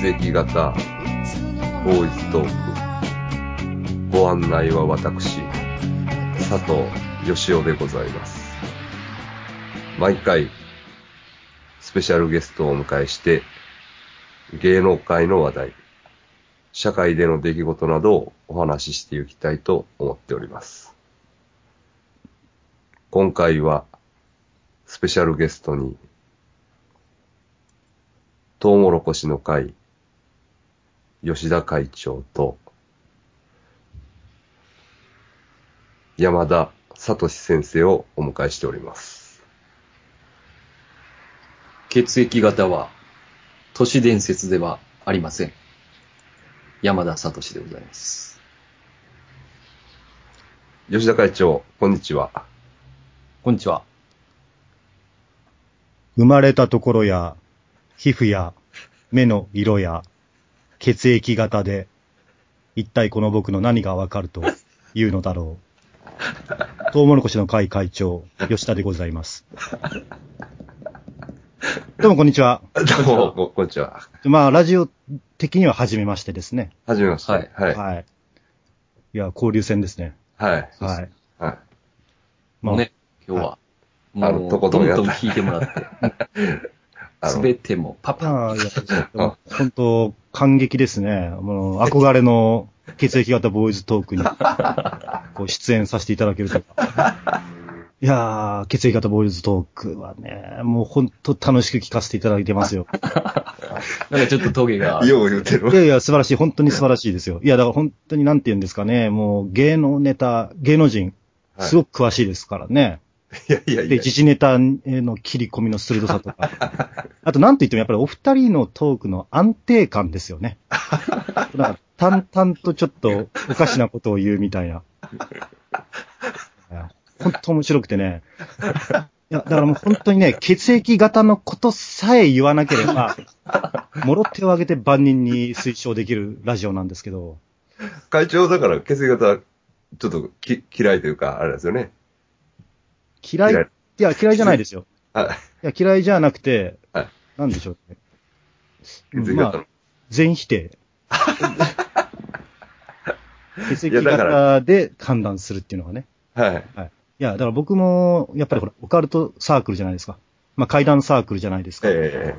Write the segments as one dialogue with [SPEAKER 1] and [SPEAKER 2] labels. [SPEAKER 1] 劇型ボーイズトークご案内は私佐藤義雄でございます毎回スペシャルゲストをお迎えして芸能界の話題社会での出来事などをお話ししていきたいと思っております今回はスペシャルゲストにトウモロコシの会、吉田会長と、山田聡先生をお迎えしております。
[SPEAKER 2] 血液型は都市伝説ではありません。山田聡でございます。
[SPEAKER 1] 吉田会長、こんにちは。
[SPEAKER 2] こんにちは。
[SPEAKER 3] 生まれたところや、皮膚や、目の色や、血液型で、一体この僕の何がわかるというのだろう。トウモロコシの会会長、吉田でございます。どうもこんにちは。
[SPEAKER 1] どうも、ここんにちは。
[SPEAKER 3] まあ、ラジオ的には初めましてですね。
[SPEAKER 1] はじめまして。
[SPEAKER 2] はい
[SPEAKER 1] はい。はい。
[SPEAKER 3] い。いや、交流戦ですね。
[SPEAKER 1] はい。
[SPEAKER 3] はい。
[SPEAKER 1] は
[SPEAKER 2] も
[SPEAKER 3] まあ、
[SPEAKER 2] うね、今日は、
[SPEAKER 1] あの
[SPEAKER 2] もう、
[SPEAKER 1] と
[SPEAKER 2] ど
[SPEAKER 1] こ
[SPEAKER 2] ん
[SPEAKER 1] ど
[SPEAKER 2] ど
[SPEAKER 1] ん
[SPEAKER 2] ん
[SPEAKER 1] やった
[SPEAKER 2] 聞いてもらって、
[SPEAKER 1] あ
[SPEAKER 2] す
[SPEAKER 1] の
[SPEAKER 2] べてもパパ。
[SPEAKER 3] ああ、いや、でも本当、感激ですね。もう、憧れの血液型ボーイズトークに、こう、出演させていただけるとか。いやー、血液型ボーイズトークはね、もう本当楽しく聞かせていただいてま すよ。
[SPEAKER 2] なんかちょっとトゲが、
[SPEAKER 1] よう言うてる
[SPEAKER 3] い。やいや、素晴らしい。本当に素晴らしいですよ。いや、だから本当になんて言うんですかね、もう芸能ネタ、芸能人、
[SPEAKER 1] はい
[SPEAKER 3] すごく詳しいですからね。
[SPEAKER 1] いやいやい
[SPEAKER 3] で、
[SPEAKER 1] や。
[SPEAKER 3] 時事ネタへの切り込みの鋭さとか。 あと、なんといってもやっぱりお二人のトークの安定感ですよね。なんか、淡々とちょっとおかしなことを言うみたいな。本当面白くてね。いや、だからもう本当にね、血液型のことさえ言わなければ、もろ手を挙げて万人に推奨できるラジオなんですけど。
[SPEAKER 1] 会長だから血液型、ちょっとき嫌いというか、あれですよね。
[SPEAKER 3] 嫌い、
[SPEAKER 1] 嫌い
[SPEAKER 3] いや、嫌いじゃないですよ。
[SPEAKER 1] はい
[SPEAKER 3] や、嫌いじゃなくて、
[SPEAKER 1] はい
[SPEAKER 3] なんでしょうね。
[SPEAKER 1] い。血
[SPEAKER 3] う
[SPEAKER 1] 液型
[SPEAKER 3] んま
[SPEAKER 1] の
[SPEAKER 3] あ、全 否定。血液
[SPEAKER 1] いやだか
[SPEAKER 3] 型で判断するっていうのがね。
[SPEAKER 1] はい。
[SPEAKER 3] いや、だから僕も、やっぱりほら、オカルトサークルじゃないですか。まあ、階段サークルじゃないですか。
[SPEAKER 1] え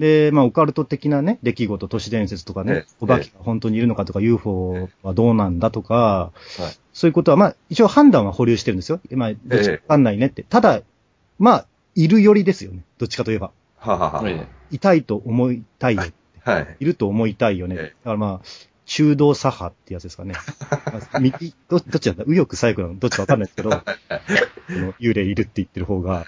[SPEAKER 3] で、まあ、オカルト的なね、出来事、都市伝説とか
[SPEAKER 1] ええ
[SPEAKER 3] ね、お化けが本当にいるのかとか、UFO はどうなんだとか、
[SPEAKER 1] はい
[SPEAKER 3] そういうことは、まあ、一応判断は保留してるんですよ。まあ、どっちかわかんないねって。ただ、まあ、いるよりですよね。どっちかといえば。
[SPEAKER 1] えはははは。
[SPEAKER 2] え
[SPEAKER 3] 痛いと思いたいよ。
[SPEAKER 1] はい。
[SPEAKER 3] いると思いたいよね。
[SPEAKER 1] ええ
[SPEAKER 3] だからまあ、中道左派ってやつです かね。まあ右、どどっちなんだ右翼左翼なのどっちかわかんないです けど、この幽霊いるって言ってる方が、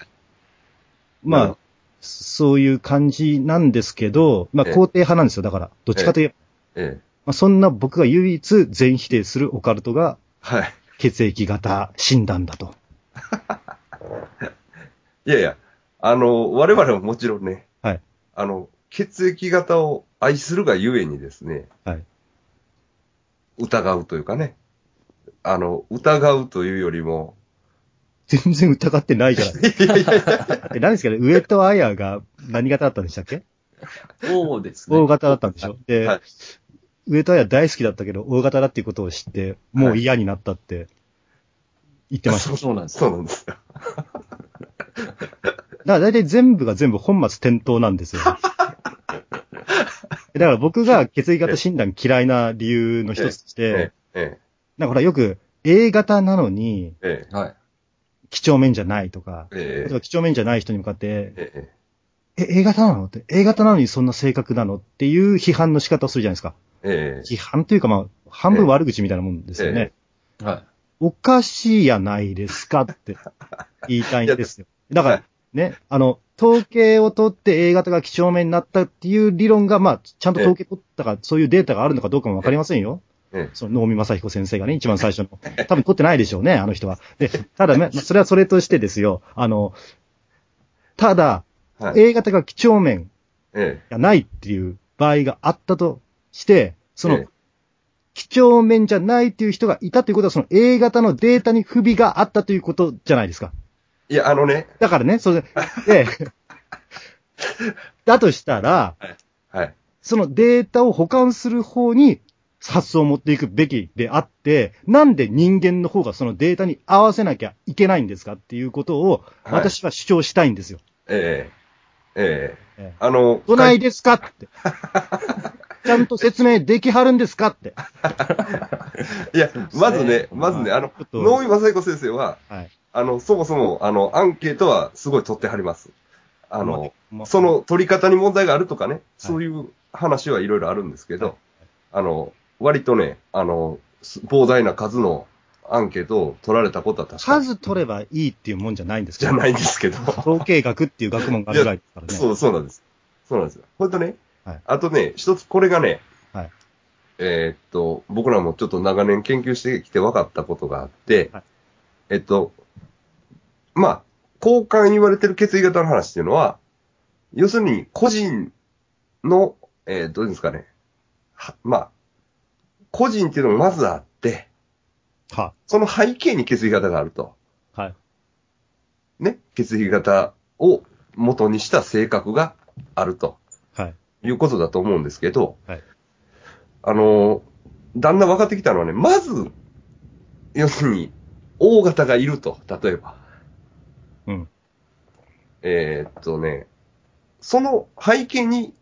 [SPEAKER 3] ま
[SPEAKER 1] なるほ
[SPEAKER 3] あ、そういう感じなんですけど、まあ
[SPEAKER 1] ええ
[SPEAKER 3] 肯定派なんですよ。だから、どっちかといえ
[SPEAKER 1] え
[SPEAKER 3] ば、
[SPEAKER 1] え
[SPEAKER 3] まあ、そんな僕が唯一全否定するオカルトが
[SPEAKER 1] はい。
[SPEAKER 3] 血液型診断だと。
[SPEAKER 1] いやいや、あの、我々ももちろんね、
[SPEAKER 3] はい。
[SPEAKER 1] あの、血液型を愛するがゆえにですね、
[SPEAKER 3] はい。
[SPEAKER 1] 疑うというかね、あの、疑うというよりも、
[SPEAKER 3] 全然疑ってないじ ゃないですか。え何ですかね上戸彩が何型だったんでしたっけ
[SPEAKER 2] そうですね。
[SPEAKER 3] 大型だったんでしょで、
[SPEAKER 1] はい
[SPEAKER 3] 上戸彩大好きだったけど、大型だっていうことを知って、もう嫌になったって言ってました。
[SPEAKER 2] そうそうなんです
[SPEAKER 1] そう
[SPEAKER 2] よ。
[SPEAKER 1] なんですよ。
[SPEAKER 3] だから大体全部が全部本末転倒な んですよ。だから僕が血液型診断嫌いな理由の一つとし
[SPEAKER 1] え
[SPEAKER 3] て、
[SPEAKER 1] え、え
[SPEAKER 3] なんかほらよく A 型なのに、
[SPEAKER 1] え、え
[SPEAKER 2] はい。
[SPEAKER 3] 几帳面じゃないとか、
[SPEAKER 1] え、え
[SPEAKER 3] 例え
[SPEAKER 1] え
[SPEAKER 3] ば几帳面じゃない人に向かって、
[SPEAKER 1] ええ、
[SPEAKER 3] え、A 型なのって、A 型なのにそんな性格なのっていう批判の仕方をするじゃないですか。
[SPEAKER 1] ええ、
[SPEAKER 3] 批判というかまあ、半分悪口みたいなもんですよね。
[SPEAKER 1] ええ
[SPEAKER 2] は
[SPEAKER 3] おかしいやないですかって言いたいんで すよ。だから、ね、あの、統計を取って A 型が几帳面になったっていう理論が、まあ、ちゃんと統計取ったか、そういうデータがあるのかどうかもわかりませんよ。
[SPEAKER 1] ええ
[SPEAKER 3] その、能見正彦先生がね、一番最初の。多分取ってないでしょうね、あの人は。で、ただ、まあそれはそれとしてですよ。あの、ただ、
[SPEAKER 1] はい。
[SPEAKER 3] A 型が几帳面
[SPEAKER 1] え
[SPEAKER 3] がないっていう場合があったとして、そ
[SPEAKER 1] ええ
[SPEAKER 3] の、几帳面じゃないっていう人がいたということは、その A 型のデータに不備があったということじゃないですか。
[SPEAKER 1] え。いや、あのね、
[SPEAKER 3] だからね、それで、でだとしたら、
[SPEAKER 1] はい。
[SPEAKER 3] そのデータを保管する方に発想を持っていくべきであって、なんで人間の方がそのデータに合わせなきゃいけないんですかっていうことを、
[SPEAKER 1] はい
[SPEAKER 3] 私は主張したいんですよ。
[SPEAKER 1] ええええ
[SPEAKER 3] ええ
[SPEAKER 1] あの、
[SPEAKER 3] どないですか って。ちゃんと説明できはるんですかって。
[SPEAKER 1] いや、まずね、
[SPEAKER 3] うん
[SPEAKER 1] まずね、あの
[SPEAKER 3] ちょっ、と
[SPEAKER 1] 能井正彦先生は、
[SPEAKER 3] はい。
[SPEAKER 1] あの、そもそも、あの、アンケートはすごい取ってはります。あの、
[SPEAKER 3] ま
[SPEAKER 1] そ、の取り方に問題があるとかね、そういう話はいろいろあるんですけど、
[SPEAKER 3] はい
[SPEAKER 1] あの、割とね、あの、す膨大な数のアンケートを取られたことは確かに
[SPEAKER 3] 数取ればいいっていうもんじゃないんです
[SPEAKER 1] じ
[SPEAKER 3] け
[SPEAKER 1] ゃ
[SPEAKER 3] ど、
[SPEAKER 1] ないんですけど、
[SPEAKER 3] 統計学っていう学問があるぐらいですからね。
[SPEAKER 1] そう、そうなんです。そうなんですよ。ほんとね、
[SPEAKER 3] はい
[SPEAKER 1] あとね、一つこれがね、
[SPEAKER 3] はい
[SPEAKER 1] えーっと、僕らもちょっと長年研究してきて分かったことがあって、
[SPEAKER 3] はい
[SPEAKER 1] えっと、まあ、交換言われてる血液型の話っていうのは、要するに個人の、えーどうですかね、はまあ、個人っていうのがまずあって、
[SPEAKER 3] は、
[SPEAKER 1] その背景に血液型があると。
[SPEAKER 3] はい。
[SPEAKER 1] ね、血液型を元にした性格があると。
[SPEAKER 3] はい。
[SPEAKER 1] いうことだと思うんですけど、
[SPEAKER 3] はい
[SPEAKER 1] あの、だんだん分かってきたのはね、まず、要するに、大型がいると、例えば。
[SPEAKER 3] うん。
[SPEAKER 1] えーっとね、その背景に、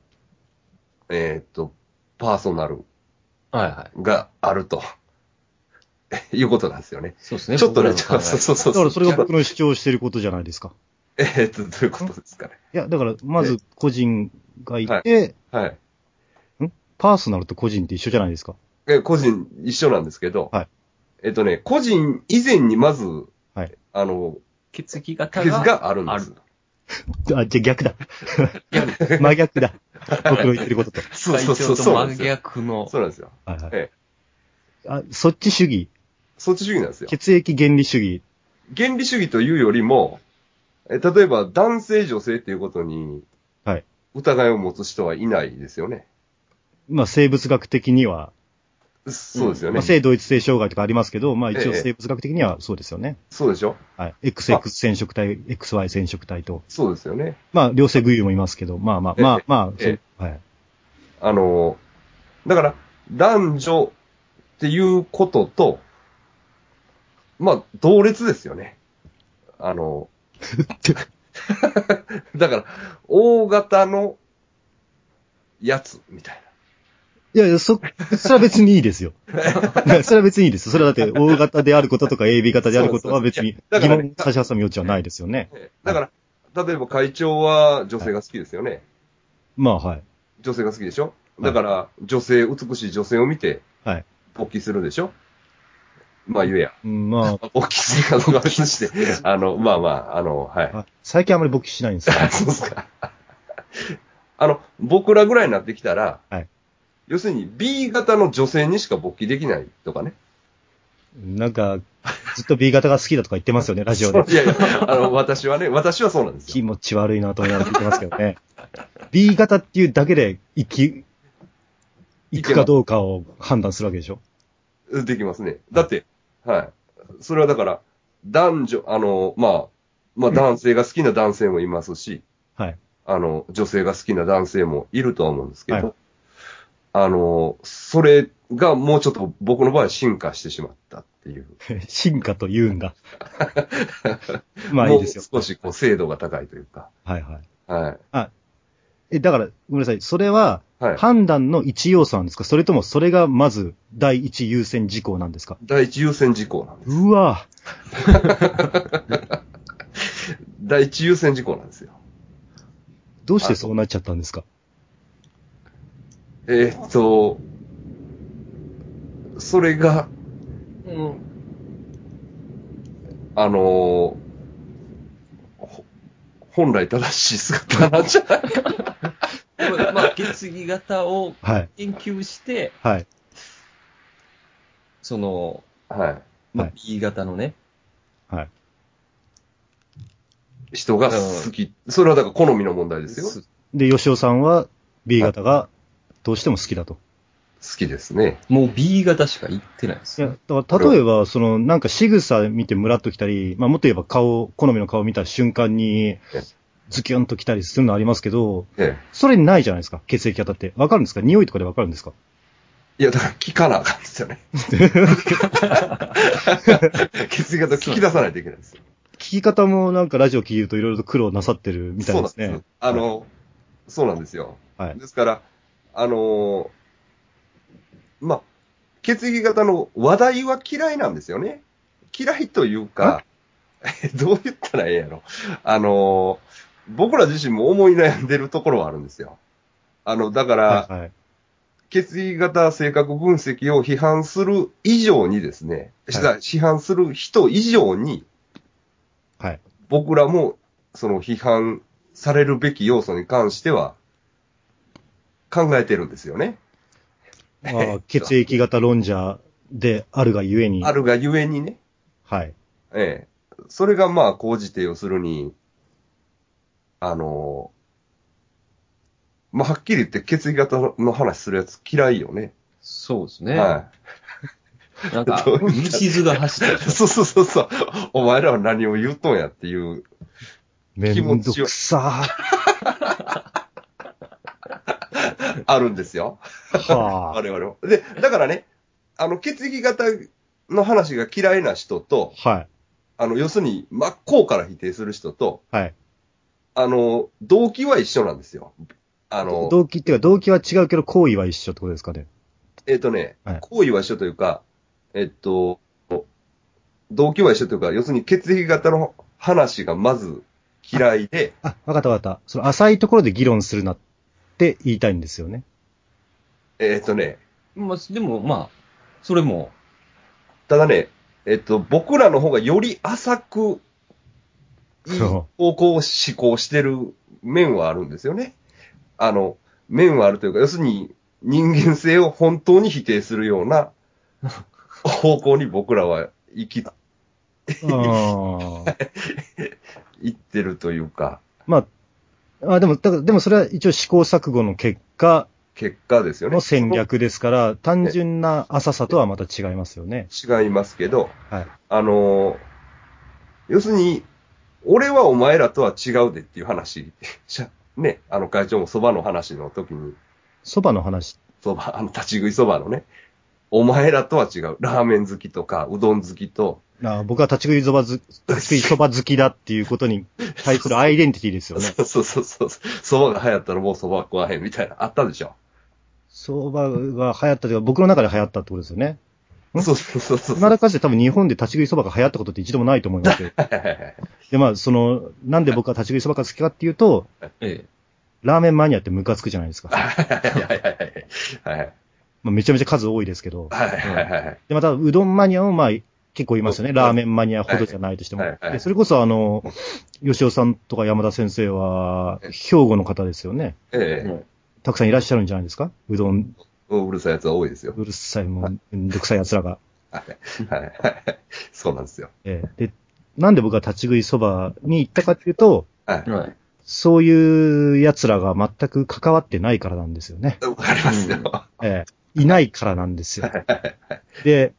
[SPEAKER 1] えーっと、パーソナル
[SPEAKER 2] はいはい。
[SPEAKER 1] があると、 いうことなんですよね。
[SPEAKER 2] そうですね。
[SPEAKER 1] ちょっとね、ち
[SPEAKER 2] 僕
[SPEAKER 1] ょ
[SPEAKER 2] ら
[SPEAKER 1] っと
[SPEAKER 2] の考え
[SPEAKER 1] そうそうそ
[SPEAKER 3] だ
[SPEAKER 1] う。
[SPEAKER 3] からそれが
[SPEAKER 1] ちょっ
[SPEAKER 3] 僕
[SPEAKER 1] と
[SPEAKER 3] の主張してることじゃないですか。
[SPEAKER 1] えーっと、どういうことですかね。
[SPEAKER 3] いや、だから、まず個人がいて、
[SPEAKER 1] ははい。
[SPEAKER 3] パーソナルと個人って一緒じゃないですか。
[SPEAKER 1] え、個人一緒なんですけど、
[SPEAKER 3] はい
[SPEAKER 1] えっとね、個人以前にまず、
[SPEAKER 3] はい
[SPEAKER 1] あの、
[SPEAKER 2] 血液型
[SPEAKER 1] 傷
[SPEAKER 2] が
[SPEAKER 1] があるんです。
[SPEAKER 3] あ、じゃあ逆だ。真逆だ。僕の言ってることと。
[SPEAKER 1] そうそうそう、そうなん
[SPEAKER 2] 体調と
[SPEAKER 1] です
[SPEAKER 2] 真
[SPEAKER 1] よ。
[SPEAKER 2] 逆の。
[SPEAKER 1] そうなんですよ。
[SPEAKER 3] はいはい。
[SPEAKER 1] ええ
[SPEAKER 3] あ、そっち主義
[SPEAKER 1] そっち主義なんですよ。
[SPEAKER 3] 血液原理主義。
[SPEAKER 1] 原理主義というよりも、え例えば男性女性っていうことに、
[SPEAKER 3] はい
[SPEAKER 1] 疑いを持つ人はいないですよね。
[SPEAKER 3] まあ生物学的には、
[SPEAKER 1] そうですよ
[SPEAKER 3] ま
[SPEAKER 1] ね
[SPEAKER 3] あ。性同一性障害とかありますけど、まあ一応
[SPEAKER 1] ええ
[SPEAKER 3] 生物学的にはそうですよね。
[SPEAKER 1] そうでしょ
[SPEAKER 3] はい。XX 染色体、XY 染色体と。
[SPEAKER 1] そうですよね。
[SPEAKER 3] まあ両性具有もいますけど、まあまあ
[SPEAKER 1] ええ
[SPEAKER 3] まあまあ、
[SPEAKER 1] ええ
[SPEAKER 3] そうはい。
[SPEAKER 1] あの、だから、男女っていうことと、まあ、同列ですよね。あ の、だから、大型のやつ、みたい
[SPEAKER 3] いやいや、そ、それは別にいいで すよ。それは別にいいです。それはだって、大型であることとか AB 型であることは別に
[SPEAKER 1] そうそうそういや
[SPEAKER 3] 疑
[SPEAKER 1] だからね
[SPEAKER 3] 問差し挟む余地はないですよね。
[SPEAKER 1] な。だから、例えば会長は女性が好きですよね。
[SPEAKER 3] まあはい。
[SPEAKER 1] 女性が好きでしょ
[SPEAKER 3] は
[SPEAKER 1] だ
[SPEAKER 3] い
[SPEAKER 1] から、女性、美しい女性を見て、
[SPEAKER 3] はい。
[SPEAKER 1] 勃起するでしょまあ、言えや。
[SPEAKER 3] うんまあ、
[SPEAKER 1] 勃起するかどうかは別に して、あの、まあまあ、あの、はい。
[SPEAKER 3] あ最近あまり勃起しないんですよ。
[SPEAKER 1] あそうですか。あの、僕らぐらいになってきたら、
[SPEAKER 3] はい
[SPEAKER 1] 要するに B 型の女性にしか勃起できないとかね。
[SPEAKER 3] なんか、ずっと B 型が好きだとか言ってますよね、ラジオ で。
[SPEAKER 1] いやいや、あの、私はね、私はそうなんです
[SPEAKER 3] 気
[SPEAKER 1] よ。
[SPEAKER 3] 持ち悪いなと思いながら聞いてますけどね。B 型っていうだけで行き、行くかどうかを判断するわけでしょ
[SPEAKER 1] できますね。だって、はい。それはだから、男女、あの、まあ、まあ男性が好きな男性もいますし、
[SPEAKER 3] はい。
[SPEAKER 1] あの、女性が好きな男性もいるとは思うんですけど、
[SPEAKER 3] はい
[SPEAKER 1] あの、それがもうちょっと僕の場合は進化してしまったっていう。
[SPEAKER 3] 進化と言う んだ。まあいいですよ。
[SPEAKER 1] もう少しこう精度が高いというか。
[SPEAKER 3] はいはい。
[SPEAKER 1] はい。
[SPEAKER 3] え、だから、ごめんなさい。それは、
[SPEAKER 1] はい。
[SPEAKER 3] 判断の一要素なんですかそれともそれがまず第一優先事項なんですか
[SPEAKER 1] 第一優先事項なんです。
[SPEAKER 3] うわ
[SPEAKER 1] 第一優先事項なんですよ。
[SPEAKER 3] どうしてそうなっちゃったんですか
[SPEAKER 1] えーっと、それが、うん、あのーほ本来正しい姿なんじゃない か。
[SPEAKER 2] でもまあ、血液型を
[SPEAKER 3] はい。
[SPEAKER 2] 研究して、
[SPEAKER 3] はい。
[SPEAKER 2] その、
[SPEAKER 1] は
[SPEAKER 2] ま
[SPEAKER 3] は
[SPEAKER 2] あ
[SPEAKER 3] い、
[SPEAKER 2] B 型のね、
[SPEAKER 3] はい。
[SPEAKER 1] い。人が好き。それはだから好みの問題ですよ。
[SPEAKER 2] す
[SPEAKER 3] で、吉尾さんは B 型がどうしても好きだと。
[SPEAKER 1] 好きですね。
[SPEAKER 2] もう B 型しか言ってないで
[SPEAKER 3] い
[SPEAKER 2] す。
[SPEAKER 3] や、だから例えば、その、なんか仕草見てムラっときたり、まあもっと言えば顔、好みの顔見た瞬間に、ズキュンと来たりするのありますけど、
[SPEAKER 1] え
[SPEAKER 3] それないじゃないですか、血液型って。わかるんですか匂いとかでわかるんですか
[SPEAKER 1] え。いや、だから聞かなあかんですよ ね。 血液型聞き出さないといけないですよ。
[SPEAKER 3] 聞き方もなんかラジオ聞いるといろいろと苦労なさってるみたいです
[SPEAKER 1] そうなん
[SPEAKER 3] ね
[SPEAKER 1] です。。あの、そうなんですよ。
[SPEAKER 3] はい。
[SPEAKER 1] ですから、あのーまあ、血液型の話題は嫌いなんですよね。嫌いというか、 どう言ったらええやろ。あのー僕ら自身も思い悩んでるところはあるんですよ。あの、だから、
[SPEAKER 3] はいはい。
[SPEAKER 1] 血液型性格分析を批判する以上にですね、し
[SPEAKER 3] は
[SPEAKER 1] 批判する人以上に、
[SPEAKER 3] はい。
[SPEAKER 1] 僕らもその批判されるべき要素に関しては考えてるんですよね。
[SPEAKER 3] まあ、血液型論者であるがゆえに。
[SPEAKER 1] あるがゆえにね。
[SPEAKER 3] はい。
[SPEAKER 1] ええ。それがまあ、講じて要するに、あのまあ、はっきり言って血液型の話するやつ嫌いよね。
[SPEAKER 2] そうですね。
[SPEAKER 1] は
[SPEAKER 2] なんか、
[SPEAKER 1] どういった
[SPEAKER 2] 虫図が走ってる
[SPEAKER 1] い。。 そうそうそうそう。お前らは何を言うとんやっていう
[SPEAKER 3] め
[SPEAKER 1] 気
[SPEAKER 3] ん
[SPEAKER 1] 持
[SPEAKER 3] ど
[SPEAKER 1] ちよ
[SPEAKER 3] くさ
[SPEAKER 1] あるんですよ。
[SPEAKER 3] ー。は
[SPEAKER 1] 我
[SPEAKER 3] あ。
[SPEAKER 1] 々も。で、だからね、あの、血液型の話が嫌いな人と、
[SPEAKER 3] はい。
[SPEAKER 1] あの、要するに真っ向から否定する人と、
[SPEAKER 3] はい。
[SPEAKER 1] あの、動機は一緒なんですよ。あの、
[SPEAKER 3] 動機っていうか、動機は違うけど、行為は一緒ってことですかね。
[SPEAKER 1] えっ、とね、
[SPEAKER 3] はい
[SPEAKER 1] 行為は一緒というか、えっと、動機は一緒というか、要するに血液型の話がまず嫌いで、
[SPEAKER 3] あ、わかったわかった。その浅いところで議論するなって言いたいんですよ ね。
[SPEAKER 1] えっとね、
[SPEAKER 2] まあ、でも、まあ、それも、
[SPEAKER 1] ただね、えっと、僕らの方がより浅く、いい方向を思考してる面はあるんですよね。あの、面はあるというか、要するに人間性を本当に否定するよう な方向に僕らは行き、
[SPEAKER 3] ああ。
[SPEAKER 1] 行ってるというか、
[SPEAKER 3] まあ、あでも、だから、でもそれは一応試行錯誤の結果
[SPEAKER 1] 結果ですよね。
[SPEAKER 3] の戦略ですから、単純な浅さとはまた違いますよね。
[SPEAKER 1] その違いますけど、
[SPEAKER 3] はい。
[SPEAKER 1] あの、要するに、俺はお前らとは違うでっていう話、 しゃね、あの会長もそばの話の時に
[SPEAKER 3] 蕎麦の話。
[SPEAKER 1] そば、あの、立ち食いそばのね。お前らとは違う。ラーメン好きとか、うどん好きと。
[SPEAKER 3] あ僕は立ち食いそばず、立ち食いそば好きだっていうことに対するアイデンティティですよね。
[SPEAKER 1] そうそうそうそう。そばが流行ったらもうそば食わへんみたいな、あったでしょ。
[SPEAKER 3] 蕎麦が流行ったというか、僕の中で流行ったってことですよね。ん
[SPEAKER 1] そうそうそうそう。
[SPEAKER 3] 今だかつて多分日本で立ち食いそばが流行ったことって一度もないと思います けど。
[SPEAKER 1] はいはいはい
[SPEAKER 3] で、まあ、その、なんで僕は立ち食いそばが好きかっていうと、
[SPEAKER 2] ええ。
[SPEAKER 3] ラーメンマニアってムカつくじゃないですか。
[SPEAKER 1] はいはいはい。
[SPEAKER 3] まあ、めちゃめちゃ数多いですけど。
[SPEAKER 1] はいはいはいはい。
[SPEAKER 3] で、また、うどんマニアも、まあ、結構いますよね。
[SPEAKER 1] うん
[SPEAKER 3] ラーメンマニアほどじゃないとしても。
[SPEAKER 1] はいはいはい
[SPEAKER 3] でそれこそ、あの、吉尾さんとか山田先生は、兵庫の方ですよね。
[SPEAKER 1] ええ。
[SPEAKER 2] も
[SPEAKER 3] たくさんいらっしゃるんじゃないですかうどん、
[SPEAKER 1] うるさいやつは多いですよ。
[SPEAKER 3] うるさい、もう、めんどくさい奴らが。
[SPEAKER 1] はいはいはい。そうなんですよ。
[SPEAKER 3] ええで、なんで僕は立ち食いそばに行ったかっていうと、
[SPEAKER 1] は
[SPEAKER 2] う
[SPEAKER 1] い。
[SPEAKER 2] はい。
[SPEAKER 3] そういう奴らが全く関わってないからなんですよね。
[SPEAKER 1] わかりますよ。
[SPEAKER 2] うん
[SPEAKER 1] は
[SPEAKER 3] ええいないからなんですよ。で、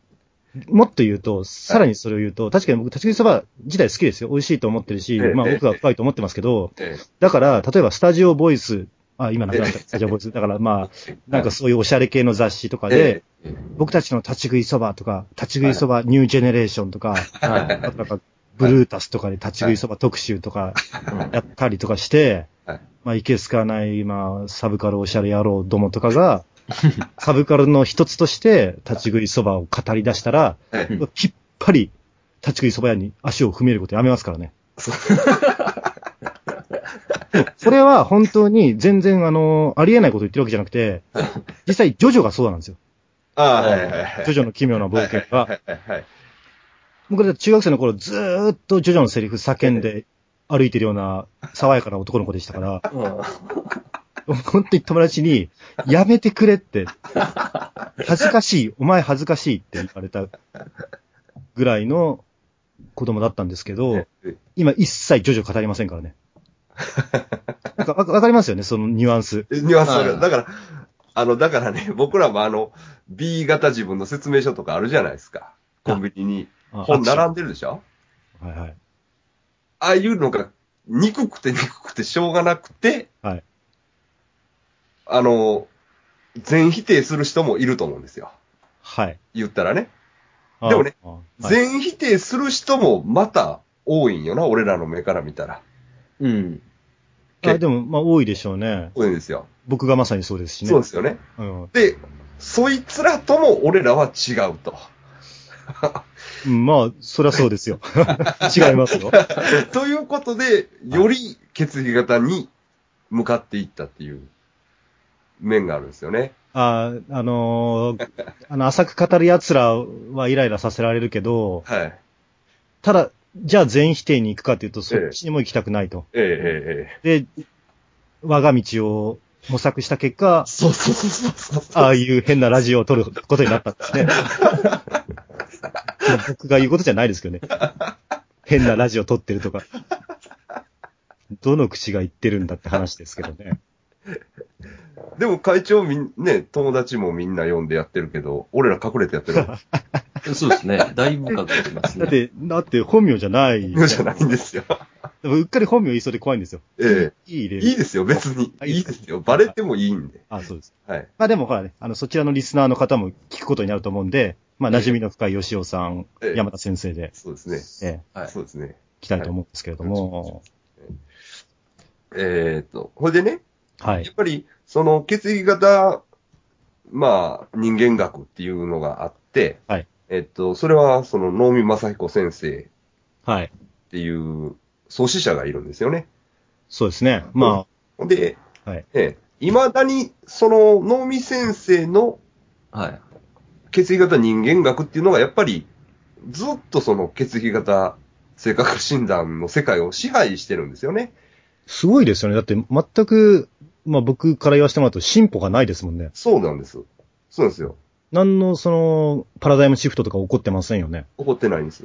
[SPEAKER 3] もっと言うと、さらにそれを言うと、確かに僕、立ち食いそば自体好きですよ。美味しいと思ってるし、
[SPEAKER 1] ええ
[SPEAKER 3] まあ
[SPEAKER 1] ええ
[SPEAKER 3] 僕は深いと思ってますけど、
[SPEAKER 1] いえ
[SPEAKER 3] だから、例えばスタジオボイス、あ、今なくなった、スタジオボイス。だからまあ、
[SPEAKER 1] え
[SPEAKER 3] なんかそういうおしゃれ系の雑誌とか
[SPEAKER 1] え
[SPEAKER 3] で
[SPEAKER 1] え、
[SPEAKER 2] ええ
[SPEAKER 3] 僕たちの立ち食いそばとか、立ち食いそばニュージェネレーションとか、
[SPEAKER 2] はい。
[SPEAKER 3] あとなんか、ブルータスとかで立ち食いそば特集とか、やったりとかして
[SPEAKER 1] はい、
[SPEAKER 3] まあ、いけすかない、まあ、サブカルおしゃれ野郎どもとか が、サブカルの一つとして、立ち食いそばを語り出したら、
[SPEAKER 1] ええ
[SPEAKER 3] きっぱり、立ち食いそば屋に足を踏み入れることやめますか らね。それは本当に全然、あの、ありえないこと言ってるわけじゃなく て、実際、ジョジョがそうなんですよ。
[SPEAKER 1] ああ、はいはいはい。
[SPEAKER 3] ジョジョの奇妙な冒険が。
[SPEAKER 1] はいはい。
[SPEAKER 3] 僕だって中学生の頃ずーっとジョジョのセリフ叫んで歩いてるような爽やかな男の子でしたから、
[SPEAKER 2] うん
[SPEAKER 3] 本当に友達に、やめてくれって、恥ずかしい、お前恥ずかしいって言われたぐらいの子供だったんですけど、今一切ジョジョ語りませんからね。なんかわわかりますよね、そのニュアンス。
[SPEAKER 1] ニュアンス
[SPEAKER 2] はい
[SPEAKER 1] がだから、あの、だからね、 僕らもあの、B 型自分の説明書とかあるじゃないですか。コンビニに。
[SPEAKER 3] あ
[SPEAKER 1] 本並んでるでしょ
[SPEAKER 3] はいはい。
[SPEAKER 1] ああいうのが憎くて憎くてしょうがなくて、
[SPEAKER 3] はい
[SPEAKER 1] あの、全否定する人もいると思うんですよ。
[SPEAKER 3] はい。
[SPEAKER 1] 言ったらね。
[SPEAKER 3] あー
[SPEAKER 1] でもね、
[SPEAKER 3] あーはい
[SPEAKER 1] 全否定する人もまた多いんよな、俺らの目から見たら。
[SPEAKER 2] うん。
[SPEAKER 3] あでも、まあ、多いでしょうね。
[SPEAKER 1] 多いんですよ。
[SPEAKER 3] 僕がまさにそうですしね。
[SPEAKER 1] そうですよね。
[SPEAKER 3] うん。
[SPEAKER 1] で、そいつらとも俺らは違うと。
[SPEAKER 3] うんまあ、そりゃそうですよ。 違いますよ。
[SPEAKER 1] ということで、より決議型に向かっていったっていう面があるんですよね。
[SPEAKER 3] あーあのーあの、浅く語る奴らはイライラさせられるけど、
[SPEAKER 1] はい。
[SPEAKER 3] ただ、じゃあ全否定に行くかっていうと、
[SPEAKER 1] え
[SPEAKER 3] そっちにも行きたくないと。
[SPEAKER 1] えええええ。
[SPEAKER 3] で、我が道を模索した結果、
[SPEAKER 1] そうそうそうそうそう。
[SPEAKER 3] ああいう変なラジオを撮ることになったんです ね。僕が言うことじゃないですけどね。変なラジオ撮ってるとか。どの口が言ってるんだって話ですけどね。
[SPEAKER 1] でも会長みん、ね、友達もみんな呼んでやってるけど、俺ら隠れてやってるわ
[SPEAKER 2] そうですね。だいぶ隠れてます
[SPEAKER 3] だっ
[SPEAKER 2] ね。
[SPEAKER 3] て、だって本名じゃない。
[SPEAKER 1] けじゃ ないんですよ。
[SPEAKER 3] うっかり本名言いそうで怖いんですよ。
[SPEAKER 1] え
[SPEAKER 3] いい
[SPEAKER 1] え
[SPEAKER 3] 例
[SPEAKER 1] いいですよ、別に。
[SPEAKER 3] はい
[SPEAKER 1] いいですよ。バレてもいいんで。
[SPEAKER 3] あ、そうです。
[SPEAKER 1] はい。
[SPEAKER 3] まあでもほらね、あの、そちらのリスナーの方も聞くことになると思うんで、まあ、馴染みの深い吉尾さん、
[SPEAKER 1] ええ
[SPEAKER 3] 山田先生で、
[SPEAKER 1] そうですね。
[SPEAKER 3] ええ、
[SPEAKER 2] はい。
[SPEAKER 1] そうですね。
[SPEAKER 3] 来たいと思うんですけれども、
[SPEAKER 1] えー、っと、ほいでね、
[SPEAKER 3] はい
[SPEAKER 1] やっ。ぱり、その血液型、まあ、人間学っていうのがあって、
[SPEAKER 3] はい
[SPEAKER 1] えっと、それは、その、能見正彦先生
[SPEAKER 3] はい。
[SPEAKER 1] っていう創始者がいるんですよね。
[SPEAKER 3] そうですね。ま
[SPEAKER 1] で、
[SPEAKER 3] はい
[SPEAKER 1] ええ、未だに、その、能見先生の
[SPEAKER 2] はい。
[SPEAKER 1] 血液型人間学っていうのが、やっぱり、ずっとその血液型性格診断の世界を支配してるんですよね。
[SPEAKER 3] あ、すごいですよね。だって全く、まあ僕から言わせてもらうと進歩がないですもんね。
[SPEAKER 1] そうなんです。そうなんですよ。
[SPEAKER 3] 何のその、パラダイムシフトとか起こってませんよね。
[SPEAKER 1] 怒ってないんです。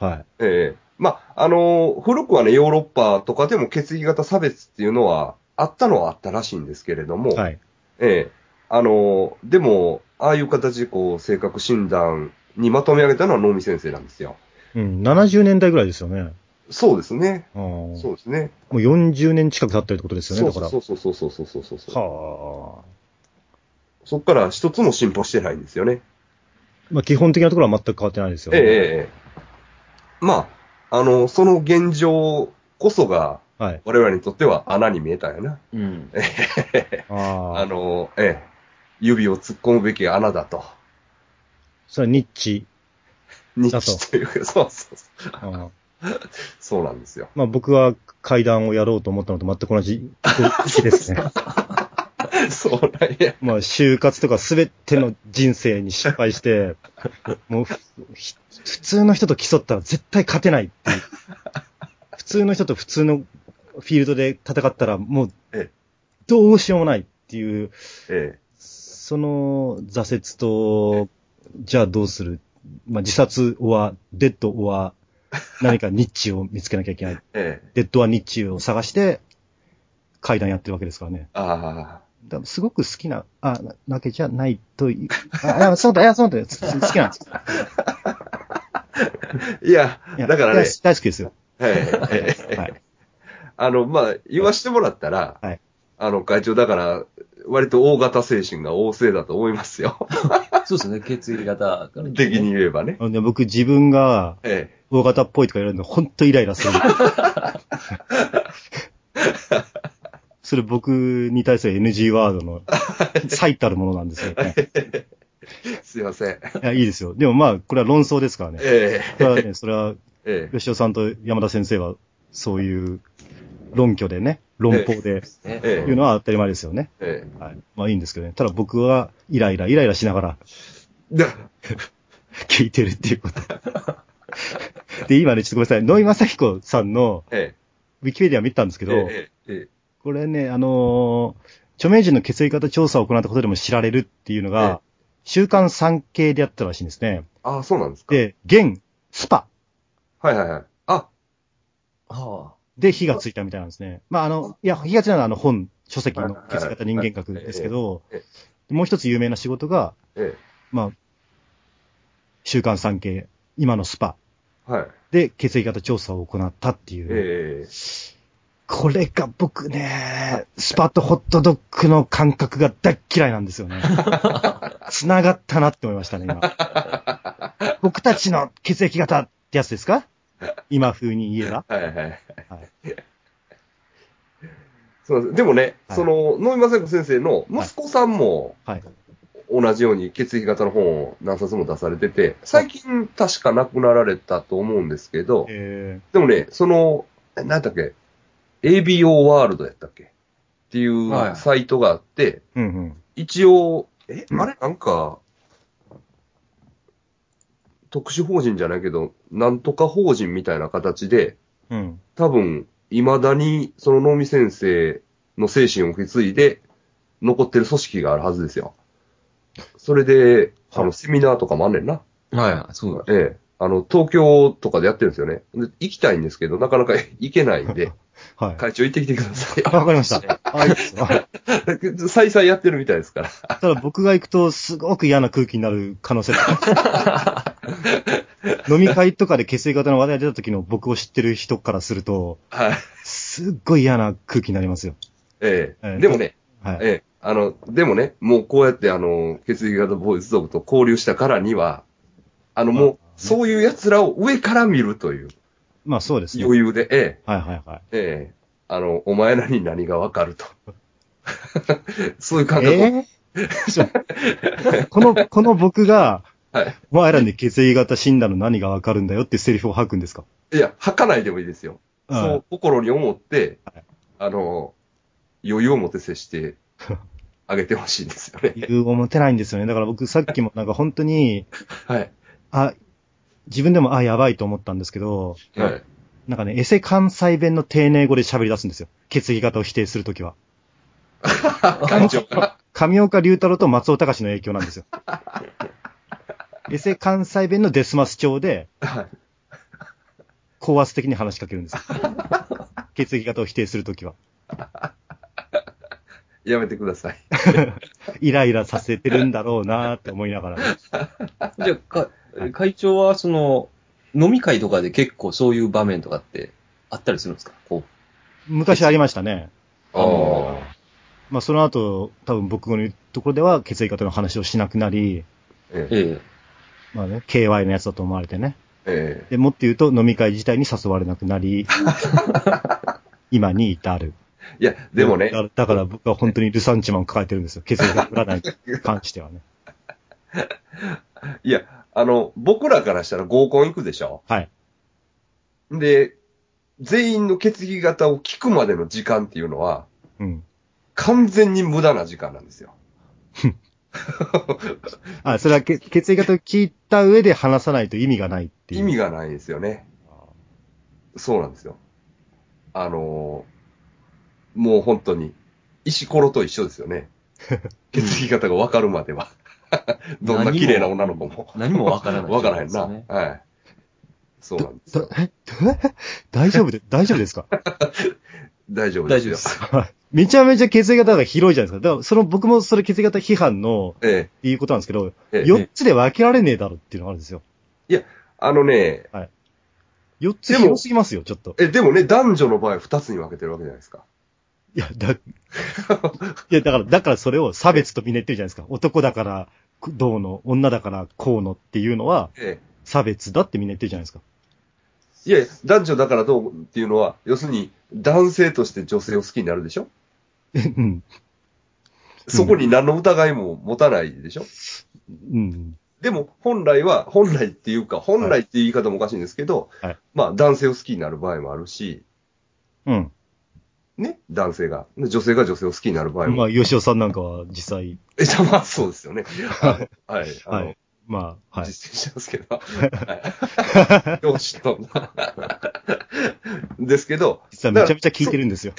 [SPEAKER 3] はい。
[SPEAKER 1] ええまあ、あの古くはね、ヨーロッパとかでも血液型差別っていうのは、あったのはあったらしいんですけれども、
[SPEAKER 3] はい。
[SPEAKER 1] ええあのでも、ああいう形でこう、性格診断にまとめ上げたのは能見先生なんですよ。
[SPEAKER 3] うん、70年代ぐらいですよね。
[SPEAKER 1] そうですね。
[SPEAKER 3] ああも
[SPEAKER 1] そうですね。
[SPEAKER 3] う40年近く経ってるってことですよね、
[SPEAKER 1] そう
[SPEAKER 3] だから。
[SPEAKER 1] そうそうそうそうそうそうそうそう。
[SPEAKER 3] はあ。
[SPEAKER 1] そこから一つも進歩してないんですよね。
[SPEAKER 3] まあ基本的なところは全く変わってないですよ
[SPEAKER 1] ええ
[SPEAKER 3] ね。
[SPEAKER 1] ええええまあ、あのその現状こそが、
[SPEAKER 3] はい。
[SPEAKER 1] 我々にとっては穴に見えたんやな。
[SPEAKER 2] うん。
[SPEAKER 3] ああ
[SPEAKER 1] あのええ指を突っ込むべき穴だと。
[SPEAKER 3] それはニッチ。
[SPEAKER 1] 日
[SPEAKER 3] だと
[SPEAKER 1] 誌というか、そうそうそう。
[SPEAKER 3] あ
[SPEAKER 1] そうなんです よ。
[SPEAKER 3] まあ僕は階段をやろうと思ったのと全く同じ動 きですね。
[SPEAKER 1] そうなんや。
[SPEAKER 3] まあ就活とか全ての人生に失敗 して、もうふひ普通の人と競ったら絶対勝てないっていう。普通の人と普通のフィールドで戦ったらもう
[SPEAKER 1] ええ
[SPEAKER 3] どうしようもないっていう、
[SPEAKER 1] え
[SPEAKER 3] その挫折と、じゃあどうするまあ自殺はデッドは何かニッチを見つけなきゃいけない。
[SPEAKER 1] えええ
[SPEAKER 3] デッドアニッチを探して、階段やってるわけですからね。
[SPEAKER 1] あ
[SPEAKER 3] だからすごく好きな、あ、なわけじゃないという、あ、いやそうだ、いや、そうだ、す好きなんです。
[SPEAKER 1] あ。いや、
[SPEAKER 3] いや
[SPEAKER 1] だからね
[SPEAKER 3] いや大好きですよ。
[SPEAKER 1] ええええ
[SPEAKER 3] はい。
[SPEAKER 1] あの、まあ、言わしてもらったら、
[SPEAKER 3] はい
[SPEAKER 1] あの、会長だから、割と大型精神が旺盛だと思います よ。
[SPEAKER 2] そうですね。血液型から、ね。
[SPEAKER 1] 的に言えばね。
[SPEAKER 3] あのね僕自分が
[SPEAKER 1] ええ
[SPEAKER 3] 大型っぽいとか言われるの、ほんとイライ ラする。それ僕に対する NG ワードの最たるものなんですよね。
[SPEAKER 1] すいません。
[SPEAKER 3] いや、いいですよ。でもまあ、これは論争ですからね。
[SPEAKER 1] え
[SPEAKER 3] それはね、それは
[SPEAKER 1] えええ
[SPEAKER 3] 吉尾さんと山田先生は、そういう論拠でね、論法で、
[SPEAKER 2] ね
[SPEAKER 1] え
[SPEAKER 3] いうのは当たり前ですよね。
[SPEAKER 1] ええ
[SPEAKER 3] はい。まあいいんですけどね。ただ僕は、イライラ、イライラしながら
[SPEAKER 1] だ
[SPEAKER 3] 聞いてるっていうこと。 で、今ね、ちょっとごめんなさい。野井正彦さんの
[SPEAKER 1] ええ
[SPEAKER 3] ウィキペディア見たんですけど、
[SPEAKER 1] えええ
[SPEAKER 3] これね、あのー著名人の血液型調査を行ったことでも知られるっていうのが、週刊産経でやったらしいんですね。
[SPEAKER 1] ああ、そうなんですか。
[SPEAKER 3] で、現、スパ
[SPEAKER 1] はいはいはい。あ、
[SPEAKER 2] は
[SPEAKER 3] で火がついたみたいなんですね。まあ、あの、いや、火がついたのはあの本、書籍の血液型人間学ですけど
[SPEAKER 1] えええ、
[SPEAKER 3] もう一つ有名な仕事が、
[SPEAKER 1] え
[SPEAKER 3] まあ、週刊産経、今のスパ
[SPEAKER 1] えはい。
[SPEAKER 3] で血液型調査を行ったっていう、
[SPEAKER 1] ええ
[SPEAKER 3] これが僕ね、スパとホットドッグの感覚が大っ嫌いなんですよね。繋がったなって思いましたね、今。僕たちの血液型ってやつですか今風に言えば。
[SPEAKER 1] はいはい。
[SPEAKER 3] はい
[SPEAKER 1] そうですでもね、
[SPEAKER 3] はい
[SPEAKER 1] その、野井正子先生の息子さんも、
[SPEAKER 3] はい。
[SPEAKER 1] 同じように血液型の本を何冊も出されてて、最近確か亡くなられたと思うんですけど、
[SPEAKER 3] え
[SPEAKER 1] でもね、その、えなんだっけ、ABO ワールドやったっけっていう
[SPEAKER 2] はい
[SPEAKER 1] サイトがあって、
[SPEAKER 3] ー、うんうん。
[SPEAKER 1] 一応、え、あれなんか、特殊法人じゃないけど、なんとか法人みたいな形で、
[SPEAKER 3] うん。
[SPEAKER 1] 多分、未だにその能見先生の精神を受け継いで、残ってる組織があるはずですよ。それで、あ
[SPEAKER 3] は
[SPEAKER 1] の、
[SPEAKER 3] い
[SPEAKER 1] セミナーとかもあんねんな。
[SPEAKER 2] はい、そうだ。
[SPEAKER 1] ええ。あの、東京とかでやってるんですよね。で行きたいんですけど、なかなか 行けないんで、
[SPEAKER 3] はい。
[SPEAKER 1] 会長行ってきてください。
[SPEAKER 3] わかりました。あ、いいです。はい
[SPEAKER 1] 再々やってるみたいですから。
[SPEAKER 3] ただ僕が行くとすごく嫌な空気になる可能性が ある飲み会とかで血液型の話題が出た時の僕を知ってる人からすると、
[SPEAKER 1] はい。
[SPEAKER 3] すっごい嫌な空気になりますよ。
[SPEAKER 1] ええ
[SPEAKER 3] ええ
[SPEAKER 1] でもね、
[SPEAKER 3] はい。
[SPEAKER 1] ええあの、でもね、もうこうやってあの、血液型ボーイズ族と交流したからには、あの、もう、そういう奴らを上から見るという
[SPEAKER 3] まあそうですね。はい
[SPEAKER 1] 余裕で、ええ。
[SPEAKER 3] はいはい。
[SPEAKER 1] ええあの、お前らに何がわかると。 そういう感覚、
[SPEAKER 3] えーこの、この僕が、
[SPEAKER 1] は
[SPEAKER 3] お前らに血液型診断の何がわかるんだよってセリフを吐くんですか
[SPEAKER 1] い。いや、吐かないでもいいですよ。
[SPEAKER 3] はい
[SPEAKER 1] そう心に思って
[SPEAKER 3] はい、
[SPEAKER 1] あの、余裕を持って接 してあげてほしいんですよね。
[SPEAKER 3] 理由を持てないんですよね。だから僕さっきもなんか本当に、
[SPEAKER 1] はい。
[SPEAKER 3] あ、自分でもあ、やばいと思ったんですけど、
[SPEAKER 1] はい。
[SPEAKER 3] なんかね、エセ関西弁の丁寧語で喋り出すんですよ。血液型を否定するときは。
[SPEAKER 1] 会長が。
[SPEAKER 3] 上岡龍太郎と松尾隆の影響な んですよ。エセ関西弁のデスマス調で、
[SPEAKER 1] はい
[SPEAKER 3] 高圧的に話しかける んですよ。血液型を否定するときは。
[SPEAKER 1] やめてください。
[SPEAKER 3] イライラさせてるんだろうなって思いながら、ね。
[SPEAKER 2] じゃあ、か会長は、その、飲み会とかで結構そういう場面とかってあったりするんですかこ
[SPEAKER 3] 昔ありましたね。
[SPEAKER 1] ああ。
[SPEAKER 3] まあその後、多分僕の言うところでは血液型の話をしなくなり、
[SPEAKER 1] え
[SPEAKER 2] う。
[SPEAKER 1] え
[SPEAKER 2] え
[SPEAKER 3] まあね、KY のやつだと思われてね。
[SPEAKER 1] ええ
[SPEAKER 3] で、もっと言うと飲み会自体に誘われなく なり、今に至る。
[SPEAKER 1] いや、でもね
[SPEAKER 3] だ、からだから僕は本当にルサンチマンを抱えてるんですよ。血液型占いに関してはね。
[SPEAKER 1] いや、あの、僕らからしたら合コン行くでしょ
[SPEAKER 3] はい。
[SPEAKER 1] で、全員の決議型を聞くまでの時間っていうのは、
[SPEAKER 3] うん。
[SPEAKER 1] 完全に無駄な時間なんですよ。
[SPEAKER 3] あ、それはけ血液型を聞いた上で話さないと意味がないっていう。
[SPEAKER 1] 意味がないんですよね。そうなんですよ。あのーもう本当に、石ころと一緒ですよ ね。血液型が分かるまでは。どんな綺麗な女の子も。
[SPEAKER 2] え何もわからない。
[SPEAKER 1] 分からへんな。
[SPEAKER 2] ね
[SPEAKER 1] はい。そうなんです
[SPEAKER 3] だ
[SPEAKER 1] よ。
[SPEAKER 3] え だ大丈夫で、大丈夫ですか
[SPEAKER 1] 大丈夫で
[SPEAKER 2] 大
[SPEAKER 1] す
[SPEAKER 2] 丈夫
[SPEAKER 1] よ。
[SPEAKER 2] です。
[SPEAKER 3] めちゃめちゃ血液型が広いじゃないですか。だから、その僕もそれ血液型批判の、
[SPEAKER 1] え
[SPEAKER 3] っていうことなんですけど、
[SPEAKER 1] えええ。
[SPEAKER 3] 4つで分けられねえだろっていうのがあるんですよ。
[SPEAKER 1] あのね、
[SPEAKER 3] 4つ
[SPEAKER 1] でも
[SPEAKER 3] 広すぎますよ、ちょっと。
[SPEAKER 1] え、でもね、男女の場合二つに分けてるわけじゃないですか。
[SPEAKER 3] いや、 だ、いや、だから、だからそれを差別とみねってるじゃないですか。男だから、どうの、女だから、こうのっていうのは、
[SPEAKER 1] え
[SPEAKER 3] 差別だってみんな言ってるじゃないですか。
[SPEAKER 1] え。いやいや、男女だからどうっていうのは、要するに、男性として女性を好きになるでしょ
[SPEAKER 3] うん。
[SPEAKER 1] そこに何の疑いも持たないでしょ
[SPEAKER 3] うん。
[SPEAKER 1] でも、本来は、本来っていうか、本来っていう言い方もおかしいんですけど、
[SPEAKER 3] はい
[SPEAKER 1] まあ、男性を好きになる場合もあるし、
[SPEAKER 3] うん。
[SPEAKER 1] ね、男性が、で女性が女性を好きになる場合も。
[SPEAKER 3] まあ、吉尾さんなんかは実際、
[SPEAKER 1] え、じゃあまあ、そうですよね。はい。はい。あの、
[SPEAKER 3] はい。まあ、はい。
[SPEAKER 1] 実践してますけど。はい。よしと。ですけど、
[SPEAKER 3] 実はめちゃめちゃ聞いてるんですよ。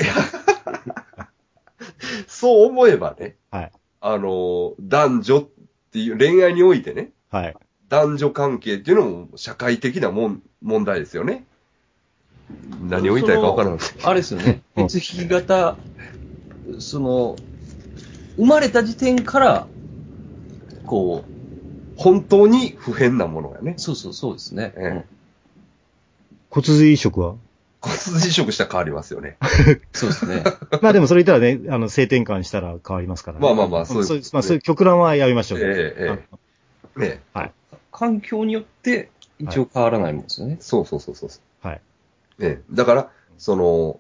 [SPEAKER 1] そう思えばね、
[SPEAKER 3] はい。
[SPEAKER 1] あの、男女っていう、恋愛においてね、
[SPEAKER 3] はい。
[SPEAKER 1] 男女関係っていうのも社会的なもん問題ですよね。何を言いたいかわからない。
[SPEAKER 2] あれですよね。
[SPEAKER 3] うん
[SPEAKER 2] 血液型、その、生まれた時点から、こう、
[SPEAKER 1] 本当に不変なものやね。
[SPEAKER 2] そうそうそうですね。
[SPEAKER 1] え
[SPEAKER 3] 骨髄移植は
[SPEAKER 1] 骨髄移植したら変わりますよね。
[SPEAKER 2] そうです ね。
[SPEAKER 3] まあでもそれ言ったらね、あの、性転換したら変わりますからね。
[SPEAKER 1] まあまあまあそういう
[SPEAKER 3] そういう、まあそういう極論はやめましょう。
[SPEAKER 1] ええええ
[SPEAKER 3] あ
[SPEAKER 1] ね
[SPEAKER 3] はい。
[SPEAKER 2] 環境によって、一応変わらないもんですよね。
[SPEAKER 1] そうそうそうそうそ
[SPEAKER 3] はい。
[SPEAKER 1] う。ねだから、その、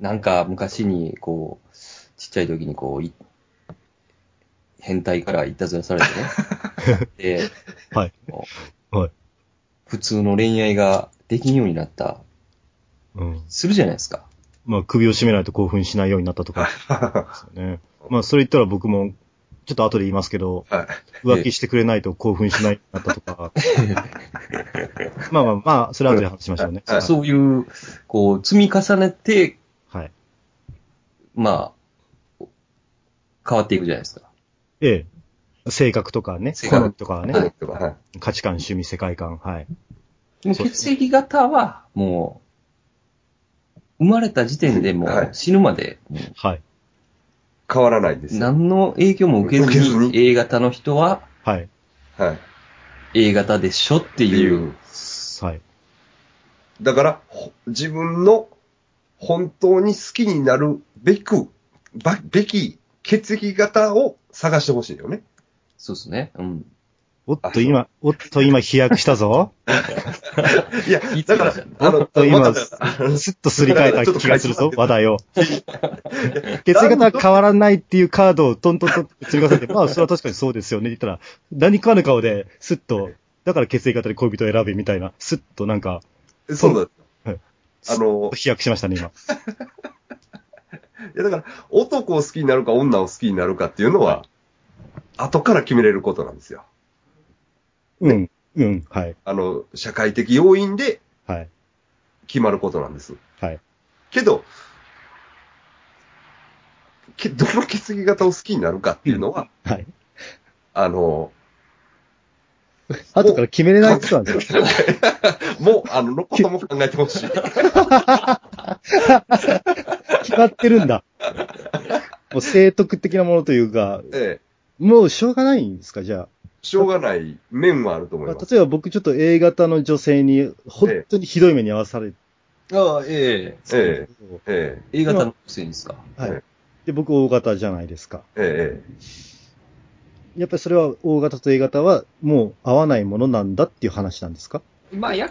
[SPEAKER 2] なんか昔に、こう、ちっちゃい時にこう、い変態からいたずらされ てね。
[SPEAKER 3] はい。
[SPEAKER 2] で、も
[SPEAKER 3] はい。
[SPEAKER 2] う普通の恋愛ができんようになった、
[SPEAKER 3] うん。
[SPEAKER 2] するじゃないですか。
[SPEAKER 3] まあ首を絞めないと興奮しないようになったとか、ですよね。まあそれ言ったら僕も、ちょっと後で言いますけど、
[SPEAKER 1] はい。
[SPEAKER 3] 浮気してくれないと興奮しないようになったと か。まあまあまあ、それは後で話しましょうね。
[SPEAKER 1] はい
[SPEAKER 2] そういう、こう、積み重ねて、
[SPEAKER 3] はい。
[SPEAKER 2] まあ、変わっていくじゃないですか。
[SPEAKER 3] ええ。性格とかね、
[SPEAKER 2] 性
[SPEAKER 3] 好
[SPEAKER 2] 格
[SPEAKER 3] みとか
[SPEAKER 1] はい
[SPEAKER 3] ね、
[SPEAKER 1] とかはい
[SPEAKER 3] 価値観、趣味、世界観、はい。
[SPEAKER 2] でも
[SPEAKER 3] そうです
[SPEAKER 2] 血液型は、もう、生まれた時点でも
[SPEAKER 1] はいう
[SPEAKER 2] 死ぬまで、もう
[SPEAKER 3] はい。
[SPEAKER 1] 変わらないんですよ。
[SPEAKER 2] 何の影響も受けず
[SPEAKER 1] 受
[SPEAKER 2] に
[SPEAKER 1] けず
[SPEAKER 2] A 型の人は
[SPEAKER 3] はい。
[SPEAKER 1] はい。っ
[SPEAKER 2] A 型でしょって
[SPEAKER 1] てい
[SPEAKER 2] いうう。。
[SPEAKER 3] はい。
[SPEAKER 1] だから、ほ自分の本当に好きになるべく、ばべき血液型を探してほしいよね。
[SPEAKER 2] そうですね。うん。
[SPEAKER 3] おっ
[SPEAKER 1] あ
[SPEAKER 3] と
[SPEAKER 1] そう
[SPEAKER 3] 今、おっと今飛躍したぞ。
[SPEAKER 1] いや、だから、あの、
[SPEAKER 3] と今
[SPEAKER 1] まだあ の
[SPEAKER 3] すっとすり替えた気がするぞ、話題を。血液
[SPEAKER 1] だ
[SPEAKER 3] 型
[SPEAKER 1] いぶ
[SPEAKER 3] 変わらないっていうカードをトントントンって積み重ねて、まあ、それは確かにそうですよねって言ったら、何かの顔で、すっと、だから血液型で恋人を選びみたいな、すっとなんか、
[SPEAKER 1] そうだ
[SPEAKER 3] はい。
[SPEAKER 1] あの、
[SPEAKER 3] 飛躍しましたね、
[SPEAKER 1] い
[SPEAKER 3] 今。
[SPEAKER 1] やだから、男を好きになるか女を好きになるかっていうのは、後から決めれることなんですよ。
[SPEAKER 3] うん、うん、はい、
[SPEAKER 1] あの、社会的要因で
[SPEAKER 3] はい、
[SPEAKER 1] 決まることなんです。
[SPEAKER 3] はい。
[SPEAKER 1] けど、けどの血液型を好きになるかっていうのは、
[SPEAKER 3] はい。
[SPEAKER 1] あの、
[SPEAKER 3] 後から決めれないことなんですよ。
[SPEAKER 1] もう、あの、のことも考えてほしい。
[SPEAKER 3] 決まってるんだ。もう正徳的なものというか、
[SPEAKER 1] ええ、
[SPEAKER 3] もうしょうがないんですか、じゃあ。
[SPEAKER 1] しょうがない面はあると思
[SPEAKER 3] ま
[SPEAKER 1] い
[SPEAKER 3] あ
[SPEAKER 1] ます。
[SPEAKER 3] 例えば僕ちょっと A 型の女性に、本当にひどい目に遭わされて
[SPEAKER 2] ああ、え
[SPEAKER 3] たんですけど、
[SPEAKER 1] ええ、
[SPEAKER 2] え A 型のくせにですか。
[SPEAKER 3] はい。で、僕 O 型じゃないですか。
[SPEAKER 1] え
[SPEAKER 3] やっぱりそれは O 型と A 型はもう合わないものなんだっていう話なんですか
[SPEAKER 2] まあ、や、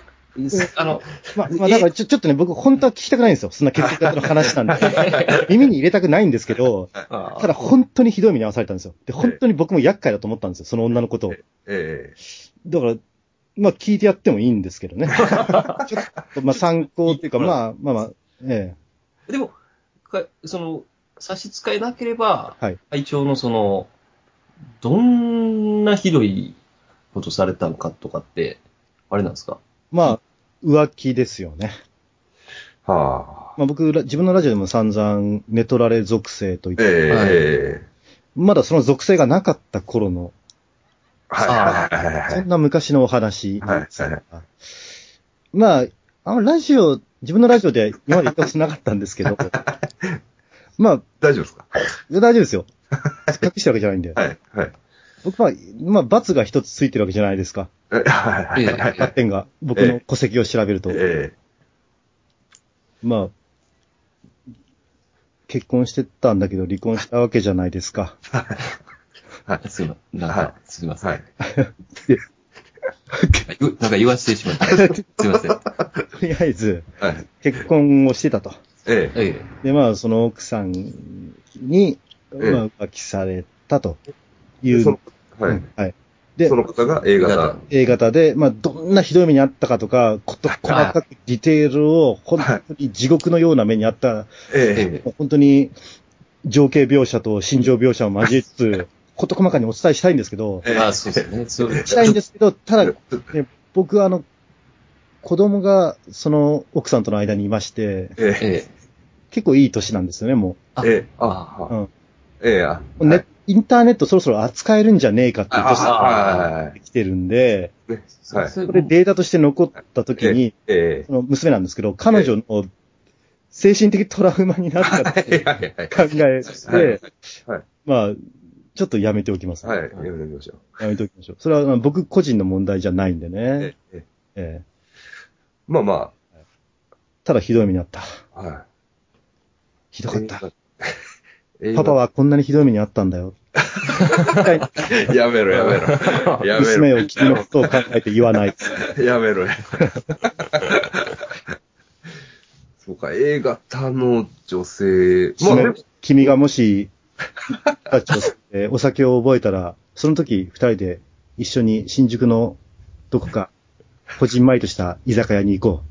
[SPEAKER 2] あ の、
[SPEAKER 3] まあ、まあ、だからちょちょっとね、僕本当は聞きたくないんですよ。そんな血液 型の話なんで。耳に入れたくないんですけど、
[SPEAKER 2] あ
[SPEAKER 3] ただ本当にひどい目に遭わされたんですよ。で、本当に僕も厄介だと思ったんですよ。その女のことを。
[SPEAKER 1] え、ええ、
[SPEAKER 3] だから、まあ聞いてやってもいいんですけ どね。ちょっと、まあ参考っていうか、まあまあまあ、え
[SPEAKER 2] でも、かその、差し支えなければ、
[SPEAKER 3] はい
[SPEAKER 2] 会長のその、どんなひどいことされたのかとかって、あれなんですか
[SPEAKER 3] えまあ、浮気ですよね。
[SPEAKER 1] はあ、
[SPEAKER 3] まあ僕ら、自分のラジオでも散々、寝取られ属性と言って、
[SPEAKER 1] ええ
[SPEAKER 2] はい、
[SPEAKER 1] ええ、
[SPEAKER 3] まだその属性がなかった頃の、
[SPEAKER 1] はい、はい、はい、は
[SPEAKER 3] そ
[SPEAKER 1] い
[SPEAKER 3] んな昔のお話。
[SPEAKER 1] はいはい
[SPEAKER 3] まあ、あのラジオ、自分のラジオでは今まで言ったことなかったんです けど、まあ、
[SPEAKER 1] 大丈夫ですか
[SPEAKER 3] 大丈夫ですよ。隠してるわけじゃないんで。
[SPEAKER 1] はい、はい。
[SPEAKER 3] 僕は、まあ、罰が一つついてるわけじゃないですか。
[SPEAKER 1] えはいはい
[SPEAKER 2] え
[SPEAKER 1] はいはい
[SPEAKER 2] え
[SPEAKER 3] 点が、僕の戸籍を調べると。
[SPEAKER 1] え
[SPEAKER 3] まあ、結婚してたんだけど離婚したわけじゃないで すか。
[SPEAKER 2] すいません。なんか、
[SPEAKER 1] はい
[SPEAKER 2] すいま
[SPEAKER 1] え
[SPEAKER 2] せん。
[SPEAKER 1] はい。
[SPEAKER 2] ゆなんか言わせてしま った。すいません。
[SPEAKER 3] とりあえず、
[SPEAKER 1] はい。
[SPEAKER 3] 結婚をしてたと。
[SPEAKER 1] ええ。
[SPEAKER 2] ええ。
[SPEAKER 3] で、まあ、その奥さんに、まあ、浮気されたとい
[SPEAKER 1] で
[SPEAKER 3] う
[SPEAKER 1] そ。のは
[SPEAKER 3] う
[SPEAKER 1] い
[SPEAKER 3] ん。はい。で
[SPEAKER 1] そ、の方が A 型。
[SPEAKER 3] A 型で、まあ、どんなひどい目にあったかとか、こと細かくディテールを、本当に地獄のような目にあった、
[SPEAKER 1] ええ。
[SPEAKER 2] ええ。
[SPEAKER 3] 本当に情景描写と心情描写を交えつつ、こと細かにお伝えしたいんですけど、
[SPEAKER 1] ええ
[SPEAKER 2] ああ、そうですね。 そう
[SPEAKER 3] したいんですけど、ただ、
[SPEAKER 1] え
[SPEAKER 3] ね、僕はあの、子供がその奥さんとの間にいまして、
[SPEAKER 1] え。
[SPEAKER 2] ええ。
[SPEAKER 3] 結構いい年なんですよね、も
[SPEAKER 2] あ
[SPEAKER 1] ええ。あ
[SPEAKER 3] う
[SPEAKER 1] は
[SPEAKER 3] ん
[SPEAKER 1] ええ。あ
[SPEAKER 3] う。ね、インターネットそろそろ扱えるんじゃねえかっていう
[SPEAKER 1] あ
[SPEAKER 3] 年に
[SPEAKER 1] はいはいは
[SPEAKER 3] なってきてるんで、
[SPEAKER 1] い。ねはい。
[SPEAKER 2] そ
[SPEAKER 3] これ、データとして残った時に、
[SPEAKER 1] え
[SPEAKER 3] その娘なんですけど、彼女の精神的トラウマになったって
[SPEAKER 1] え。はいはい
[SPEAKER 3] 考えて、
[SPEAKER 1] はい
[SPEAKER 3] まあ、ちょっとやめておきます。
[SPEAKER 1] はい。はい。読んでみましょう。
[SPEAKER 3] やめておきましょう。それはまあ僕個人の問題じゃないんでね。
[SPEAKER 1] ええ。
[SPEAKER 3] ええ
[SPEAKER 1] まあま
[SPEAKER 3] ただひどい目にあった。
[SPEAKER 1] あ、は
[SPEAKER 3] ひ
[SPEAKER 1] い。
[SPEAKER 3] どかった。
[SPEAKER 1] 映画。
[SPEAKER 3] パパはこんなにひどい目にあったんだよ。
[SPEAKER 1] 映画。やめろ、や めろ。やめ
[SPEAKER 3] 娘
[SPEAKER 1] ろ
[SPEAKER 3] を。君のことを考えて言わない。
[SPEAKER 1] やめろや。そうか、A 型の女性。まあ、で
[SPEAKER 3] 娘
[SPEAKER 1] も
[SPEAKER 3] 君がもし、タッチを吸ってお酒を覚えたら、 その時二人で一緒に新宿のどこか、こじんまりとした居酒屋に行こう。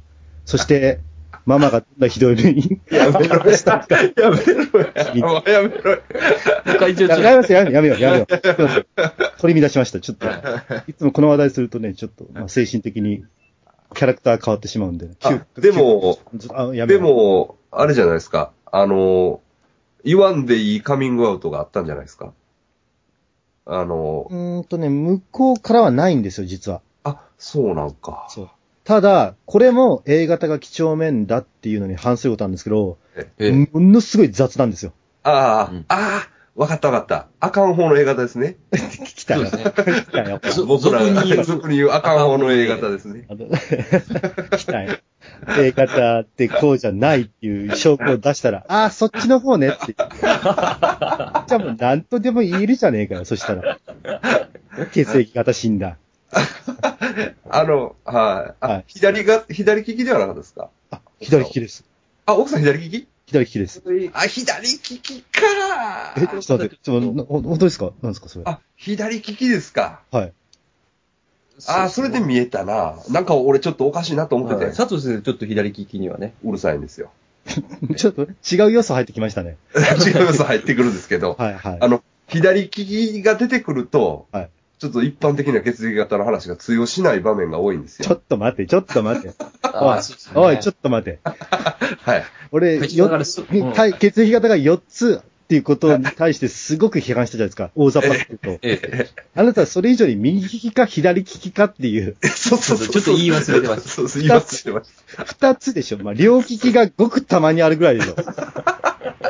[SPEAKER 3] そして、ママがどんなひどい目に。
[SPEAKER 1] やめろや。やめろや。やめろや。
[SPEAKER 2] 会長
[SPEAKER 3] や
[SPEAKER 2] ちょ
[SPEAKER 3] めますよ、やめよう、やめよう。すいません取り乱しました、ちょ っと。いつもこの話題するとね、ちょっと、まあ、精神的にキャラクター変わってしまうんで。
[SPEAKER 1] あでも、
[SPEAKER 3] 急あやめ
[SPEAKER 1] で
[SPEAKER 3] よう
[SPEAKER 1] も、あれじゃないですか。あの、言わんでいいカミングアウトがあったんじゃないですか。あの
[SPEAKER 3] う、ーんとね、向こうからはないんですよ、実は。
[SPEAKER 1] あ、そうなんか。
[SPEAKER 3] そう。ただ、これも A 型が几帳面だっていうのに反することなんですけど、
[SPEAKER 2] ええ、
[SPEAKER 3] ものすごい雑なんですよ。
[SPEAKER 1] ああ、
[SPEAKER 2] うん
[SPEAKER 1] ああ、わかったわかった。あかん方の A 型ですね。
[SPEAKER 3] 聞きたいな。
[SPEAKER 2] そう
[SPEAKER 3] 聞きたいな。やっぱ
[SPEAKER 2] ぞ
[SPEAKER 1] 僕ら
[SPEAKER 2] 俗に 言う
[SPEAKER 1] 俗に言うあかん方の A 型ですね。
[SPEAKER 3] あの聞きたいな。A 型ってこうじゃないっていう証拠を出したら、ああ、そっちの方ねって。じゃあもう何とでも言えるじゃねえかよ、そしたら。血液型診断。
[SPEAKER 1] あの、はい。あ
[SPEAKER 3] はい
[SPEAKER 1] 左が、左利きではなかったですか
[SPEAKER 3] あ、左利きです。
[SPEAKER 1] あ、奥さん左利き
[SPEAKER 3] 左利きです。
[SPEAKER 1] あ、左利きか
[SPEAKER 3] え、ちょっと待って、ちょっとなほ本当ですか何ですか、それ。
[SPEAKER 1] あ、左利きですか。
[SPEAKER 3] はい。
[SPEAKER 1] あ、それで見えたな。なんか俺ちょっとおかしいなと思ってて、
[SPEAKER 2] はい佐藤先生、ちょっと左利きにはね。
[SPEAKER 1] うるさいんですよ。
[SPEAKER 3] ちょっと違う要素入ってきましたね。
[SPEAKER 1] 違う要素入ってくるんですけど、
[SPEAKER 3] はいはい。
[SPEAKER 1] あの、左利きが出てくると、
[SPEAKER 3] はい
[SPEAKER 1] ちょっと一般的な血液型の話が通用しない場面が多いんです
[SPEAKER 3] ちょ
[SPEAKER 1] よ。
[SPEAKER 3] っと待って、ちょっと待って。お
[SPEAKER 2] あ
[SPEAKER 3] い
[SPEAKER 2] そうです、ね
[SPEAKER 3] おい、ちょっと待って。
[SPEAKER 1] はい。
[SPEAKER 3] 俺、
[SPEAKER 2] はい
[SPEAKER 3] よ
[SPEAKER 2] だからそうん
[SPEAKER 3] たい血液型が4つっていうことに対してすごく批判したじゃないで すか。大雑把なこと
[SPEAKER 2] ええ、
[SPEAKER 3] あなたはそれ以上に右利きか左利きかっていう、
[SPEAKER 1] そうそうそう。
[SPEAKER 2] ちょっと言い忘れてました
[SPEAKER 1] そうそう、言い忘れてまし
[SPEAKER 3] 2つでしょ。まあ、両利きがごくたまにあるぐらい でしょ。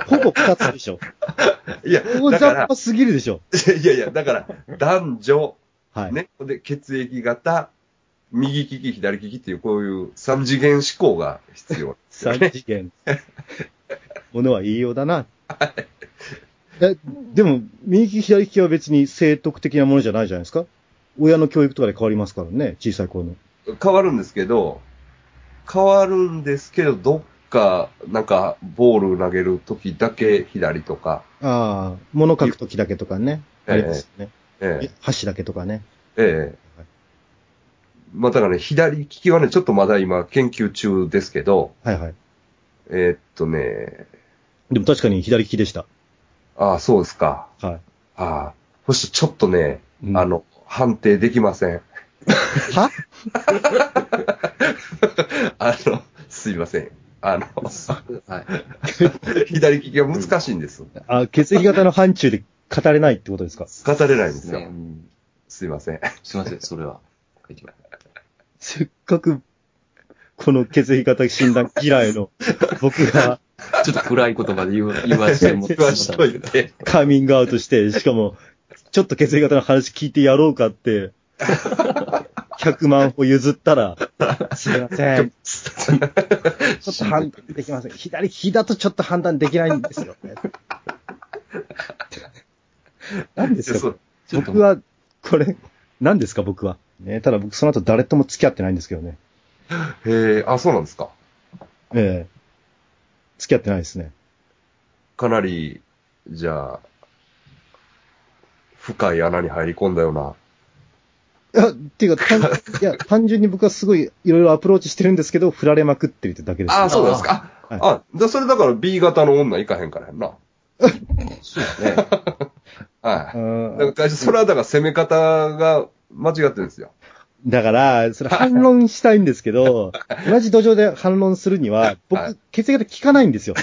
[SPEAKER 3] ほぼ2つでしょ。
[SPEAKER 1] た。いや、
[SPEAKER 3] 大
[SPEAKER 1] だ
[SPEAKER 3] 雑
[SPEAKER 1] から
[SPEAKER 3] 把、すぎるでしょ。
[SPEAKER 1] いやいや、だ から、男女、
[SPEAKER 3] はい。
[SPEAKER 1] ね、で、血液型、右利き、左利きっていう、こういう三次元思考が必 要。
[SPEAKER 3] 三次元。も のは言いようだな。えでも、右利き左利きは別に正徳的なものじゃないじゃないですか。親の教育とかで変わりますからね、小さい頃の。
[SPEAKER 1] 変わるんですけど、変わるんですけど、どっか、なんか、ボール投げるときだけ左とか、
[SPEAKER 3] ああ、物書くときだけとかね。
[SPEAKER 1] ええ
[SPEAKER 3] あれですよね。
[SPEAKER 1] ええ
[SPEAKER 3] 箸だけとかね。
[SPEAKER 1] ええ。まあ、だからね、左利きはね、ちょっとまだ今、研究中ですけど、
[SPEAKER 3] はいはい。
[SPEAKER 1] えーっとね、
[SPEAKER 3] でも確かに左利きでした。
[SPEAKER 1] ああ、そうですか。
[SPEAKER 3] は
[SPEAKER 1] ああ。そしてちょっとね、
[SPEAKER 3] い。うん
[SPEAKER 1] あ、の、判定できません。
[SPEAKER 3] は
[SPEAKER 1] あの、すいません。あの、
[SPEAKER 2] はい。
[SPEAKER 1] 左利きは難しいんです。
[SPEAKER 3] あ、血液型の範疇で語れないってことです か。
[SPEAKER 1] 語れないんです
[SPEAKER 2] ね
[SPEAKER 1] よ
[SPEAKER 2] う。ん
[SPEAKER 1] すいません。
[SPEAKER 2] すいません、それは。書いてない
[SPEAKER 3] せっかく、この血液型診断嫌いの僕が、
[SPEAKER 2] ちょっと暗い言葉で言わ言わしても
[SPEAKER 1] 言わしといて。
[SPEAKER 3] カミングアウトして、しかも、ちょっと血液型の話聞いてやろうかって、100万歩譲ったら、すみません。ちょっと判断できません。左利きだとちょっと判断できないんですよね。何です
[SPEAKER 1] そ
[SPEAKER 3] か
[SPEAKER 1] う
[SPEAKER 2] ちょっと
[SPEAKER 3] 僕は、これ、何ですか僕は。ね、ただ僕その後誰とも付き合ってないんですけどね。
[SPEAKER 1] へえ、あ、そうなんですか。
[SPEAKER 3] ええ付き合ってないですね。
[SPEAKER 1] かなり、じゃあ、深い穴に入り込んだような。
[SPEAKER 3] いや、っていうか、 単いや単純に僕はすごいいろいろアプローチしてるんですけど、振られまくってるってだけです、
[SPEAKER 1] ああ、そうなんですか。
[SPEAKER 3] は
[SPEAKER 1] あ、
[SPEAKER 3] い
[SPEAKER 1] あじゃあそれだから B 型の女いかへんからやんな。
[SPEAKER 2] そうですね。
[SPEAKER 1] は
[SPEAKER 3] う
[SPEAKER 1] い。
[SPEAKER 3] ん
[SPEAKER 1] だから、それはだから攻め方が間違ってるんですよ。
[SPEAKER 3] だから、それ反論したいんですけど、同じ土壌で反論するには、
[SPEAKER 1] はい
[SPEAKER 3] 僕、血液型聞かないんですよ。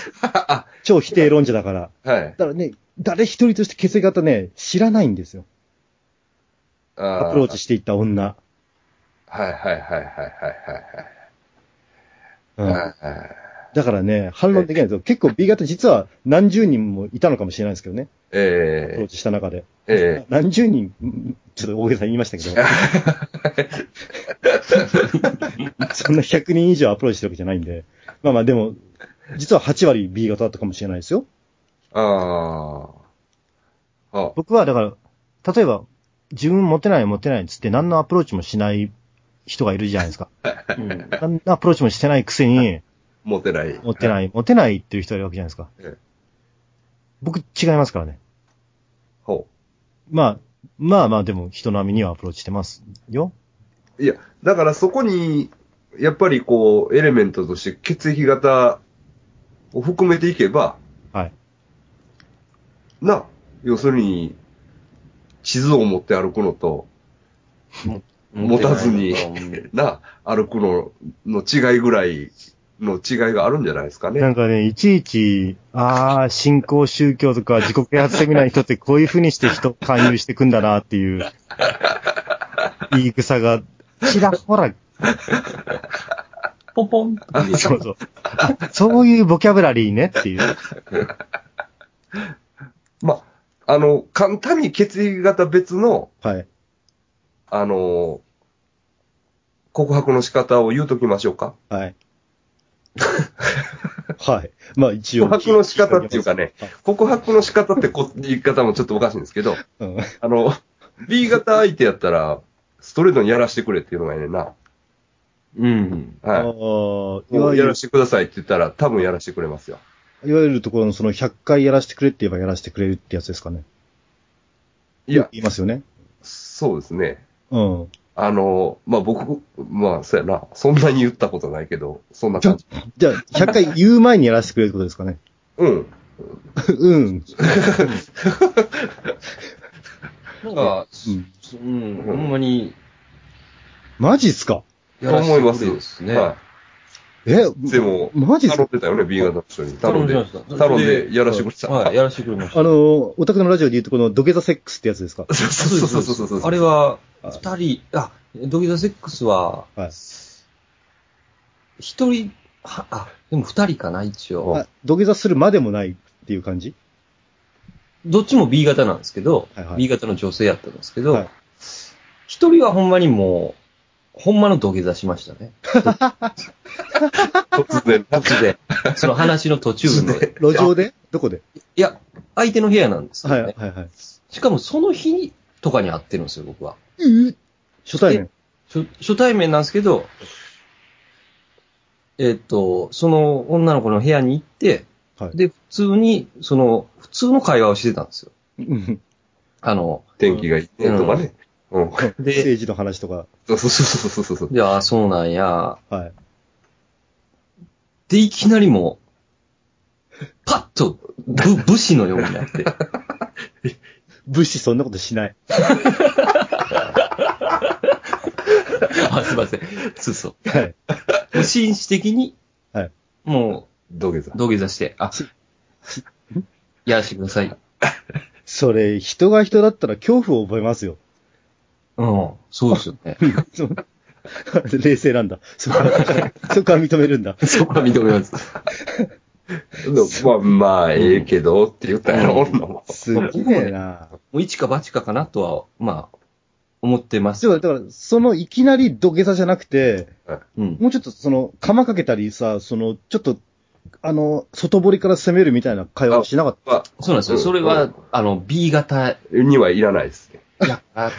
[SPEAKER 3] 超否定論者だから。
[SPEAKER 1] はい。
[SPEAKER 3] だからね、誰一人として血液型ね、知らないんですよ。
[SPEAKER 1] ア
[SPEAKER 3] アプローチしていった女。
[SPEAKER 1] はいはいはいはいはいはい
[SPEAKER 3] うん、
[SPEAKER 1] はい
[SPEAKER 3] だ
[SPEAKER 1] はいはい。
[SPEAKER 3] だからね、反論できないですよ。結構 B 型実は何十人もいたのかもしれないですけどね。
[SPEAKER 1] え
[SPEAKER 3] 当時した中で。
[SPEAKER 1] ええ
[SPEAKER 3] 何十人、うんちょっと大げさに言いましたけど。 そんな100人以上アプローチしてるわけじゃないんで。まあまあでも、実は8割 B 型だったかもしれないですよ。
[SPEAKER 1] えああ。あ、
[SPEAKER 3] 僕はだから、例えば、自分持てない持てないっつって何のアプローチもしない人がいるじゃないで すか。
[SPEAKER 2] うん
[SPEAKER 3] 何のアプローチもしてないくせに、
[SPEAKER 1] 持てない。
[SPEAKER 3] 持て
[SPEAKER 1] い。
[SPEAKER 3] ない、持てないっていう人がいるわけじゃないですか
[SPEAKER 1] ええ。
[SPEAKER 3] 僕違いますからね。
[SPEAKER 1] ほ
[SPEAKER 3] まあ、まあまあでも人並みにはアプローチしてますよ。
[SPEAKER 1] う。いや、だからそこに、やっぱりこう、エレメントとして血液型を含めていけば、
[SPEAKER 3] はい。
[SPEAKER 1] な、要するに、地図を持って歩くのと、持たずに
[SPEAKER 2] うん
[SPEAKER 1] な、歩くのの違いぐらいの違いがあるんじゃないですか
[SPEAKER 3] な
[SPEAKER 1] ね。
[SPEAKER 3] んかね、いちいち、ああ、信仰宗教とか自己啓発セミナーに人ってこういう風にして人勧誘してくんだなっていう、言い草が、ちらほら、
[SPEAKER 2] ポンポンって出て
[SPEAKER 3] そうそう。そういうボキャブラリーねっていう。
[SPEAKER 1] まあ、あの、簡単に血液型別の、
[SPEAKER 3] はい。
[SPEAKER 1] あの、告白の仕方を言うときましょうか。
[SPEAKER 3] はい。はい。まあ一応。
[SPEAKER 1] 告白の仕方っていうかね
[SPEAKER 3] はい。
[SPEAKER 1] 告白の仕方ってこ言い方もちょっとおかしいんですけど、
[SPEAKER 3] うん
[SPEAKER 1] あの、B 型相手やったら、ストレートにやらしてくれっていうのがいいねんな。
[SPEAKER 2] うん。
[SPEAKER 3] あ
[SPEAKER 1] は
[SPEAKER 3] ー
[SPEAKER 1] い。
[SPEAKER 3] いわゆ
[SPEAKER 1] や
[SPEAKER 3] る
[SPEAKER 1] ら、してくださいって言ったら、多分やらしてくれますよ。
[SPEAKER 3] いわゆるところのその100回やらせてくれって言えばやらせてくれるってやつですかね。
[SPEAKER 1] いや、
[SPEAKER 3] 言いますよね。
[SPEAKER 1] そうですね。
[SPEAKER 3] うん。
[SPEAKER 1] あの、まあ、僕、まあ、そうやな。そんなに言ったことないけど、そんな感じ。
[SPEAKER 3] じゃあ、100回言う前にやらせてくれるってことですかね。
[SPEAKER 1] うん。
[SPEAKER 3] うん。
[SPEAKER 2] なんか、
[SPEAKER 3] うん
[SPEAKER 2] うん、ほんまに、
[SPEAKER 3] マジっすか
[SPEAKER 2] やら
[SPEAKER 1] 思
[SPEAKER 2] せて
[SPEAKER 1] い
[SPEAKER 2] くれ
[SPEAKER 1] ます
[SPEAKER 2] るんですね。
[SPEAKER 1] は
[SPEAKER 3] え
[SPEAKER 1] い。でも、
[SPEAKER 3] マジっす
[SPEAKER 1] 頼
[SPEAKER 3] か
[SPEAKER 1] んでたよね、B 型の人に。頼
[SPEAKER 2] 頼
[SPEAKER 1] ん
[SPEAKER 2] んで
[SPEAKER 1] で
[SPEAKER 2] ま。した。
[SPEAKER 1] 頼んで、やらしてくれた。
[SPEAKER 2] はい、やらせてくれました。
[SPEAKER 3] あの、オタクのラジオで言うとこの土下座セックスってやつですか
[SPEAKER 1] そうそうそうそうそう。
[SPEAKER 2] あれ
[SPEAKER 1] は、
[SPEAKER 2] は、
[SPEAKER 3] はい
[SPEAKER 2] 二人、あ、ドキドキセックスは、
[SPEAKER 3] はい。
[SPEAKER 2] 一人、はあ、でも二人かな、一応。
[SPEAKER 3] あ土下座するまでもないっていう感じ
[SPEAKER 2] どっちも B 型なんですけど、
[SPEAKER 3] はいはい
[SPEAKER 2] B 型の女性やったんですけ
[SPEAKER 3] は
[SPEAKER 2] ど
[SPEAKER 3] い、
[SPEAKER 2] 一、人はほんまにもう、ほんまの土下座しましたね。
[SPEAKER 1] 突然。
[SPEAKER 2] 突 然。その話の途中の。い
[SPEAKER 3] 路上でどこで
[SPEAKER 2] や、相手の部屋なんですよ
[SPEAKER 3] は
[SPEAKER 2] ね。
[SPEAKER 3] い、はい、はい。
[SPEAKER 2] しかもその日とかに会ってるんですよ、僕は。
[SPEAKER 3] 初対面。
[SPEAKER 2] 初初対面なんですけど、えっ、と、その女の子の部屋に行って、
[SPEAKER 3] はい
[SPEAKER 2] で、普通に、その、普通の会話をしてたんですよ。
[SPEAKER 3] うん
[SPEAKER 2] あの、
[SPEAKER 1] 天気がいいね、とかね。うん。
[SPEAKER 2] で、
[SPEAKER 3] 政治の話とか。
[SPEAKER 1] そうそうそうそうそう。
[SPEAKER 2] いや、そうなんや。
[SPEAKER 3] はい。
[SPEAKER 2] で、いきなりもう、パッと、ぶ、武士のようになって。
[SPEAKER 3] 武士そんなことしない。
[SPEAKER 2] あ、すいません。そうそう。
[SPEAKER 3] はい。
[SPEAKER 2] もう紳士的に、
[SPEAKER 3] はい
[SPEAKER 2] も
[SPEAKER 1] 土下座
[SPEAKER 2] う、。土下座して、あ、やらしてください。
[SPEAKER 3] それ、人が人だったら恐怖を覚えますよ。
[SPEAKER 2] うん、そうですよね。
[SPEAKER 3] そう冷静なんだ。そこは、そこは認めるんだ。
[SPEAKER 2] そこは認めます。
[SPEAKER 1] まあ、まあ、ええけど、って言ったやろ、女も。
[SPEAKER 3] すげえな。
[SPEAKER 2] もう一か八かかなとは、まあ、思ってます。
[SPEAKER 3] そう、だから、その、いきなり土下座じゃなくて、
[SPEAKER 2] うん。
[SPEAKER 3] もうちょっとその、釜かけたりさ、その、ちょっと、あの、外堀から攻めるみたいな会話をしなかっ
[SPEAKER 1] ま
[SPEAKER 2] そうなんですよ。それは、あの、B 型
[SPEAKER 1] あ、にはいらないですね。
[SPEAKER 2] やから、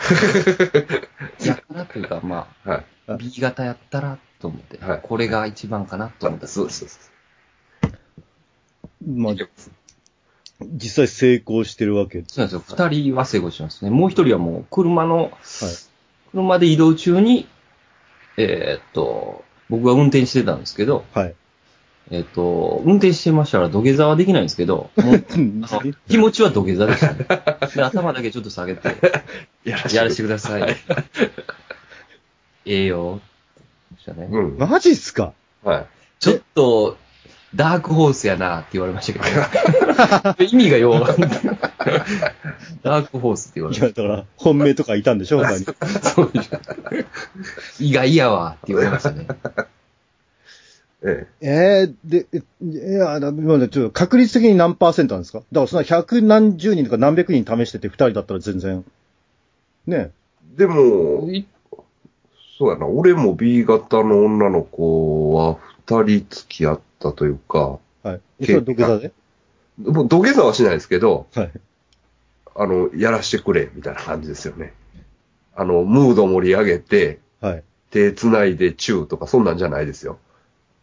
[SPEAKER 2] やからというか、ま
[SPEAKER 1] はい。
[SPEAKER 2] あ、B 型やったらと思って、
[SPEAKER 1] はい
[SPEAKER 2] これが一番かなと思った。
[SPEAKER 1] そうそうそ
[SPEAKER 3] た。まあ
[SPEAKER 1] う。、
[SPEAKER 3] 実際成功してるわけ。
[SPEAKER 2] そうなんですよ。二人は成功しますね。もう一人はもう、車の、
[SPEAKER 3] はい。
[SPEAKER 2] 車で移動中に、えーっと、僕が運転してたんですけど、
[SPEAKER 3] はい。
[SPEAKER 2] えーっと、運転してましたら土下座はできないんですけど、も うあの気持ちは土下座でしたね。で、頭だけちょっと下げて、
[SPEAKER 1] やら
[SPEAKER 2] やらしてください。ええよ。でしたね
[SPEAKER 1] うん。
[SPEAKER 3] マジっすか
[SPEAKER 1] はい。
[SPEAKER 2] ちょっと、ダークホースやなって言われました けど。意味がようわかんない。ダークホースって言わ
[SPEAKER 3] い
[SPEAKER 2] れま
[SPEAKER 3] や、だから、本命とかいたんでしょ他に。
[SPEAKER 2] した。そう意外やわって言われましたね。
[SPEAKER 1] え
[SPEAKER 3] ええで、えいや、だ今ねちょっと確率的に何パーセントなんですかだからそんな百何十人とか何百人試してて二人だったら全然。ね
[SPEAKER 1] え。でも、
[SPEAKER 2] い
[SPEAKER 1] そうやな、俺も B 型の女の子は二人付き合ったというか、
[SPEAKER 3] え。はい。えそれ土下座で
[SPEAKER 1] もう土下座はしないですけど、
[SPEAKER 3] はい。
[SPEAKER 1] あの、やらしてくれ、みたいな感じですよね。あの、ムード盛り上げて、
[SPEAKER 3] はい。
[SPEAKER 1] 手繋いでチューとか、そんなんじゃないですよ。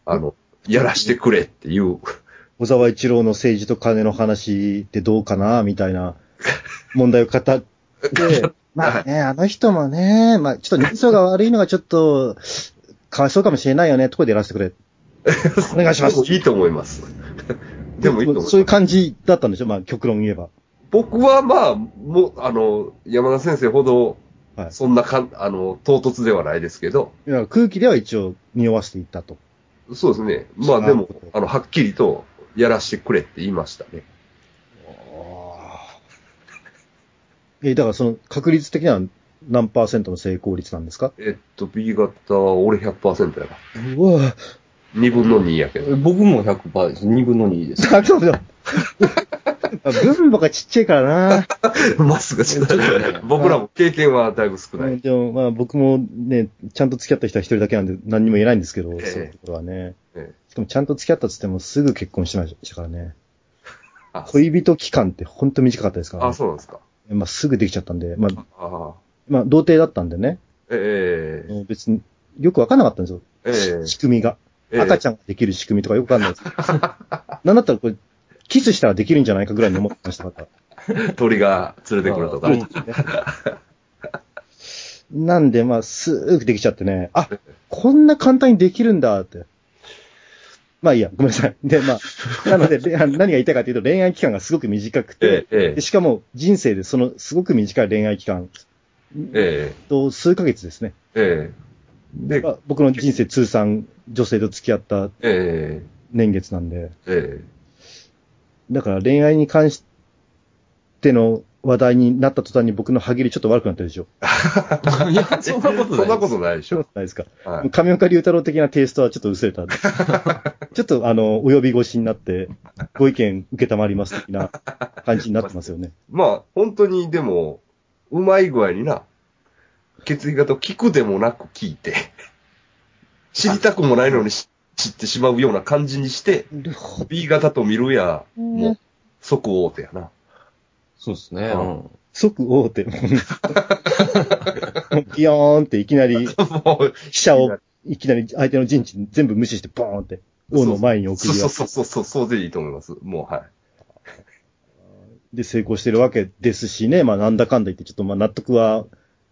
[SPEAKER 1] あの、やらしてくれっていう。
[SPEAKER 3] 小沢一郎の政治と金の話ってどうかなみたいな問題を語 って、まあね、あの人もね、まあちょっと人相が悪いのがちょっと、かわいそうかもしれないよね、とこでやらせてく れ。お願いします
[SPEAKER 1] でもいいと思います。でもいいと思います。
[SPEAKER 3] そういう感じだったんでしょまあ極論言えば。
[SPEAKER 1] 僕はまあ、もう、あの、山田先生ほど、
[SPEAKER 3] はい
[SPEAKER 1] そんなかん、あの、唐突ではないですけど、
[SPEAKER 3] いや空気では一応匂わせていったと。
[SPEAKER 1] そうですね。まあ
[SPEAKER 3] な
[SPEAKER 1] で
[SPEAKER 3] るほ
[SPEAKER 1] も
[SPEAKER 3] ど、
[SPEAKER 1] あの、はっきりと、やらしてくれって言いましたね。
[SPEAKER 3] え、だからその確率的には何パーセントの成功率なんですか
[SPEAKER 1] えっと、B 型は俺100%やな。
[SPEAKER 3] うわ
[SPEAKER 1] 2分の2やけど。
[SPEAKER 2] 僕も100%です。2分の2です。
[SPEAKER 3] だけ ど、分母がちっちゃいからな。
[SPEAKER 1] マスがちょっとね僕らも経験はだいぶ少な
[SPEAKER 3] うん
[SPEAKER 1] い。
[SPEAKER 3] でもまあ僕もね、ちゃんと付き合った人は一人だけなんで何にも言えないんですけど、
[SPEAKER 1] ええ
[SPEAKER 3] そういうところはね。
[SPEAKER 1] ええ
[SPEAKER 3] しかもちゃんと付き合ったっつってもすぐ結婚してましたからね。
[SPEAKER 1] あ
[SPEAKER 3] 恋人期間ってほんと短かったですから、
[SPEAKER 1] あ、
[SPEAKER 3] ね。
[SPEAKER 1] そうなんですか。
[SPEAKER 3] まあすぐできちゃったんで、まあ、
[SPEAKER 1] ああ。
[SPEAKER 3] まあ童貞だったんでね、
[SPEAKER 1] ええ
[SPEAKER 3] 別によくわかんなかったんですよ。
[SPEAKER 1] ええ
[SPEAKER 3] 仕組みが。
[SPEAKER 1] ええ
[SPEAKER 3] 赤ちゃんができる仕組みとかよくわかんないです。 なんだったらこれ、キスしたらできるんじゃないかぐらいに思ってましたから。
[SPEAKER 1] 鳥が連れてくるとか。
[SPEAKER 3] なんで、まあ、すーぐできちゃってね、あ、こんな簡単にできるんだって。まあいいや、ごめんなさい。で、まあ、なので、れあ 何が言いたいかというと、恋愛期間がすごく短く
[SPEAKER 1] え
[SPEAKER 3] て、
[SPEAKER 1] ええ
[SPEAKER 3] でしかも人生でそのすごく短い恋愛期間
[SPEAKER 1] え
[SPEAKER 3] と数ヶ月ですね。
[SPEAKER 1] ええで、
[SPEAKER 3] まあ僕の人生通算女性と付き合った
[SPEAKER 1] え
[SPEAKER 3] 年月なんで、
[SPEAKER 1] ええ
[SPEAKER 3] だから恋愛に関しての話題になった途端に僕の歯切りちょっと悪くなってるでしょ。
[SPEAKER 2] いや、そんなこと
[SPEAKER 1] えそんない
[SPEAKER 2] なで
[SPEAKER 1] こ
[SPEAKER 2] す。
[SPEAKER 1] とないでし
[SPEAKER 3] そう
[SPEAKER 1] ょ。
[SPEAKER 3] ないですか。
[SPEAKER 1] はい。
[SPEAKER 3] 上岡龍太郎的なテイストはちょっと薄 れた。ちょっとあの、お呼び越しになって、ご意見受けたまります的な感じになってますよ ね。
[SPEAKER 1] まあ、本当にでも、うまい具合にな、血液型を聞くでもなく聞 いて、知りたくもないのに知知ってしまうような感じにして、
[SPEAKER 3] なるほ
[SPEAKER 1] B 型と見るや、もう、即大手や な。
[SPEAKER 2] そうですね。
[SPEAKER 1] う
[SPEAKER 2] うんん
[SPEAKER 3] 即大手。ビヨーンっていきなり、
[SPEAKER 1] もう、
[SPEAKER 3] 飛車を、いきなり相手の陣地全部無視して、ボーンって、王の前に送り
[SPEAKER 1] そう
[SPEAKER 3] 出
[SPEAKER 1] そうそうそう、そうでいいと思います。もう、はい。
[SPEAKER 3] で成功してるわけですしね、まあなんだかんだ言って、ちょっとまあ納得は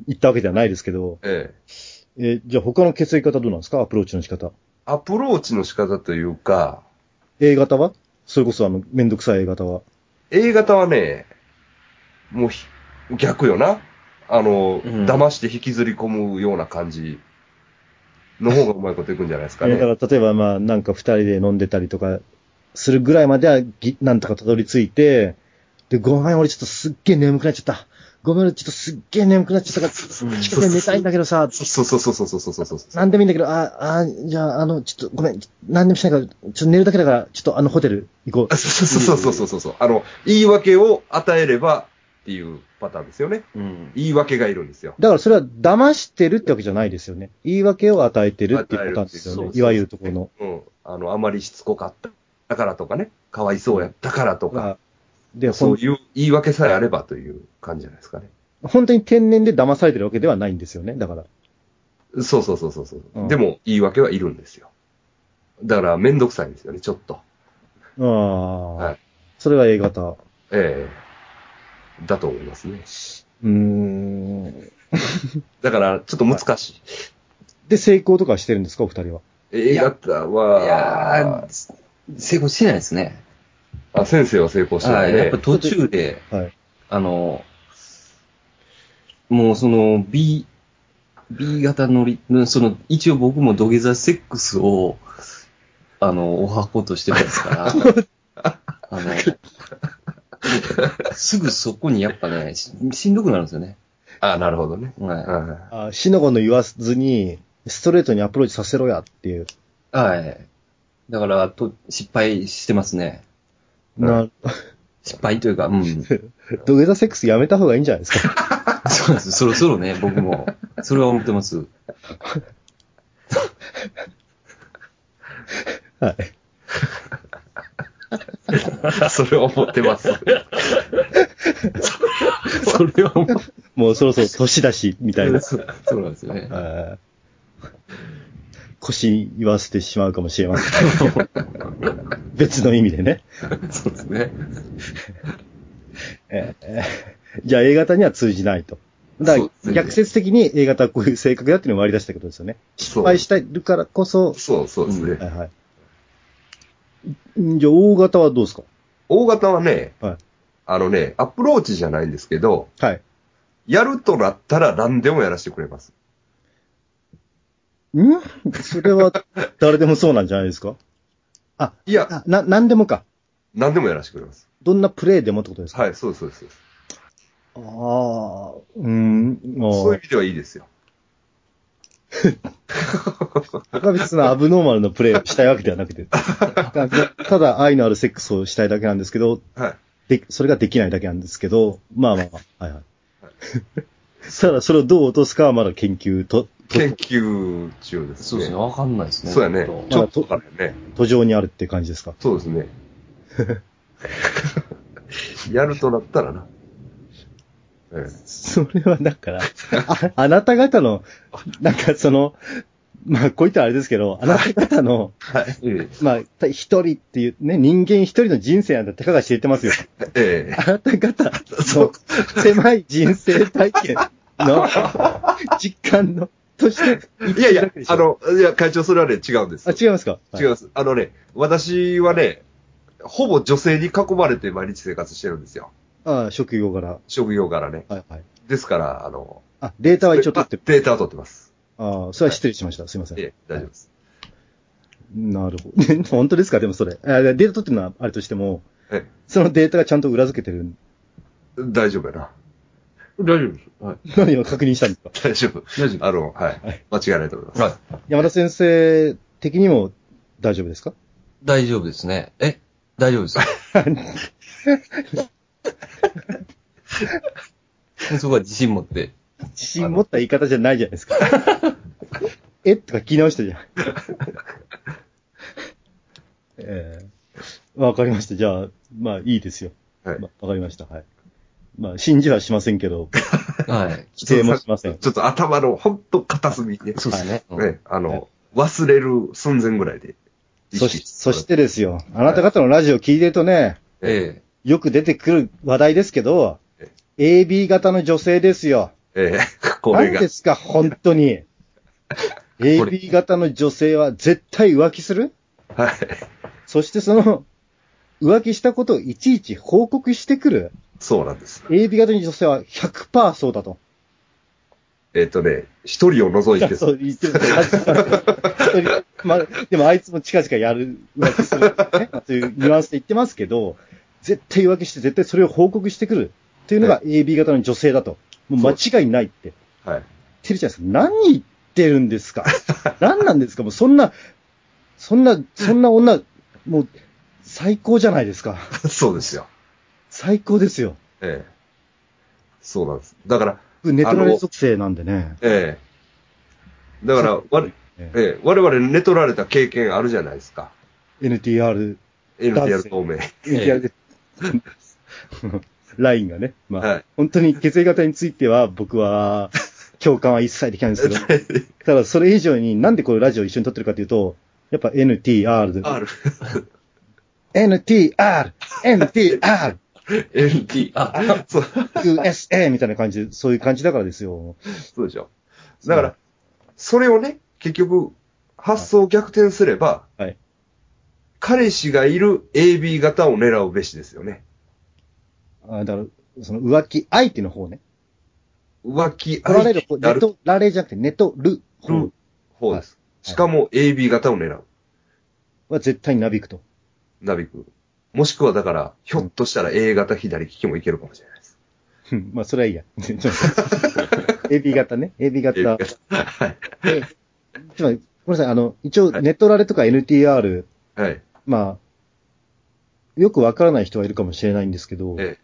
[SPEAKER 3] いったわけではないですけど、
[SPEAKER 1] ええ。
[SPEAKER 3] えーじゃあ他の血液型どうなんですかアプローチの仕方。
[SPEAKER 1] アプローチの仕方というか、
[SPEAKER 3] A 型はそれこそあの、めんどくさい A 型は。
[SPEAKER 1] A 型はね、もうひ逆よな。あの、
[SPEAKER 2] うん
[SPEAKER 1] 騙して引きずり込むような感じの方がうまいこといくんじゃないですか
[SPEAKER 3] だか
[SPEAKER 1] ね。
[SPEAKER 3] ら、例えば、まあ、なんか二人で飲んでたりとか、するぐらいまではぎ、なんとかたどり着いて、で、ごめん、俺ちょっとすっげえ眠くなっちゃった。ごめん、俺ちょっとすっげえ眠くなっちゃったから、近くで寝たいんだけどさ、
[SPEAKER 1] そうそうそうそうそうそうそうそう
[SPEAKER 3] なんでもいいんだけど、あ、あ、じゃあ、あの、ちょっとごめん、なんでもしないから、ちょっと寝るだけだから、ちょっとあのホテル行こ
[SPEAKER 1] あそうそうそうそうそうそうそう。あの、言い訳を与えればっていうパターンですよね。
[SPEAKER 2] うん。
[SPEAKER 1] 言い訳がいるんですよ。
[SPEAKER 3] う。だからそれは騙してるってわけじゃないですよね。言い訳を与えてるっていうパターンですよ
[SPEAKER 1] 与える
[SPEAKER 3] ね
[SPEAKER 1] っ。ていう
[SPEAKER 3] いわゆるところの。
[SPEAKER 1] うん。あの、あまりしつこかった。だからとかね。かわいそうやったからとか。
[SPEAKER 3] で、ほ
[SPEAKER 1] そうんいう言い訳さえあればという感じじゃないですかね。
[SPEAKER 3] 本当に天然で騙されてるわけではないんですよね。だから。
[SPEAKER 1] そうそうそうそうそう、
[SPEAKER 3] うん
[SPEAKER 1] でも、言い訳はいるんですよ。だから、めんどくさいんですよね、ちょっと。
[SPEAKER 3] ああ、
[SPEAKER 1] はい
[SPEAKER 3] それは A 型。
[SPEAKER 1] ええだと思いますね。
[SPEAKER 3] うーん。
[SPEAKER 1] だから、ちょっと難しい。
[SPEAKER 3] で、成功とかしてるんですか、お二人は。
[SPEAKER 1] A 型
[SPEAKER 2] いや
[SPEAKER 1] は、
[SPEAKER 2] ー、成功してないですね。
[SPEAKER 1] あ先生は成功してな
[SPEAKER 2] はいい。やっ
[SPEAKER 1] ね
[SPEAKER 2] ぱ。途中で、
[SPEAKER 3] はい。
[SPEAKER 2] あの、もうその B、B 型乗り、その一応僕も土下座セックスを、あの、おはことしてますから、 あの、すぐそこにやっぱね、ししんどくなるんですよね。
[SPEAKER 1] あなるほどね。
[SPEAKER 2] は
[SPEAKER 1] は
[SPEAKER 3] あ、しのごの言わずに、ストレートにアプローチさせろやっていう。
[SPEAKER 2] い。はい。だからと、失敗してますね。
[SPEAKER 3] な、
[SPEAKER 2] 失敗というか、うん。 そう
[SPEAKER 3] 土下座セックスやめた方がいいんじゃないですか。
[SPEAKER 2] なんです。そろそろね、僕も。それは思ってます。
[SPEAKER 3] はい。
[SPEAKER 1] それは思ってます。
[SPEAKER 2] それは思って
[SPEAKER 3] もうそろそろ年だし、みたい
[SPEAKER 2] ま
[SPEAKER 3] な。
[SPEAKER 2] す。 そうなんですよね。
[SPEAKER 3] はい腰に言わせてしまうかもしれま せん。別の意味でね。
[SPEAKER 2] そうですね。
[SPEAKER 3] えーえーじゃあ A 型には通じないと。だ
[SPEAKER 1] そ
[SPEAKER 3] か
[SPEAKER 1] うです
[SPEAKER 3] ら
[SPEAKER 1] ね
[SPEAKER 3] 逆説的に A 型はこういう性格だっていうのを割り出したってことですよね。
[SPEAKER 1] 失
[SPEAKER 3] 失敗してるからこそ。
[SPEAKER 1] そうそうですね
[SPEAKER 3] はい。はい。んじゃあ O 型はどうですか
[SPEAKER 1] 大型はね、
[SPEAKER 3] はい
[SPEAKER 1] あのね、アプローチじゃないんですけど、
[SPEAKER 3] はい。
[SPEAKER 1] やるとなったら何でもやらせてくれます。
[SPEAKER 3] んそれは誰でもそうなんじゃないですか
[SPEAKER 1] いや、
[SPEAKER 3] あな、なんでもか。
[SPEAKER 1] 何でもやらせてくれます。
[SPEAKER 3] どんなプレイでもってことですか
[SPEAKER 1] はい、そうですそうですそうです。
[SPEAKER 3] ああ、うん、も
[SPEAKER 1] そういう
[SPEAKER 3] う
[SPEAKER 1] 意、味ではいいですよ。
[SPEAKER 3] 僕は別のアブノーマルのプレイをしたいわけではなく て、たただ愛のあるセックスをしたいだけなんですけど、
[SPEAKER 1] はい。
[SPEAKER 3] で、それができないだけなんですけど、まあまあまあ、はいはい。 ただ、それをどう落とすかはまだ研究と、と
[SPEAKER 1] 研究中ですね。
[SPEAKER 2] そうですね。わかんないですね。
[SPEAKER 1] そうやね
[SPEAKER 2] ちょっ。
[SPEAKER 1] ち
[SPEAKER 2] と
[SPEAKER 1] ょっとだからね。
[SPEAKER 3] 途上にあるって感じですか。
[SPEAKER 1] そうですね。やるとなったらな。ええ
[SPEAKER 3] それはだから、ああなた方の、なんかその、まあ、こういったらあれですけど、あなた方の、
[SPEAKER 2] え
[SPEAKER 3] まあ、た一人っていう、ね、人間一人の人生なんてたかが知れてますよ。
[SPEAKER 1] ええ
[SPEAKER 3] あなた方の狭い人生体験の実感の、として、
[SPEAKER 1] いやいや
[SPEAKER 3] で、しょ
[SPEAKER 1] あの、いや、会長、それはね、違うんです。
[SPEAKER 3] あ、違いますか
[SPEAKER 1] 違い
[SPEAKER 3] は
[SPEAKER 1] ます。あのね、私はね、ほぼ女性に囲まれて毎日生活してるんですよ。
[SPEAKER 3] いあ職業から。
[SPEAKER 1] 職業からね。
[SPEAKER 3] はいはい。
[SPEAKER 1] ですから、あの、
[SPEAKER 3] あ、データは一応取ってる。
[SPEAKER 1] データを取ってます。
[SPEAKER 3] ああ、それは失礼しました。すいません。
[SPEAKER 1] ええ、大丈夫です。
[SPEAKER 3] なるほど。 本当ですかでもそれ。あデータ取ってるのはあれとしても、
[SPEAKER 1] え
[SPEAKER 3] そのデータがちゃんと裏付けてる。
[SPEAKER 1] 大丈夫やな。
[SPEAKER 2] 大丈夫です。はい。
[SPEAKER 3] 何を確認したんですか
[SPEAKER 1] 大丈夫。
[SPEAKER 2] 大丈夫
[SPEAKER 1] あの、はい
[SPEAKER 3] はい。
[SPEAKER 1] 間違いないと思います。
[SPEAKER 2] はい。
[SPEAKER 3] 山田先生的にも大丈夫ですか
[SPEAKER 2] 大丈夫ですね。え大丈夫 です。そこは自信持って。
[SPEAKER 3] 自信持った言い方じゃないじゃないですか。 えとか聞き直 したじゃん。ええわかりました。じゃあ、まあいいですよ。
[SPEAKER 1] はい
[SPEAKER 3] まあわかりました。はい。まあ、信じはしませんけど、
[SPEAKER 2] はい。
[SPEAKER 3] 否定もし ません。
[SPEAKER 1] ちょっと頭のほんと片隅で、ね、
[SPEAKER 2] そうですね。
[SPEAKER 1] ね、あ
[SPEAKER 3] はい
[SPEAKER 1] の、忘れる寸前ぐらいで。
[SPEAKER 3] そしそし、てですよ、あなた方のラジオ聞いてるとね、
[SPEAKER 2] え
[SPEAKER 3] よく出てくる話題ですけど
[SPEAKER 1] え、
[SPEAKER 3] AB 型の女性ですよ。
[SPEAKER 1] ええ、 これ
[SPEAKER 3] 何
[SPEAKER 1] が
[SPEAKER 3] で。すか、本 当に。AB 型の女性は絶対浮気する
[SPEAKER 1] はい。
[SPEAKER 3] そしてその、浮気したことをいちいち報告してくる。
[SPEAKER 1] そうなんです。
[SPEAKER 3] AB 型の女性は100%そうだと。
[SPEAKER 1] えっ、とね、一人を除いて、
[SPEAKER 3] そう言ってる。本当にまあ、でもあいつも近々やる、浮気する、 ね、というニュアンスで言ってますけど、絶対浮気して、絶対それを報告してくる。というのが AB 型の女性だと。もう間違いないって。
[SPEAKER 1] はい。
[SPEAKER 3] てるじゃないですか。何言ってるんですか何なんですかもうそんな、そんな、そんな女、もう最高じゃないですか。
[SPEAKER 1] そうですよ。
[SPEAKER 3] 最高ですよ。
[SPEAKER 1] ええ。そうなんです。だから、
[SPEAKER 3] ネ
[SPEAKER 1] トラレ
[SPEAKER 3] 属性なんでね。
[SPEAKER 1] ええ。だから、われ、
[SPEAKER 3] ええ
[SPEAKER 1] ええ、我々寝取られた経験あるじゃないですか。
[SPEAKER 3] NTR、
[SPEAKER 1] NTR 同盟。
[SPEAKER 3] NTR で。ラインがね。まあ、
[SPEAKER 1] はい
[SPEAKER 3] 本当に血液型については僕は、共感は一切できないんですけど、 ただそれ以上になんでこれラジオ一緒に撮ってるかというと、やっぱ NTR で。
[SPEAKER 1] R、
[SPEAKER 3] NTR! NTR!
[SPEAKER 1] NT、あ、そう、
[SPEAKER 3] USA! みたいな感じで、そういう感じだからですよ。
[SPEAKER 1] そうでしょ。だから、それをね、結局、発想を逆転すれば、
[SPEAKER 3] はい
[SPEAKER 1] 彼氏がいる AB 型を狙うべしですよね。
[SPEAKER 3] あだから、その浮気相手の方ね。
[SPEAKER 1] 浮気
[SPEAKER 3] 取られる
[SPEAKER 1] 相手
[SPEAKER 3] 方、
[SPEAKER 1] にな
[SPEAKER 3] ネ
[SPEAKER 1] る
[SPEAKER 3] トラレじゃなくてネトル方
[SPEAKER 1] 方です。しかも AB 型を狙う。
[SPEAKER 3] は絶対になびくと。
[SPEAKER 1] ナビク。もしくはだから、ひょっとしたら A 型左利きもいけるかもしれないです。
[SPEAKER 3] うんまあ、それはいいや。AB 型ね。AB 型。
[SPEAKER 1] はい。
[SPEAKER 3] えつまり、ごめんなさい。あの、一応、ネットラレとか NTR
[SPEAKER 1] はい。
[SPEAKER 3] まあ、よくわからない人はいるかもしれないんですけど、
[SPEAKER 1] え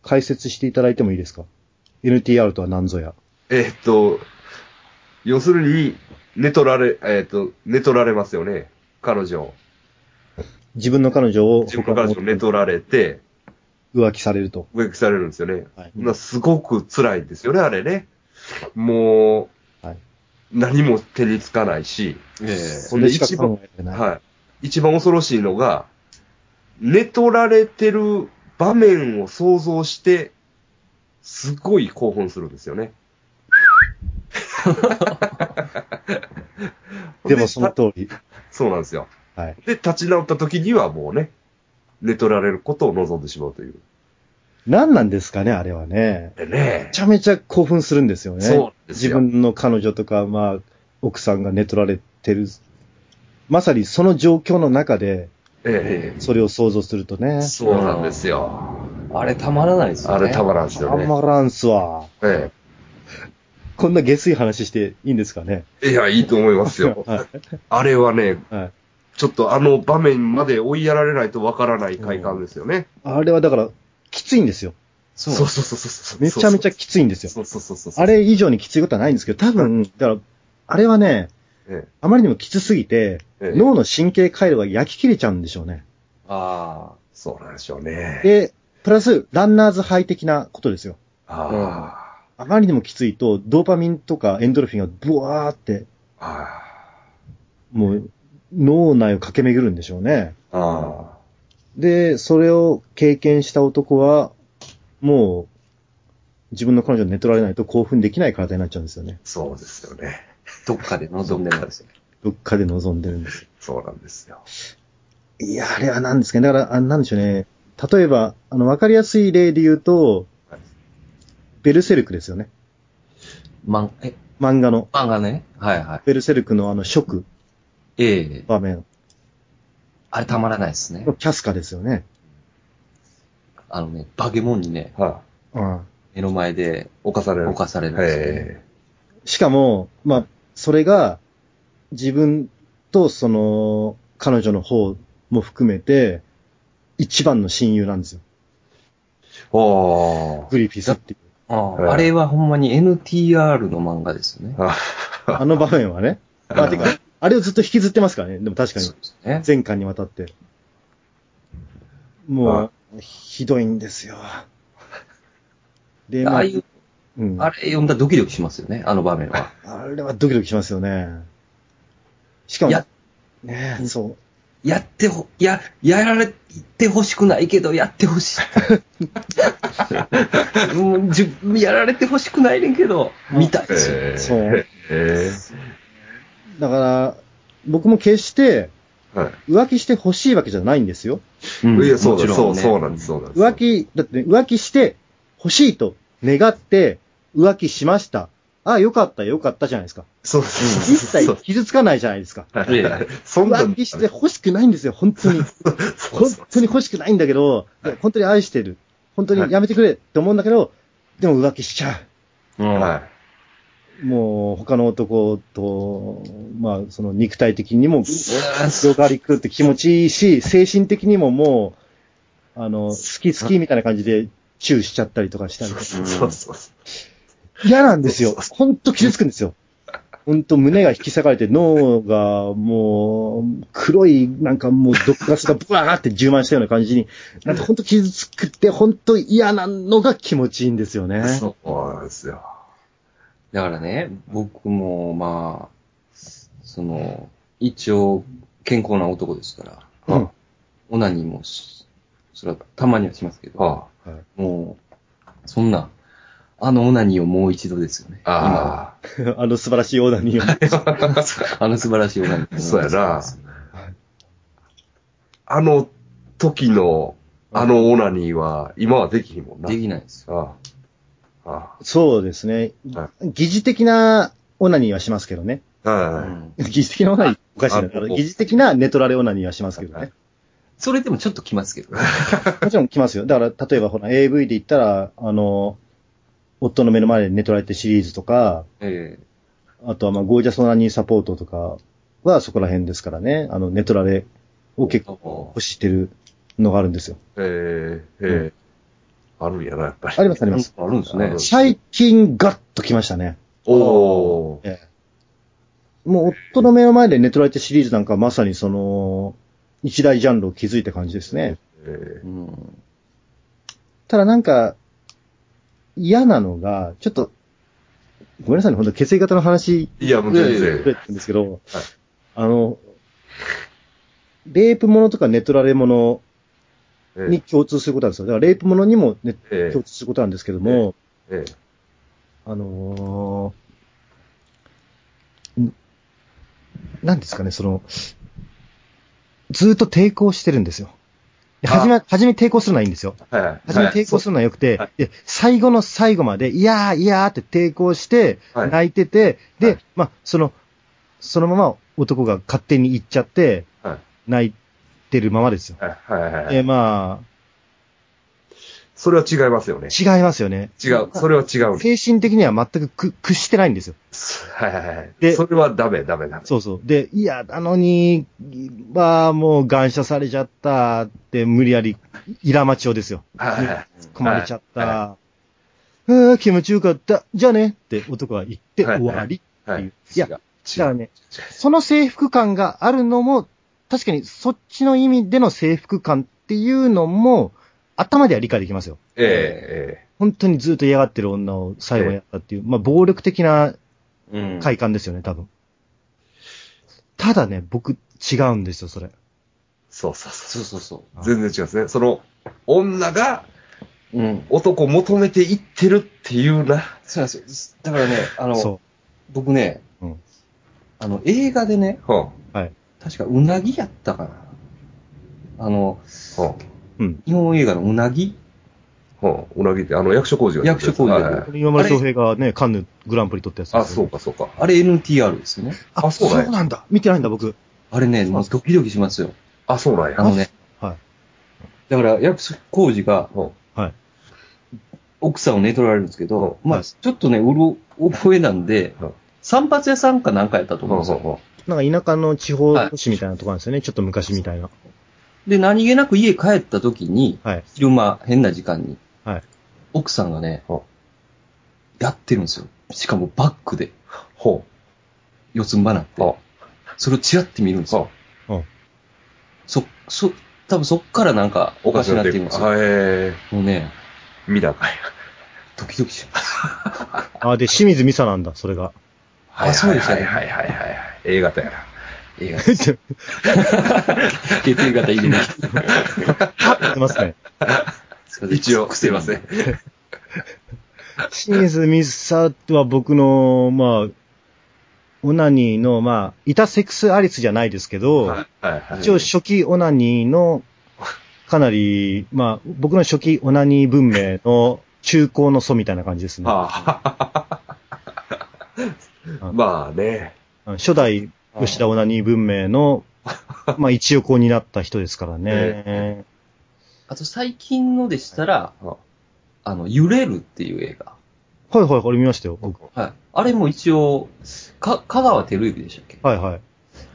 [SPEAKER 3] 解説していただいてもいいですか ?NTR とは何ぞや。
[SPEAKER 1] えーっと、要するに、寝取られ、えーっと、寝取られますよね。彼女を。
[SPEAKER 3] 自分の彼女を
[SPEAKER 1] 自分の彼女を寝取られて、
[SPEAKER 3] 浮気されると。
[SPEAKER 1] 植木されるんですよね。
[SPEAKER 3] はい
[SPEAKER 1] まあすごく辛いんですよね、あれね。もう、
[SPEAKER 3] はい
[SPEAKER 1] 何も手につかないし、
[SPEAKER 2] ええ
[SPEAKER 1] ほんで
[SPEAKER 3] しか
[SPEAKER 1] 一番
[SPEAKER 3] 考えてない。
[SPEAKER 1] はい。一番恐ろしいのが、寝取られてる場面を想像して、すごい興奮するんですよ ね。
[SPEAKER 3] でもその通り。
[SPEAKER 1] そうなんですよ。
[SPEAKER 3] はい。
[SPEAKER 1] で、立ち直った時にはもうね、寝取られることを望んでしまうという。
[SPEAKER 3] 何なんですかね、あれはね。
[SPEAKER 1] でね
[SPEAKER 3] めちゃめちゃ興奮するんですよね。
[SPEAKER 1] そうなんです
[SPEAKER 3] 自
[SPEAKER 1] よ
[SPEAKER 3] 分の彼女とか、まあ、奥さんが寝取られてる。まさにその状況の中で、
[SPEAKER 1] ええ
[SPEAKER 3] それを想像するとね。
[SPEAKER 1] そうなんですよ。
[SPEAKER 2] あれたまらないですよ
[SPEAKER 1] あ
[SPEAKER 2] ね。
[SPEAKER 1] れたまらんです
[SPEAKER 3] た
[SPEAKER 1] よね。
[SPEAKER 3] まらんすわ。
[SPEAKER 1] え
[SPEAKER 3] こんな下水話していいんですかね。。
[SPEAKER 1] えいや、いいと思いますよ
[SPEAKER 3] はい。
[SPEAKER 1] あれはね、
[SPEAKER 3] はい。
[SPEAKER 1] ちょっとあの場面まで追いやられないとわからない快感ですよね。
[SPEAKER 3] あれはだから、きついんですよ。
[SPEAKER 2] そ
[SPEAKER 1] そううそうそうそう。
[SPEAKER 3] めちゃめち
[SPEAKER 1] ゃ
[SPEAKER 3] ゃきついんですよ。
[SPEAKER 1] そうそうそうそう。
[SPEAKER 3] あれ以上にきついことはないんですけど、多分、だから、あれはね、
[SPEAKER 1] え
[SPEAKER 3] あまりにもきつすぎて、
[SPEAKER 1] えええ
[SPEAKER 3] 脳の神経回路が焼き切れちゃうんでしょうね。
[SPEAKER 2] あ
[SPEAKER 1] そうなんでしょうね。
[SPEAKER 3] で、プラス、ランナーズハイ的なことですよ。
[SPEAKER 1] あ
[SPEAKER 3] あまりにもきついと、ドーパミンとかエンドルフィンがブワーって、
[SPEAKER 1] あ。あ
[SPEAKER 3] もう、脳内を駆け巡るんでしょうね。
[SPEAKER 1] あ。あ
[SPEAKER 3] で、それを経験した男は、もう、自分の彼女に寝取られないと興奮できない体になっちゃうんですよね。
[SPEAKER 1] そうですよね。
[SPEAKER 2] あ。どっかで望んでるんですよ。
[SPEAKER 3] どっかで望んでるんです。
[SPEAKER 1] そうなんですよ。
[SPEAKER 3] いや、あれはなんですけど、だから、あなんでしょうね。例えば、あの、わかりやすい例で言うと
[SPEAKER 1] はい、
[SPEAKER 3] ベルセルクですよね。
[SPEAKER 2] まん、え、
[SPEAKER 3] 漫画の。
[SPEAKER 2] 漫画ね。はいはい。
[SPEAKER 3] ベルセルクのあの、食
[SPEAKER 2] ええ
[SPEAKER 3] 場面。
[SPEAKER 2] あれたまらないですね。
[SPEAKER 3] キャスカですよね。
[SPEAKER 2] あのね、バケモンにね、
[SPEAKER 1] は
[SPEAKER 3] うん。
[SPEAKER 2] 目の前で
[SPEAKER 1] い。犯される。
[SPEAKER 2] 犯されるんですよ
[SPEAKER 1] え
[SPEAKER 2] ね、
[SPEAKER 3] しかも、まあ、それが、自分とその、彼女の方も含めて、一番の親友なんですよ。
[SPEAKER 1] えおー。
[SPEAKER 3] グリフィスっていう。
[SPEAKER 2] あ
[SPEAKER 1] ええ
[SPEAKER 2] ああれはほんまに NTR の漫画ですよね。
[SPEAKER 1] あ
[SPEAKER 3] あの場面はね。まあ、てか、あれをずっと引きずってますからね。でも確かに
[SPEAKER 2] そう。ですね。
[SPEAKER 3] 全巻にわたって。も
[SPEAKER 1] は
[SPEAKER 3] う、ひどいんですよ。で、
[SPEAKER 2] あ
[SPEAKER 3] まあ、
[SPEAKER 2] あいう、
[SPEAKER 3] うん、
[SPEAKER 2] あ
[SPEAKER 3] あ
[SPEAKER 2] れ読んだらドキドキしますよね、あの場面は。
[SPEAKER 3] れはドキドキしますよね。しかも
[SPEAKER 2] や、
[SPEAKER 3] ねえ、そう。
[SPEAKER 2] やってほ、や、やられてほしくないけど、やってほしい。もう自分やられてほしくないねんけど、見たいですよ。
[SPEAKER 1] ええ
[SPEAKER 3] そう
[SPEAKER 1] ええ
[SPEAKER 3] だから、僕も決して
[SPEAKER 1] はい。
[SPEAKER 3] 浮気してほしいわけじゃないんですよ。
[SPEAKER 2] うん
[SPEAKER 1] いや、そう
[SPEAKER 2] もち
[SPEAKER 1] だ、
[SPEAKER 2] ろ
[SPEAKER 1] そう、
[SPEAKER 2] ね
[SPEAKER 1] そうなんです、そうなんです。
[SPEAKER 3] 浮気、だって浮気してほしいと願って浮気しました。ああ、よかった、よかったじゃないですか。
[SPEAKER 1] そうそう
[SPEAKER 3] 一
[SPEAKER 1] そうそう
[SPEAKER 3] 切。傷つかないじゃないですか。
[SPEAKER 1] はいはいそんな
[SPEAKER 3] 浮気して欲しくないんですよ、本当に。
[SPEAKER 1] そう
[SPEAKER 3] 本
[SPEAKER 1] そう
[SPEAKER 3] 当に欲しくないんだけど、
[SPEAKER 1] はい
[SPEAKER 3] 本当に愛してる。本当
[SPEAKER 1] はい
[SPEAKER 3] にやめてくれって思うんだけど、でも浮気しちゃ
[SPEAKER 2] うん
[SPEAKER 1] は
[SPEAKER 3] う。もう他の男と、まあその肉体的にも、広がりくって気持ちいいし、精神的にももう、あの、好き好きみたいな感じで、チューしちゃったりとかした
[SPEAKER 1] い。
[SPEAKER 3] りとか。
[SPEAKER 1] そうそうそうそう。
[SPEAKER 3] 嫌なんですよ。ほんと傷つくんですよ。ほんと胸が引き裂かれて脳がもう黒いなんかもう毒ガスがブワーって充満したような感じに、なんかほんと傷つくってほんと嫌なのが気持ちいいんですよね。
[SPEAKER 1] そうなんですよ。
[SPEAKER 2] だからね、僕も、まあ、その、一応、健康な男ですから、
[SPEAKER 3] うん
[SPEAKER 2] オナニーもし、それはたまにはしますけど、
[SPEAKER 1] は
[SPEAKER 2] もう、そんな、あのオナニーをもう一度ですよね。
[SPEAKER 1] あ。あ
[SPEAKER 3] あの素晴らしいオーダー に。
[SPEAKER 2] あの素晴らしいオナニー。
[SPEAKER 1] そうやなあ。あの時の、あのオナニーは、今はできひんもんな。
[SPEAKER 2] できないですよ。
[SPEAKER 1] ああ。あ
[SPEAKER 3] そうですね。
[SPEAKER 1] は
[SPEAKER 3] 疑似的なオナニーはしますけどね。
[SPEAKER 1] あ。
[SPEAKER 2] う
[SPEAKER 1] は
[SPEAKER 2] ん
[SPEAKER 3] 疑似的なオナニーおかしいな。
[SPEAKER 1] あ
[SPEAKER 3] あの
[SPEAKER 1] お
[SPEAKER 3] 疑似的なネトラレオナニーはしますけどね。
[SPEAKER 2] それでもちょっときますけどね。
[SPEAKER 3] もちろん来ますよ。だから、例えばほら AV で言ったら、あの、夫の目の前で寝取られてシリーズとか、
[SPEAKER 2] え
[SPEAKER 3] あとはまあ、ゴージャスオナニーサポートとかはそこら辺ですからね。あの、寝取られを結構
[SPEAKER 2] 構
[SPEAKER 3] 欲してるのがあるんですよ。
[SPEAKER 1] えー、えーあるんやな、やっぱり。
[SPEAKER 3] ありますあります。
[SPEAKER 2] あるんですね。
[SPEAKER 3] 最近ガッときましたね。
[SPEAKER 1] おー。
[SPEAKER 3] ええもう夫の目の前でネトライトシリーズなんかはまさにその、一大ジャンルを築いた感じですね。
[SPEAKER 1] えー
[SPEAKER 2] うん。
[SPEAKER 3] ただなんか、嫌なのが、ちょっと、ごめんなさいね、本当血液型の話、
[SPEAKER 1] いや、もう全
[SPEAKER 2] いやい
[SPEAKER 1] 然。
[SPEAKER 3] ずれてるんですけど、あの、レイプものとかネトラレもの
[SPEAKER 1] え
[SPEAKER 3] に共通することなんですよ。だからレイプものにも、ね、
[SPEAKER 1] え
[SPEAKER 3] 共通することなんですけども、
[SPEAKER 1] えー
[SPEAKER 3] あのーんなんですかね、その、ずーっと抵抗してるんですよ。いや
[SPEAKER 1] あ
[SPEAKER 3] はじめ、はじめ抵抗するのはいいんですよ。
[SPEAKER 1] はい。
[SPEAKER 3] はじめ抵抗するのは良くて、
[SPEAKER 1] はい
[SPEAKER 3] で最後の最後まで、いやー、いやーって抵抗して、
[SPEAKER 1] はい
[SPEAKER 3] 泣いてて、で、
[SPEAKER 1] はい
[SPEAKER 3] まあ、その、そのまま男が勝手に行っちゃって、
[SPEAKER 1] はい
[SPEAKER 3] 泣いてるままですよ。
[SPEAKER 1] はい。はいはい。
[SPEAKER 3] で、まあ、
[SPEAKER 1] それは違いますよね。
[SPEAKER 3] 違いますよね。
[SPEAKER 1] 違う。それは違う。
[SPEAKER 3] 精神的には全くく屈してないんですよ。
[SPEAKER 1] はいはいはい。
[SPEAKER 3] で
[SPEAKER 1] それはダメ、ダメ、ダメ。
[SPEAKER 3] そうそう。で、いや、なのに、まあ、もう、感謝されちゃったって、無理やり、イラマチオですよ。
[SPEAKER 1] はいはいはい。
[SPEAKER 3] 突っ込まれちゃった。
[SPEAKER 1] はい
[SPEAKER 3] うん気持ちよかった。じゃあねって男が言って
[SPEAKER 1] はい
[SPEAKER 3] 終わりっていう。
[SPEAKER 1] はいい。
[SPEAKER 3] や、
[SPEAKER 1] 違
[SPEAKER 3] だ
[SPEAKER 1] う
[SPEAKER 3] からね、その制服感があるのも、確かにそっちの意味での制服感っていうのも、頭では理解できますよ。
[SPEAKER 1] え
[SPEAKER 3] 本当にずっと嫌がってる女を最後にやったっていう、まあ、暴力的な
[SPEAKER 2] うん。
[SPEAKER 3] 快感ですよね、多分。ただね、僕、違うんですよ、それ。
[SPEAKER 1] えそうそうそ
[SPEAKER 2] そうう。そうそ
[SPEAKER 1] 全然違うんですね。その、女が
[SPEAKER 2] う。うん。
[SPEAKER 1] 男を求めていってるっていうな。
[SPEAKER 2] そうなんですよ。だからね、あの、
[SPEAKER 3] そ
[SPEAKER 2] 僕ね、
[SPEAKER 3] うん。
[SPEAKER 2] あの、映画でね、
[SPEAKER 1] ほん。
[SPEAKER 2] 確かうなぎやったかな。あの、
[SPEAKER 1] ほん。
[SPEAKER 2] 日本映画のうなぎ
[SPEAKER 1] ほん。うなぎって、あの、役所工事が
[SPEAKER 2] 役所広司が
[SPEAKER 1] はいう
[SPEAKER 3] 今村翔平がね、カンヌグランプリ取ったやつ
[SPEAKER 1] あ、
[SPEAKER 3] です
[SPEAKER 1] そ
[SPEAKER 3] よ
[SPEAKER 1] う
[SPEAKER 3] ね。
[SPEAKER 1] か、そうか。
[SPEAKER 2] あれ NTR ですよね。
[SPEAKER 1] あそうなんや
[SPEAKER 3] なんだ。見てないんだ、僕。
[SPEAKER 2] あれね、もうドキドキしますよ。
[SPEAKER 1] あ、そうなん
[SPEAKER 2] あ
[SPEAKER 1] や。
[SPEAKER 2] のね。
[SPEAKER 3] はい。
[SPEAKER 2] だから、役所広司が
[SPEAKER 1] ほん。
[SPEAKER 3] はい。
[SPEAKER 2] 奥さんを寝取られるんですけど、ま
[SPEAKER 3] は
[SPEAKER 2] あ、
[SPEAKER 3] い
[SPEAKER 2] ちょっとね、うろ覚えなんで
[SPEAKER 1] うん、
[SPEAKER 2] 散髪屋さんかなんかやったと
[SPEAKER 1] ほ
[SPEAKER 2] 思うん
[SPEAKER 1] ん
[SPEAKER 2] です
[SPEAKER 1] ほん
[SPEAKER 2] よ。
[SPEAKER 1] ほん。
[SPEAKER 3] なんか田舎の地方都市みたいなところなんですよね、ちょっと昔みたいな。
[SPEAKER 2] で、何気なく家帰った時に、
[SPEAKER 3] はい。
[SPEAKER 2] 昼間、変な時間に、
[SPEAKER 3] はい
[SPEAKER 2] 奥さんがね
[SPEAKER 1] うん、
[SPEAKER 2] やってるんですよ。しかもバックで、
[SPEAKER 1] ほん。
[SPEAKER 2] 四つんばなって。
[SPEAKER 1] ほん。
[SPEAKER 2] それをチラって見るんですよ。
[SPEAKER 3] うんうん
[SPEAKER 2] そ、そ、多分そっからなんかおかしなってるんですよ。
[SPEAKER 1] あえ
[SPEAKER 2] もうね、
[SPEAKER 1] ー、見なかい。
[SPEAKER 2] ドキドキします。
[SPEAKER 3] あ、で、清水美沙なんだ、それが。
[SPEAKER 2] あそうでしたね
[SPEAKER 1] はいはいはいはいはい。映画だよ。
[SPEAKER 2] 映画。 血液型入れない。
[SPEAKER 3] あって言ってますね。
[SPEAKER 1] 一応、すいません。
[SPEAKER 3] 清水美沙は僕の、まあ、オナニーの、まあ、いたセックスアリスじゃないですけど、
[SPEAKER 1] はいはいはい。
[SPEAKER 3] 一応初期オナニーの、かなり、まあ、僕の初期オナニー文明の中高の祖みたいな感じですね。
[SPEAKER 1] はあ、まあね。
[SPEAKER 3] 初代吉田オナニー文明の、まあ、一横になった人ですからね。
[SPEAKER 2] あと最近のでしたら、
[SPEAKER 1] は
[SPEAKER 2] あの、揺れるっていう映画。
[SPEAKER 3] はいはい、これ見ましたよ、僕。
[SPEAKER 2] はい。あれも一応、か、香川照之でしたっけ
[SPEAKER 3] はいはい。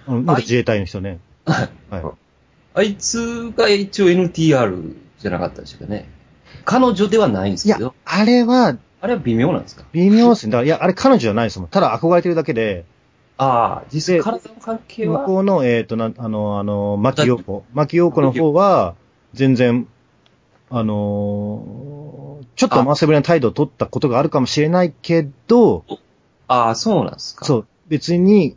[SPEAKER 3] あの元自衛隊の人ね。はい。
[SPEAKER 2] あいつが一応 NTR じゃなかったでしたっけね。彼女ではないんですけ
[SPEAKER 3] いや
[SPEAKER 2] ど、、
[SPEAKER 3] あれは
[SPEAKER 2] あれは微妙なんですか
[SPEAKER 3] 微妙ですね。だから、いや、あれ彼女じゃないですもん。ただ憧れてるだけで、
[SPEAKER 2] ああ、実際
[SPEAKER 3] で
[SPEAKER 2] 体の関係
[SPEAKER 3] 向
[SPEAKER 2] は、
[SPEAKER 3] こうの、えっ、と、なん、あの、あの、牧陽子。牧陽子の方は、全然、あのーちょっと
[SPEAKER 2] あ
[SPEAKER 3] マセブリな態度を取ったことがあるかもしれないけど、
[SPEAKER 2] ああ、そうなんですか。
[SPEAKER 3] そう、別に、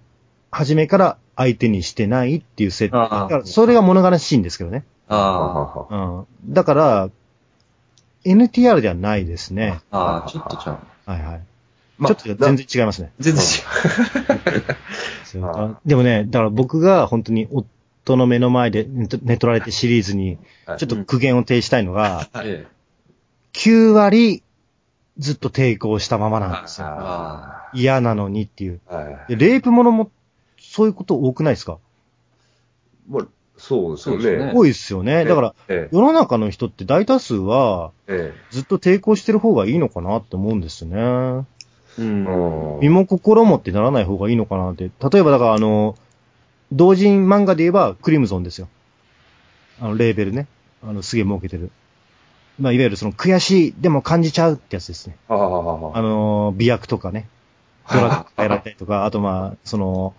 [SPEAKER 3] 初めから相手にしてないっていう設定。だ
[SPEAKER 2] ああ
[SPEAKER 3] から、それが物悲しいんですけどね。
[SPEAKER 2] あ
[SPEAKER 3] うん。だから、NTR ではないですね。
[SPEAKER 2] あ、ああ、ちょっとちゃう。
[SPEAKER 3] はいはい。
[SPEAKER 1] ま
[SPEAKER 3] ち
[SPEAKER 1] あ
[SPEAKER 3] ょっと全然違いますね。
[SPEAKER 2] 全然
[SPEAKER 3] そう
[SPEAKER 1] ああ
[SPEAKER 3] でもね、だから僕が本当に夫の目の前で寝と寝取られてシリーズに、
[SPEAKER 1] はい
[SPEAKER 3] ちょっと苦言を呈したいのが、
[SPEAKER 2] 違う。ええ
[SPEAKER 3] 9割ずっと抵抗したままなんですよ。
[SPEAKER 1] あ
[SPEAKER 3] 嫌なのにっていう。
[SPEAKER 1] あ。はい。
[SPEAKER 3] でレイプものもそういうこと多くないですか
[SPEAKER 1] まあ、そうですよ
[SPEAKER 2] そうです
[SPEAKER 1] ね
[SPEAKER 2] ね。
[SPEAKER 3] 多いですよね。だから、
[SPEAKER 1] え
[SPEAKER 3] 世の中の人って大多数は、
[SPEAKER 1] え。え
[SPEAKER 3] ずっと抵抗してる方がいいのかなって思うんですね。
[SPEAKER 1] え。うん
[SPEAKER 3] 身も心もってならない方がいいのかなって。例えばだからあの、同人漫画で言えばクリムゾンですよ。あの、レーベルね。あの、すげえ儲けてる。まあ、いわゆるその、悔しい、でも感じちゃうってやつですね。
[SPEAKER 1] あ
[SPEAKER 3] あのー、美薬とかね。ド ラッグやられたりとか、あとまあ、その、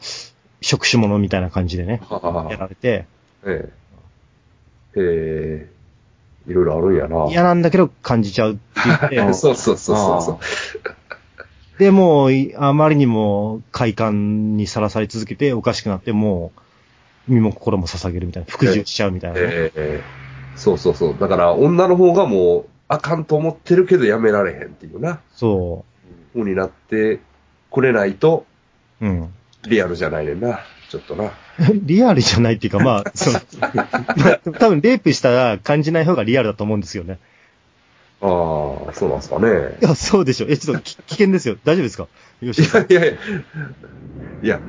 [SPEAKER 3] 食種物みたいな感じでね、
[SPEAKER 1] あ
[SPEAKER 3] やられて、
[SPEAKER 1] ええ。ええ。いろいろあるんやな。
[SPEAKER 3] 嫌なんだけど感じちゃうって言っ て、
[SPEAKER 1] そうそうそうそうそう。
[SPEAKER 3] で、もう、いあまりにも快感にさらされ続けて、おかしくなって、もう、身も心も捧げるみたいな、服従しちゃうみたいなね、
[SPEAKER 1] ええ。そうそうそう。だから、女の方がもう、あかんと思ってるけどやめられへんっていうな、
[SPEAKER 3] そ
[SPEAKER 1] 風になってくれないと、
[SPEAKER 3] う。うん。
[SPEAKER 1] リアルじゃないねんな。ちょっとな。
[SPEAKER 3] リアルじゃないっていうか、まあ、その、 まあ多分レイプしたら感じない方がリアルだと思うんですよね。
[SPEAKER 1] ああ、そうなんすかね。
[SPEAKER 3] いや、そうでしょ。え、ちょっとき危険ですよ。大丈夫ですかよし。
[SPEAKER 1] いやいやいや、いや、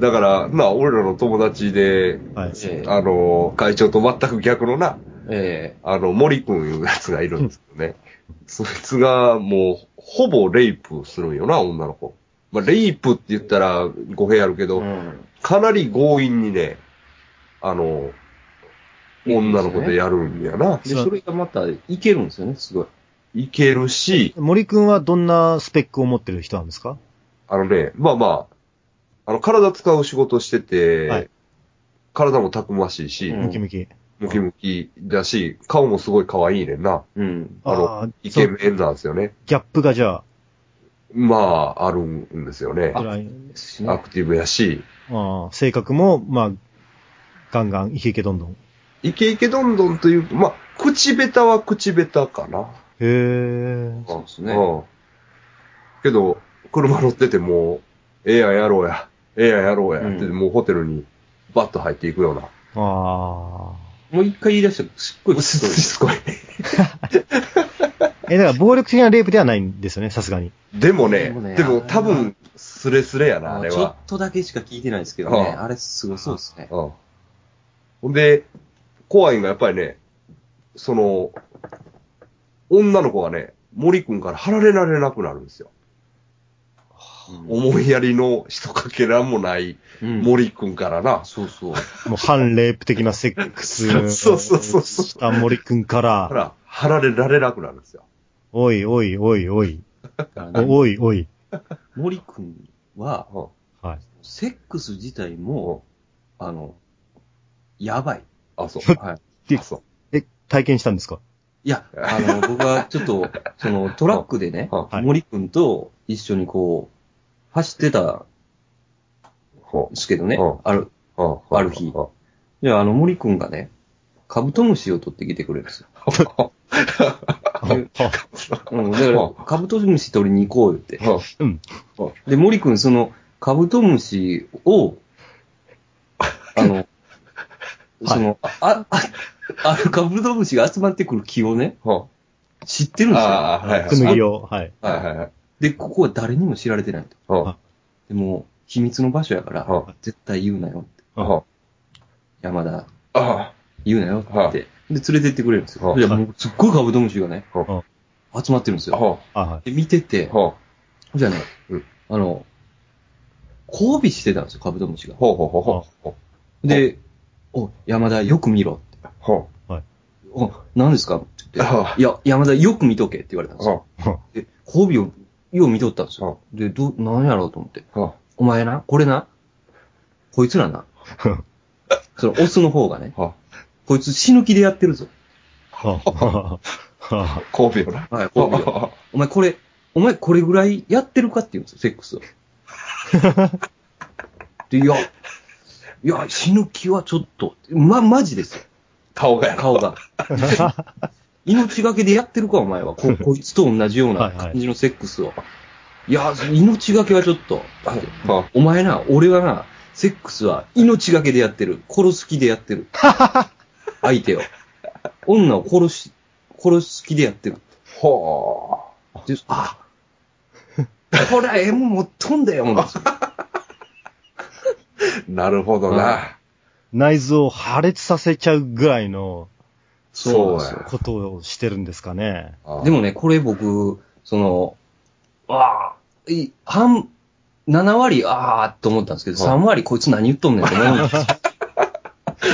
[SPEAKER 1] だから、な、俺らの友達で、
[SPEAKER 3] はい。
[SPEAKER 2] ええ
[SPEAKER 1] あの、会長と全く逆のな、
[SPEAKER 2] え
[SPEAKER 1] あの、森くんいうやつがいるんですけどね。そいつが、もう、ほぼレイプするんよな、女の子。まあ、レイプって言ったら語弊あるけ
[SPEAKER 2] え
[SPEAKER 1] ど、かなり強引にね、あの、女の子でやるんやな。
[SPEAKER 2] で、それがまた、いけるんですよね、すごい。
[SPEAKER 1] いけるし、
[SPEAKER 3] 森くんはどんなスペックを持ってる人なんですか
[SPEAKER 1] あのね、まあまあ、あの、体使う仕事してて、
[SPEAKER 3] はい
[SPEAKER 1] 体もたくましいし、
[SPEAKER 2] うん
[SPEAKER 3] ムキムキ。
[SPEAKER 1] ムキムキだし、顔もすごい可愛いねんな。
[SPEAKER 2] うん。
[SPEAKER 1] あの
[SPEAKER 3] ああ、
[SPEAKER 1] イ
[SPEAKER 3] そ
[SPEAKER 1] ケ
[SPEAKER 3] う
[SPEAKER 1] メンなんですよね。
[SPEAKER 3] ギャップがじゃ
[SPEAKER 1] まあ、あるんですよね
[SPEAKER 3] あ、。ぐらい
[SPEAKER 2] ですしね
[SPEAKER 1] アクティブやし、
[SPEAKER 3] ああ性格も、まあ、ガンガンイケイケどんどん。
[SPEAKER 1] イケイケどんどんという、まあ、口下手は口下手かな。
[SPEAKER 3] へえ。
[SPEAKER 2] そうですね
[SPEAKER 1] うん。けど、車乗っててもう、ええやんやろうや、ええやんやろうや、
[SPEAKER 2] うん
[SPEAKER 1] って、もうホテルにバッと入っていくような。
[SPEAKER 3] あ
[SPEAKER 2] もう一回言い出したら、 すっごい
[SPEAKER 1] し
[SPEAKER 2] 太い
[SPEAKER 1] つこい。
[SPEAKER 3] あ。え、だから暴力的なレイプではないんですよね、さすがに。
[SPEAKER 1] でもね
[SPEAKER 2] でも、ね
[SPEAKER 1] でも多分、スレスレやな、あれ
[SPEAKER 2] ちょっ
[SPEAKER 1] は。
[SPEAKER 2] とだけしか聞いてないですけど
[SPEAKER 1] は
[SPEAKER 2] ね。
[SPEAKER 1] あ
[SPEAKER 2] あれ、すごそうですね。
[SPEAKER 1] うん。ほんで、怖いんがやっぱりね、その、女の子がね、森くんから離れられなくなるんですよ。
[SPEAKER 2] うん
[SPEAKER 1] 思いやりの一かけらもない
[SPEAKER 2] うん
[SPEAKER 1] 森くんからな。
[SPEAKER 2] そう そう。
[SPEAKER 3] もう反レイプ的なセックス
[SPEAKER 1] そうそうそうそう
[SPEAKER 3] した森くん
[SPEAKER 1] だ
[SPEAKER 3] か、
[SPEAKER 1] からら、離れられなくなるんですよ。
[SPEAKER 3] おいおいおいおい、
[SPEAKER 2] だからね
[SPEAKER 3] おおいおい。
[SPEAKER 2] 森くんは、
[SPEAKER 1] うん
[SPEAKER 3] はい。
[SPEAKER 2] セックス自体も、あの、やばい。
[SPEAKER 1] あ、そう。
[SPEAKER 2] はい。
[SPEAKER 3] で
[SPEAKER 1] あそう。
[SPEAKER 3] え、体験したんですか
[SPEAKER 2] いや、あ の、僕はちょっと、その、トラックでね、
[SPEAKER 1] は
[SPEAKER 3] はい
[SPEAKER 2] 森くんと一緒にこう、走ってた
[SPEAKER 1] ほ
[SPEAKER 2] んですけどね
[SPEAKER 1] うん、
[SPEAKER 2] ある、
[SPEAKER 1] ううん
[SPEAKER 2] ある日
[SPEAKER 1] うん
[SPEAKER 2] じゃあ、あの、森くんがね、カブトムシを取ってきてくれるんですよ。
[SPEAKER 3] は
[SPEAKER 2] うん、だから
[SPEAKER 1] うん、
[SPEAKER 2] カブトムシ取りに行こうよって。
[SPEAKER 1] うん
[SPEAKER 3] うん。
[SPEAKER 2] で、森くん、その、カブトムシを、あ の、その、あ、あ、あのカブトムシが集まってくる木をね、
[SPEAKER 1] うん
[SPEAKER 2] 知ってるんですよ。
[SPEAKER 1] ああ、はいはい。
[SPEAKER 3] くぬぎを、はい。
[SPEAKER 1] はいはいはい。
[SPEAKER 2] で、ここは誰にも知られてないと。
[SPEAKER 1] うん
[SPEAKER 3] あ
[SPEAKER 2] でも、秘密の場所やから
[SPEAKER 1] は、
[SPEAKER 2] 絶対言うなよって。
[SPEAKER 1] うん
[SPEAKER 2] 山田、
[SPEAKER 1] あ
[SPEAKER 2] 言うなよって。
[SPEAKER 1] はい
[SPEAKER 2] で、連れてってくれるんですよ。
[SPEAKER 1] はい
[SPEAKER 2] いや、もう、すっごいカブトムシがね
[SPEAKER 1] は、
[SPEAKER 2] 集まってるんです
[SPEAKER 1] あ、
[SPEAKER 2] よ。
[SPEAKER 1] は
[SPEAKER 3] あは
[SPEAKER 2] で、
[SPEAKER 3] い。
[SPEAKER 2] 見てて
[SPEAKER 1] あ、、はあ、
[SPEAKER 2] じゃあね
[SPEAKER 1] うん、
[SPEAKER 2] あの、交尾してたんですよ、カブトムシが。
[SPEAKER 1] ほうほうほうほう。
[SPEAKER 2] で、お、山田、よく見ろって。
[SPEAKER 1] ほ
[SPEAKER 2] お、何ですかって言っ
[SPEAKER 1] はあ
[SPEAKER 2] て。いや、山田、よく見とけって言われたん
[SPEAKER 1] う
[SPEAKER 2] ですよ。
[SPEAKER 1] ほ
[SPEAKER 2] で、交尾を、よう見とったんですよ。で、ど、何やろうと思って。
[SPEAKER 1] うほ
[SPEAKER 2] お前な、これな、こいつらな、そのオスの方がね、
[SPEAKER 1] う。は
[SPEAKER 2] こいつ死ぬ気でやってるぞ。
[SPEAKER 3] ははは
[SPEAKER 1] あ、神戸よな。
[SPEAKER 2] はい、交尾をお前これ、お前これぐらいやってるかって言うんですよ、セッ クスを。で、いや、いや、死ぬ気はちょっと、ま、マジですよ、
[SPEAKER 1] 顔がやろ。
[SPEAKER 2] 顔 が。命がけでやってるか、お前は。こ、こいつと同じような感じのセックスを。いや、命がけはちょっと。
[SPEAKER 1] は
[SPEAKER 2] お前な、俺はな、セックスは命がけでやってる。殺す気でやって る。相手を。女を殺し、殺す気でやってる。
[SPEAKER 1] ほ
[SPEAKER 2] であこれはええもん持っとんだよ、思うんですよ
[SPEAKER 1] う。なるほどな。
[SPEAKER 3] 内臓を破裂させちゃうぐらいの
[SPEAKER 1] そう
[SPEAKER 2] そう
[SPEAKER 1] や。
[SPEAKER 3] ことをしてるんですかね。
[SPEAKER 1] あ
[SPEAKER 2] で、もね、これ僕、その、ああ、い半、7割、ああ、と思ったんですけど、
[SPEAKER 1] は
[SPEAKER 2] 3割こいつ何言っとんねんって思うんですよ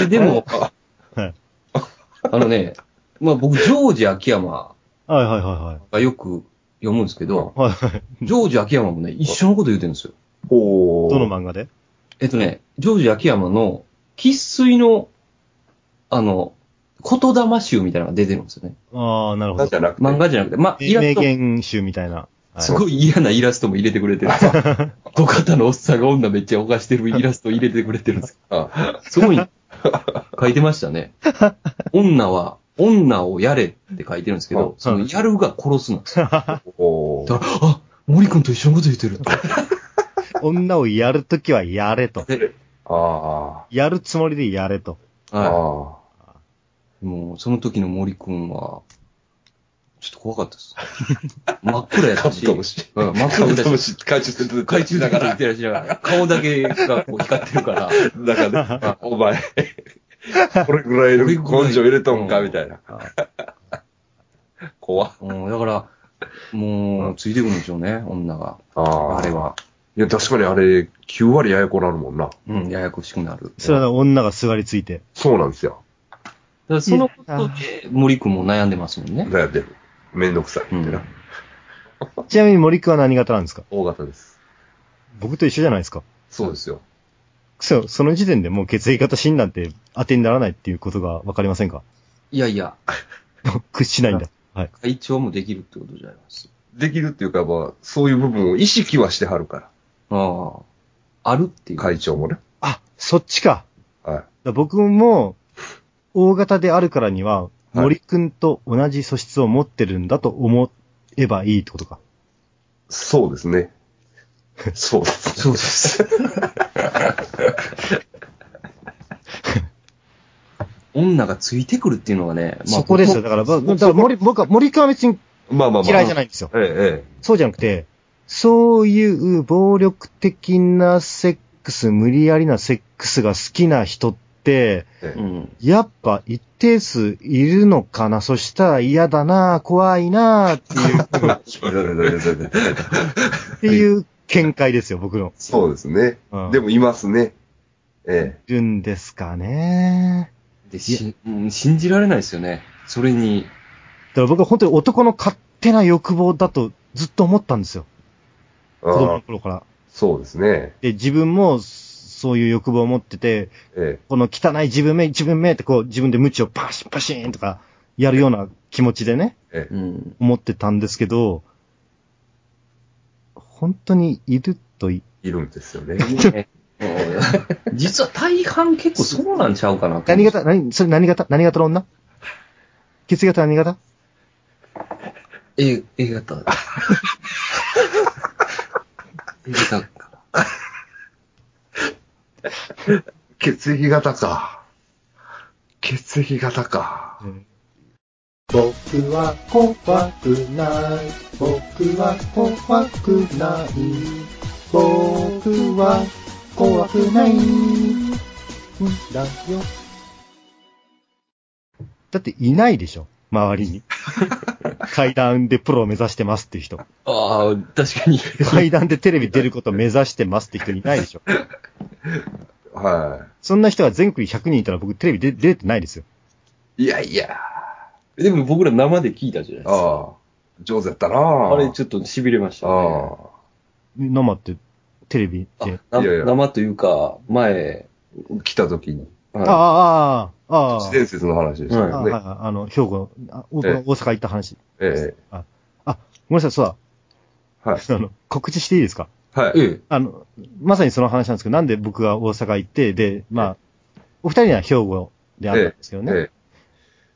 [SPEAKER 2] ででも、
[SPEAKER 3] はい
[SPEAKER 2] あのね、まあ僕、ジョージ秋山
[SPEAKER 3] はいはいは
[SPEAKER 2] がよく読むんですけど、
[SPEAKER 3] いはい。はいはい。
[SPEAKER 2] ジョージ秋山もね、一緒のこと言うてるんですよ。
[SPEAKER 1] ほう。
[SPEAKER 3] どの漫画で
[SPEAKER 2] えっとね、ジョージ秋山の、喫水の、あの、言霊集みたいなのが出てるんですよね。
[SPEAKER 3] ああ、なるほ
[SPEAKER 1] 漫画
[SPEAKER 3] ど
[SPEAKER 1] じ。ゃなくて。
[SPEAKER 2] 漫画じゃなくて、まあ、イラ
[SPEAKER 3] 名
[SPEAKER 2] スト、
[SPEAKER 3] 言集みたいな。はい
[SPEAKER 2] すごい嫌なイラストも入れてくれて る。土方のおっさんが女めっちゃ犯してるイラスト入れてくれてるんです
[SPEAKER 1] あ
[SPEAKER 2] すごい、書いてましたね。女は、女をやれって書いてるんですけど、その、やるが殺すなんですよ。
[SPEAKER 1] ほ
[SPEAKER 2] だから、あ、森君と一緒のこと言ってるって。
[SPEAKER 3] 女をやるときはやれ と。
[SPEAKER 2] で
[SPEAKER 1] う。あ
[SPEAKER 3] やるつもりでやれと。
[SPEAKER 1] あ。
[SPEAKER 2] は
[SPEAKER 1] あ
[SPEAKER 2] い。もう、その時の森君は、ちょっと怖かったです。真っ暗
[SPEAKER 1] あ。
[SPEAKER 2] やった
[SPEAKER 1] カ
[SPEAKER 2] し、
[SPEAKER 1] ブトムシ。
[SPEAKER 2] うん真っ
[SPEAKER 1] カ
[SPEAKER 2] 暗やっ
[SPEAKER 1] ブ
[SPEAKER 2] た
[SPEAKER 1] トム
[SPEAKER 2] し、
[SPEAKER 1] シ、懐中電灯で
[SPEAKER 2] 懐中
[SPEAKER 1] だ
[SPEAKER 2] 電
[SPEAKER 1] から、
[SPEAKER 2] 灯で照らしながら、顔だけがこう光ってるから、
[SPEAKER 1] だからね、お前、 これぐらいの根性入れとんか、みたいな。怖っ
[SPEAKER 2] うん、だから、もう、ついてくるんでしょうね、女が。
[SPEAKER 1] ああ
[SPEAKER 2] あれ。は。
[SPEAKER 1] いや、確かにあれ、9割ややこなるもんな。
[SPEAKER 2] うん、ややこしくなる。
[SPEAKER 3] それは女がすがりついて。
[SPEAKER 1] そうなんですよ。
[SPEAKER 2] だからそのことで、森君も悩んでますもんね。
[SPEAKER 1] 悩んでる。めんどくさいって
[SPEAKER 2] う。
[SPEAKER 1] なん
[SPEAKER 3] ちなみに森くんは何型なんですか
[SPEAKER 1] 大型です。
[SPEAKER 3] 僕と一緒じゃないですか。
[SPEAKER 1] そうですよ。
[SPEAKER 3] そう、その時点でもう血液型診断って当てにならないっていうことがわかりませんか
[SPEAKER 2] いやいや、
[SPEAKER 3] 屈しないんだ。はい。
[SPEAKER 2] 会長もできるってことじゃないます。
[SPEAKER 1] できるっていうか、まあ、そういう部分を意識はしてはるか
[SPEAKER 2] ああ。あるってい
[SPEAKER 1] ら。
[SPEAKER 2] う。
[SPEAKER 1] 会長もね。
[SPEAKER 3] あ、そっちか。
[SPEAKER 1] は
[SPEAKER 3] だ僕も、大型であるからには、
[SPEAKER 1] い
[SPEAKER 3] 森くんと同じ素質を持ってるんだと思えばいいってことか。
[SPEAKER 1] い。そうですね。 そうです。
[SPEAKER 2] そうです。女がついてくるっていうのがね、
[SPEAKER 3] そこですよ。だから、まあだから森僕は森くんは別に
[SPEAKER 1] まあまあまあ。
[SPEAKER 3] 嫌いじ
[SPEAKER 1] ない。
[SPEAKER 3] ゃないんですよ。
[SPEAKER 1] ええ、え
[SPEAKER 3] そうじゃなくて、そういう暴力的なセックス、無理やりなセックスが好きな人って、
[SPEAKER 1] え。え
[SPEAKER 2] う
[SPEAKER 1] え
[SPEAKER 2] ん。
[SPEAKER 3] やっぱ一定数いるのかなそしたら嫌だな怖いなっていう、っていう見解ですよ、僕の。
[SPEAKER 1] そうですね
[SPEAKER 3] うん。
[SPEAKER 1] でも、いますね。え
[SPEAKER 3] いるんですかね。
[SPEAKER 2] で、し、うん信じられないですよね。それに、
[SPEAKER 3] だから僕は本当に男の勝手な欲望だとずっと思ったんですよ。
[SPEAKER 1] え。
[SPEAKER 3] 子供
[SPEAKER 1] あ
[SPEAKER 3] の
[SPEAKER 1] あ
[SPEAKER 3] 頃から。
[SPEAKER 1] そうですね。
[SPEAKER 3] で、自分もそういう欲望を持ってて、
[SPEAKER 1] え
[SPEAKER 3] この汚い自分め、自分めってこう自分で無知をパシンパシーンとかやるような気持ちでね、
[SPEAKER 1] え。ええ。
[SPEAKER 2] うん。
[SPEAKER 3] 思ってたんですけど、本当にいるとい、
[SPEAKER 1] いるんですよね。
[SPEAKER 2] ねうん実は大半結構そうなんちゃうかなと
[SPEAKER 3] 何型、何、それ何型、何型の女血液型何型
[SPEAKER 2] A、A 型。A 型か。
[SPEAKER 1] 血液型か。血液型か。
[SPEAKER 4] 僕は怖くない。僕は怖くない。僕は怖くない。んだよ。
[SPEAKER 3] だっていないでしょ周りに。階段でプロを目指してますっていう人。
[SPEAKER 2] ああ、確かに。
[SPEAKER 3] 階段でテレビ出ることを目指してますって人いないでしょ。
[SPEAKER 1] は
[SPEAKER 3] そんな人が全国に100人いたら僕テレビで出れてないですよ。
[SPEAKER 1] い。いやいや。
[SPEAKER 2] でも僕ら生で聞いたじゃないですか。
[SPEAKER 1] ああ。上手やったな
[SPEAKER 2] あ
[SPEAKER 1] あ
[SPEAKER 2] れちょっと痺れましたね。
[SPEAKER 1] ああ。
[SPEAKER 3] 生ってテレビ
[SPEAKER 2] あ
[SPEAKER 3] で。
[SPEAKER 2] ない
[SPEAKER 1] やいや
[SPEAKER 2] 生というか、前、
[SPEAKER 1] 来た時に。
[SPEAKER 3] あ
[SPEAKER 2] はい
[SPEAKER 3] あ、ああ、あ
[SPEAKER 1] 都
[SPEAKER 3] あ
[SPEAKER 1] 市。伝説の話でした
[SPEAKER 3] あ
[SPEAKER 1] よ
[SPEAKER 3] はい
[SPEAKER 1] ね。
[SPEAKER 3] はいあの、兵庫、あ大
[SPEAKER 1] ええ
[SPEAKER 3] 大阪行った話。
[SPEAKER 1] え
[SPEAKER 3] ごめんなさい、そう
[SPEAKER 1] え。はい。
[SPEAKER 3] だ。あの、告知していいですか
[SPEAKER 1] はい。
[SPEAKER 2] ええ。
[SPEAKER 3] あの、まさにその話なんですけど、なんで僕が大阪行って、で、まあ、お二人には兵庫であったんですけどね。
[SPEAKER 1] え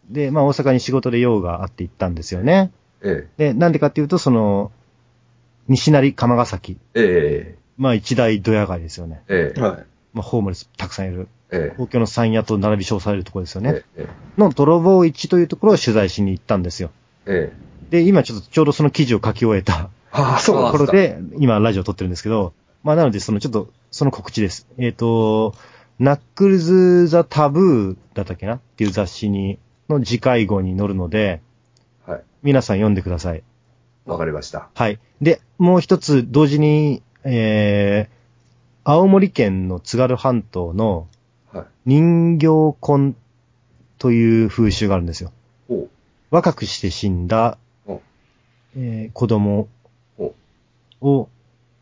[SPEAKER 3] で、まあ大阪に仕事で用があって行ったんですよね。
[SPEAKER 1] え。え
[SPEAKER 3] で、なんでかっていうと、その、西成釜ヶ崎。
[SPEAKER 1] え。え
[SPEAKER 3] まあ一大ドヤ街ですよね。
[SPEAKER 1] え。ええ。
[SPEAKER 2] はい。
[SPEAKER 3] まあホームレスたくさんいる。
[SPEAKER 1] ええ。
[SPEAKER 3] 東京の山野と並び称されるところですよね。
[SPEAKER 1] ええ。
[SPEAKER 3] の泥棒市というところを取材しに行ったんですよ。
[SPEAKER 1] ええ。
[SPEAKER 3] で、今ちょっとちょうどその記事を書き終えた
[SPEAKER 1] ああ、
[SPEAKER 3] と
[SPEAKER 1] そうなんで
[SPEAKER 3] ころ
[SPEAKER 1] すか。
[SPEAKER 3] で、今ラジオを撮ってるんですけど、まあなのでそのちょっと、その告知です。えっ、と、ナックルズ・ザ・タブーだったっけなっていう雑誌に、の次回号に載るので、
[SPEAKER 1] はい。
[SPEAKER 3] 皆さん読んでください。
[SPEAKER 1] わかりました。
[SPEAKER 3] はい。で、もう一つ同時に、えー、青森県の津軽半島の
[SPEAKER 1] はい。
[SPEAKER 3] 人形コンという風習があるんですよ。
[SPEAKER 1] おう
[SPEAKER 3] 若くして死んだ
[SPEAKER 1] お、
[SPEAKER 3] えー子供
[SPEAKER 1] お
[SPEAKER 3] を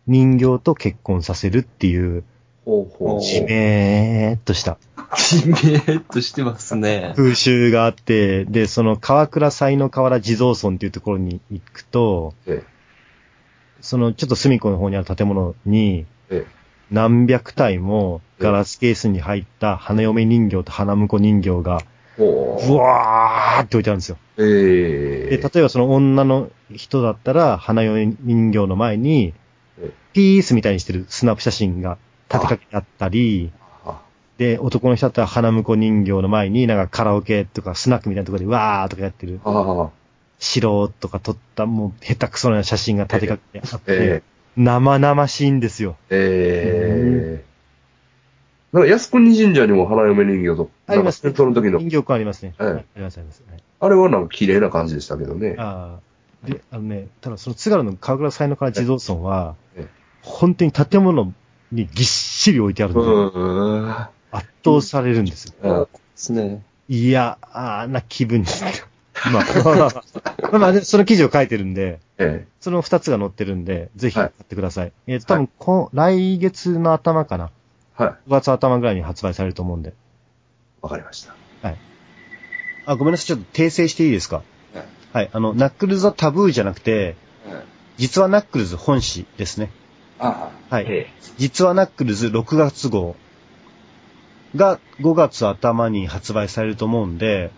[SPEAKER 3] 人形と結婚させるっていう、
[SPEAKER 1] ほうほう。
[SPEAKER 3] じめーっとした
[SPEAKER 2] じめーっとしてますね。
[SPEAKER 3] 風習があって、で、その川倉祭の河原地蔵村っていうところに行くと、
[SPEAKER 1] え
[SPEAKER 3] そのちょっと隅っこの方にある建物に、
[SPEAKER 1] え
[SPEAKER 3] 何百体もガラスケースに入った花嫁人形と花婿人形が、
[SPEAKER 1] えほ
[SPEAKER 3] ブワーって置いてあるんですよ。
[SPEAKER 1] う。え
[SPEAKER 3] で、
[SPEAKER 1] え
[SPEAKER 3] 例えばその女の人だったら、花嫁人形の前に
[SPEAKER 1] ええ、
[SPEAKER 3] ピースみたいにしてるスナップ写真が立てかけてあったり、
[SPEAKER 1] あ
[SPEAKER 3] で、男の人だったら花婿人形の前に、なんかカラオケとかスナックみたいなところでわーとかやってる、
[SPEAKER 1] ああ、
[SPEAKER 3] 素人とか撮ったもう下手くそな写真が立てかけてあって、
[SPEAKER 1] え
[SPEAKER 3] 生々しいんですよ。
[SPEAKER 1] えええなんか、靖国神社にも花嫁人形と、
[SPEAKER 3] あります
[SPEAKER 1] なんかその時の、
[SPEAKER 3] 人形くんありますね。
[SPEAKER 1] ええ
[SPEAKER 3] はいあります、あります。はい
[SPEAKER 1] あれはなんか綺麗な感じでしたけどね。
[SPEAKER 3] ああ。で、あのね、ただその津軽の川倉才能から地蔵村は
[SPEAKER 1] ええ、
[SPEAKER 3] 本当に建物にぎっしり置いてある
[SPEAKER 1] う
[SPEAKER 3] ので、
[SPEAKER 1] んうん。あ
[SPEAKER 3] 圧倒されるんですよ。
[SPEAKER 1] あ
[SPEAKER 2] ですね。
[SPEAKER 3] いや、あーな気分に。まあ、まあまあまあまあでその記事を書いてるんで、
[SPEAKER 1] え
[SPEAKER 3] その二つが載ってるんで、ぜひ
[SPEAKER 1] は
[SPEAKER 3] 買
[SPEAKER 1] い
[SPEAKER 3] ってください。えっ、と、多分こ、来月の頭かな。
[SPEAKER 1] えはい。
[SPEAKER 3] 5月頭ぐらいに発売されると思うんで。
[SPEAKER 1] わかりました。
[SPEAKER 3] あ、ごめんなさい。ちょっと訂正していいですか
[SPEAKER 1] はい
[SPEAKER 3] はい。あの、ナックルズはタブーじゃなくて、
[SPEAKER 1] はい
[SPEAKER 3] 実はナックルズ本誌ですね。
[SPEAKER 1] ああ、
[SPEAKER 3] はい
[SPEAKER 1] え
[SPEAKER 3] 実はナックルズ6月号が5月頭に発売されると思うんで、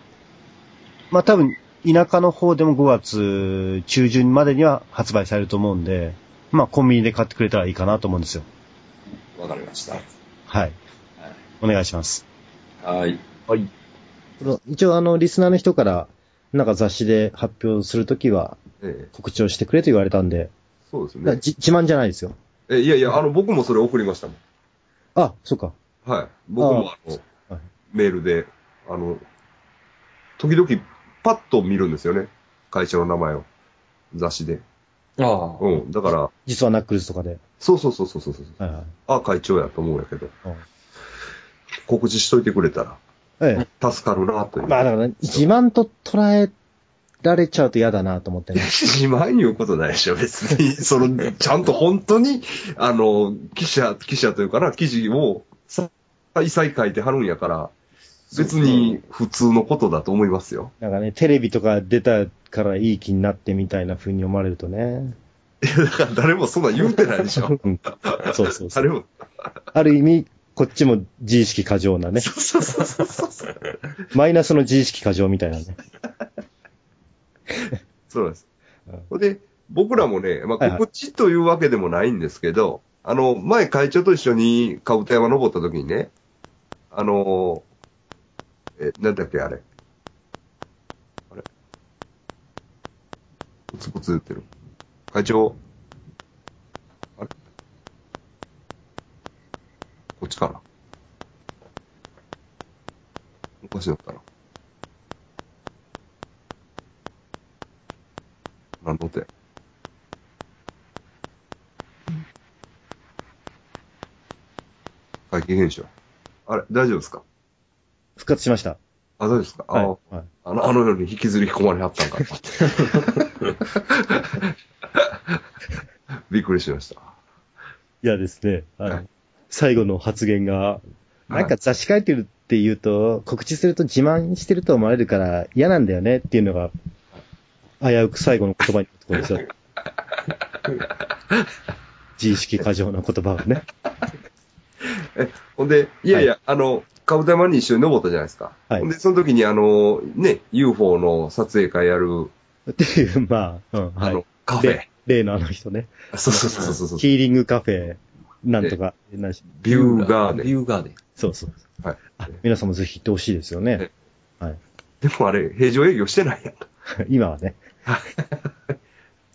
[SPEAKER 3] まあ多分田舎の方でも5月中旬までには発売されると思うんで、まあコンビニで買ってくれたらいいかなと思うんですよ。
[SPEAKER 1] えわかりました。
[SPEAKER 3] はい。お願いします。
[SPEAKER 1] はい。
[SPEAKER 2] はい。
[SPEAKER 5] この一応あの、リスナーの人から、なんか雑誌で発表するときは
[SPEAKER 1] ええ
[SPEAKER 5] 告知をしてくれと言われたんで、
[SPEAKER 1] そうです
[SPEAKER 5] だから
[SPEAKER 1] ね。
[SPEAKER 5] じ自慢じゃないですよ。
[SPEAKER 1] え、いやいや、あの、僕もそれ送りましたも
[SPEAKER 5] あ、そうか。
[SPEAKER 1] ん。はい。僕もあの、
[SPEAKER 5] はい
[SPEAKER 1] メールで、あの、時々パッと見るんですよね。会社の名前を。雑誌で。
[SPEAKER 2] ああ。
[SPEAKER 1] うん。だから、
[SPEAKER 5] 実はナックルズとかで。
[SPEAKER 1] そうそうそうそうそうそう。
[SPEAKER 5] はいはい。
[SPEAKER 1] あ、会長やと思うんやけど
[SPEAKER 5] うん。
[SPEAKER 1] 告知しといてくれた
[SPEAKER 5] え
[SPEAKER 1] ら助かるなとい
[SPEAKER 5] え。
[SPEAKER 1] う。
[SPEAKER 5] まあだから、自慢と捉えられちゃうと嫌だなと思って ね。
[SPEAKER 1] 自慢いうことないでしょ、別 に。その、ちゃんと本当に、あの、記者、記者というかな、記事を、さ再々書いてはるんやから、別に普通のことだと思いますよ。
[SPEAKER 5] なんかね、テレビとか出たからいい気になってみたいな風に思われるとね。
[SPEAKER 1] だから誰もそんなん言うてないでしょ。
[SPEAKER 5] うんそうそう そう。
[SPEAKER 1] 誰も。
[SPEAKER 5] ある意味、こっちも自意識過剰なね。
[SPEAKER 1] そうそうそうそうそう。
[SPEAKER 5] マイナスの自意識過剰みたいなね。
[SPEAKER 1] そうなんです
[SPEAKER 5] うん。
[SPEAKER 1] ほんで、僕らもね、ま
[SPEAKER 5] はい
[SPEAKER 1] あ、
[SPEAKER 5] はい
[SPEAKER 1] 告知というわけでもないんですけど、あの、前会長と一緒に株田山登った時にね、あの、え、なんだっけ、あれ。あれプツプツ言ってる。会長。あれこっちかなおかしなったな。なんのて。会見編集。あれ、大丈夫ですか
[SPEAKER 5] 復活しました。
[SPEAKER 1] あ、大丈夫ですか、
[SPEAKER 5] はい
[SPEAKER 1] あ。
[SPEAKER 5] はい
[SPEAKER 1] あの、あ の夜に引きずり込まれはったんかな。びっくりしました。
[SPEAKER 5] いやですね、あ
[SPEAKER 1] は
[SPEAKER 5] の
[SPEAKER 1] い、
[SPEAKER 5] 最後の発言が、なんか雑誌書いてるって言うと、告知すると自慢してると思われるから嫌なんだよねっていうのが、危うく最後の言葉になって こました。自意識過剰な言葉がね。
[SPEAKER 1] ほんで、いやいや、あの、カブタマに一緒に登ったじゃないですか。
[SPEAKER 5] はい
[SPEAKER 1] ほんで、その時にあの、ね、UFO の撮影会やる、
[SPEAKER 5] っていう、まあ、うん、
[SPEAKER 1] あ
[SPEAKER 5] は
[SPEAKER 1] の
[SPEAKER 5] い。、
[SPEAKER 1] カフェ
[SPEAKER 5] で。、例のあの人ね、
[SPEAKER 1] そうそうそうそうそう。
[SPEAKER 5] ヒーリングカフェ、なんとか、なんし
[SPEAKER 1] ビューガー
[SPEAKER 2] ビ
[SPEAKER 1] デン。
[SPEAKER 2] ューガーデン。
[SPEAKER 5] そうそう。
[SPEAKER 1] はい。
[SPEAKER 5] あ皆さんもぜひ行ってほしいですよね。はい。
[SPEAKER 1] でもあれ、平常営業してないやん。
[SPEAKER 5] 今はね。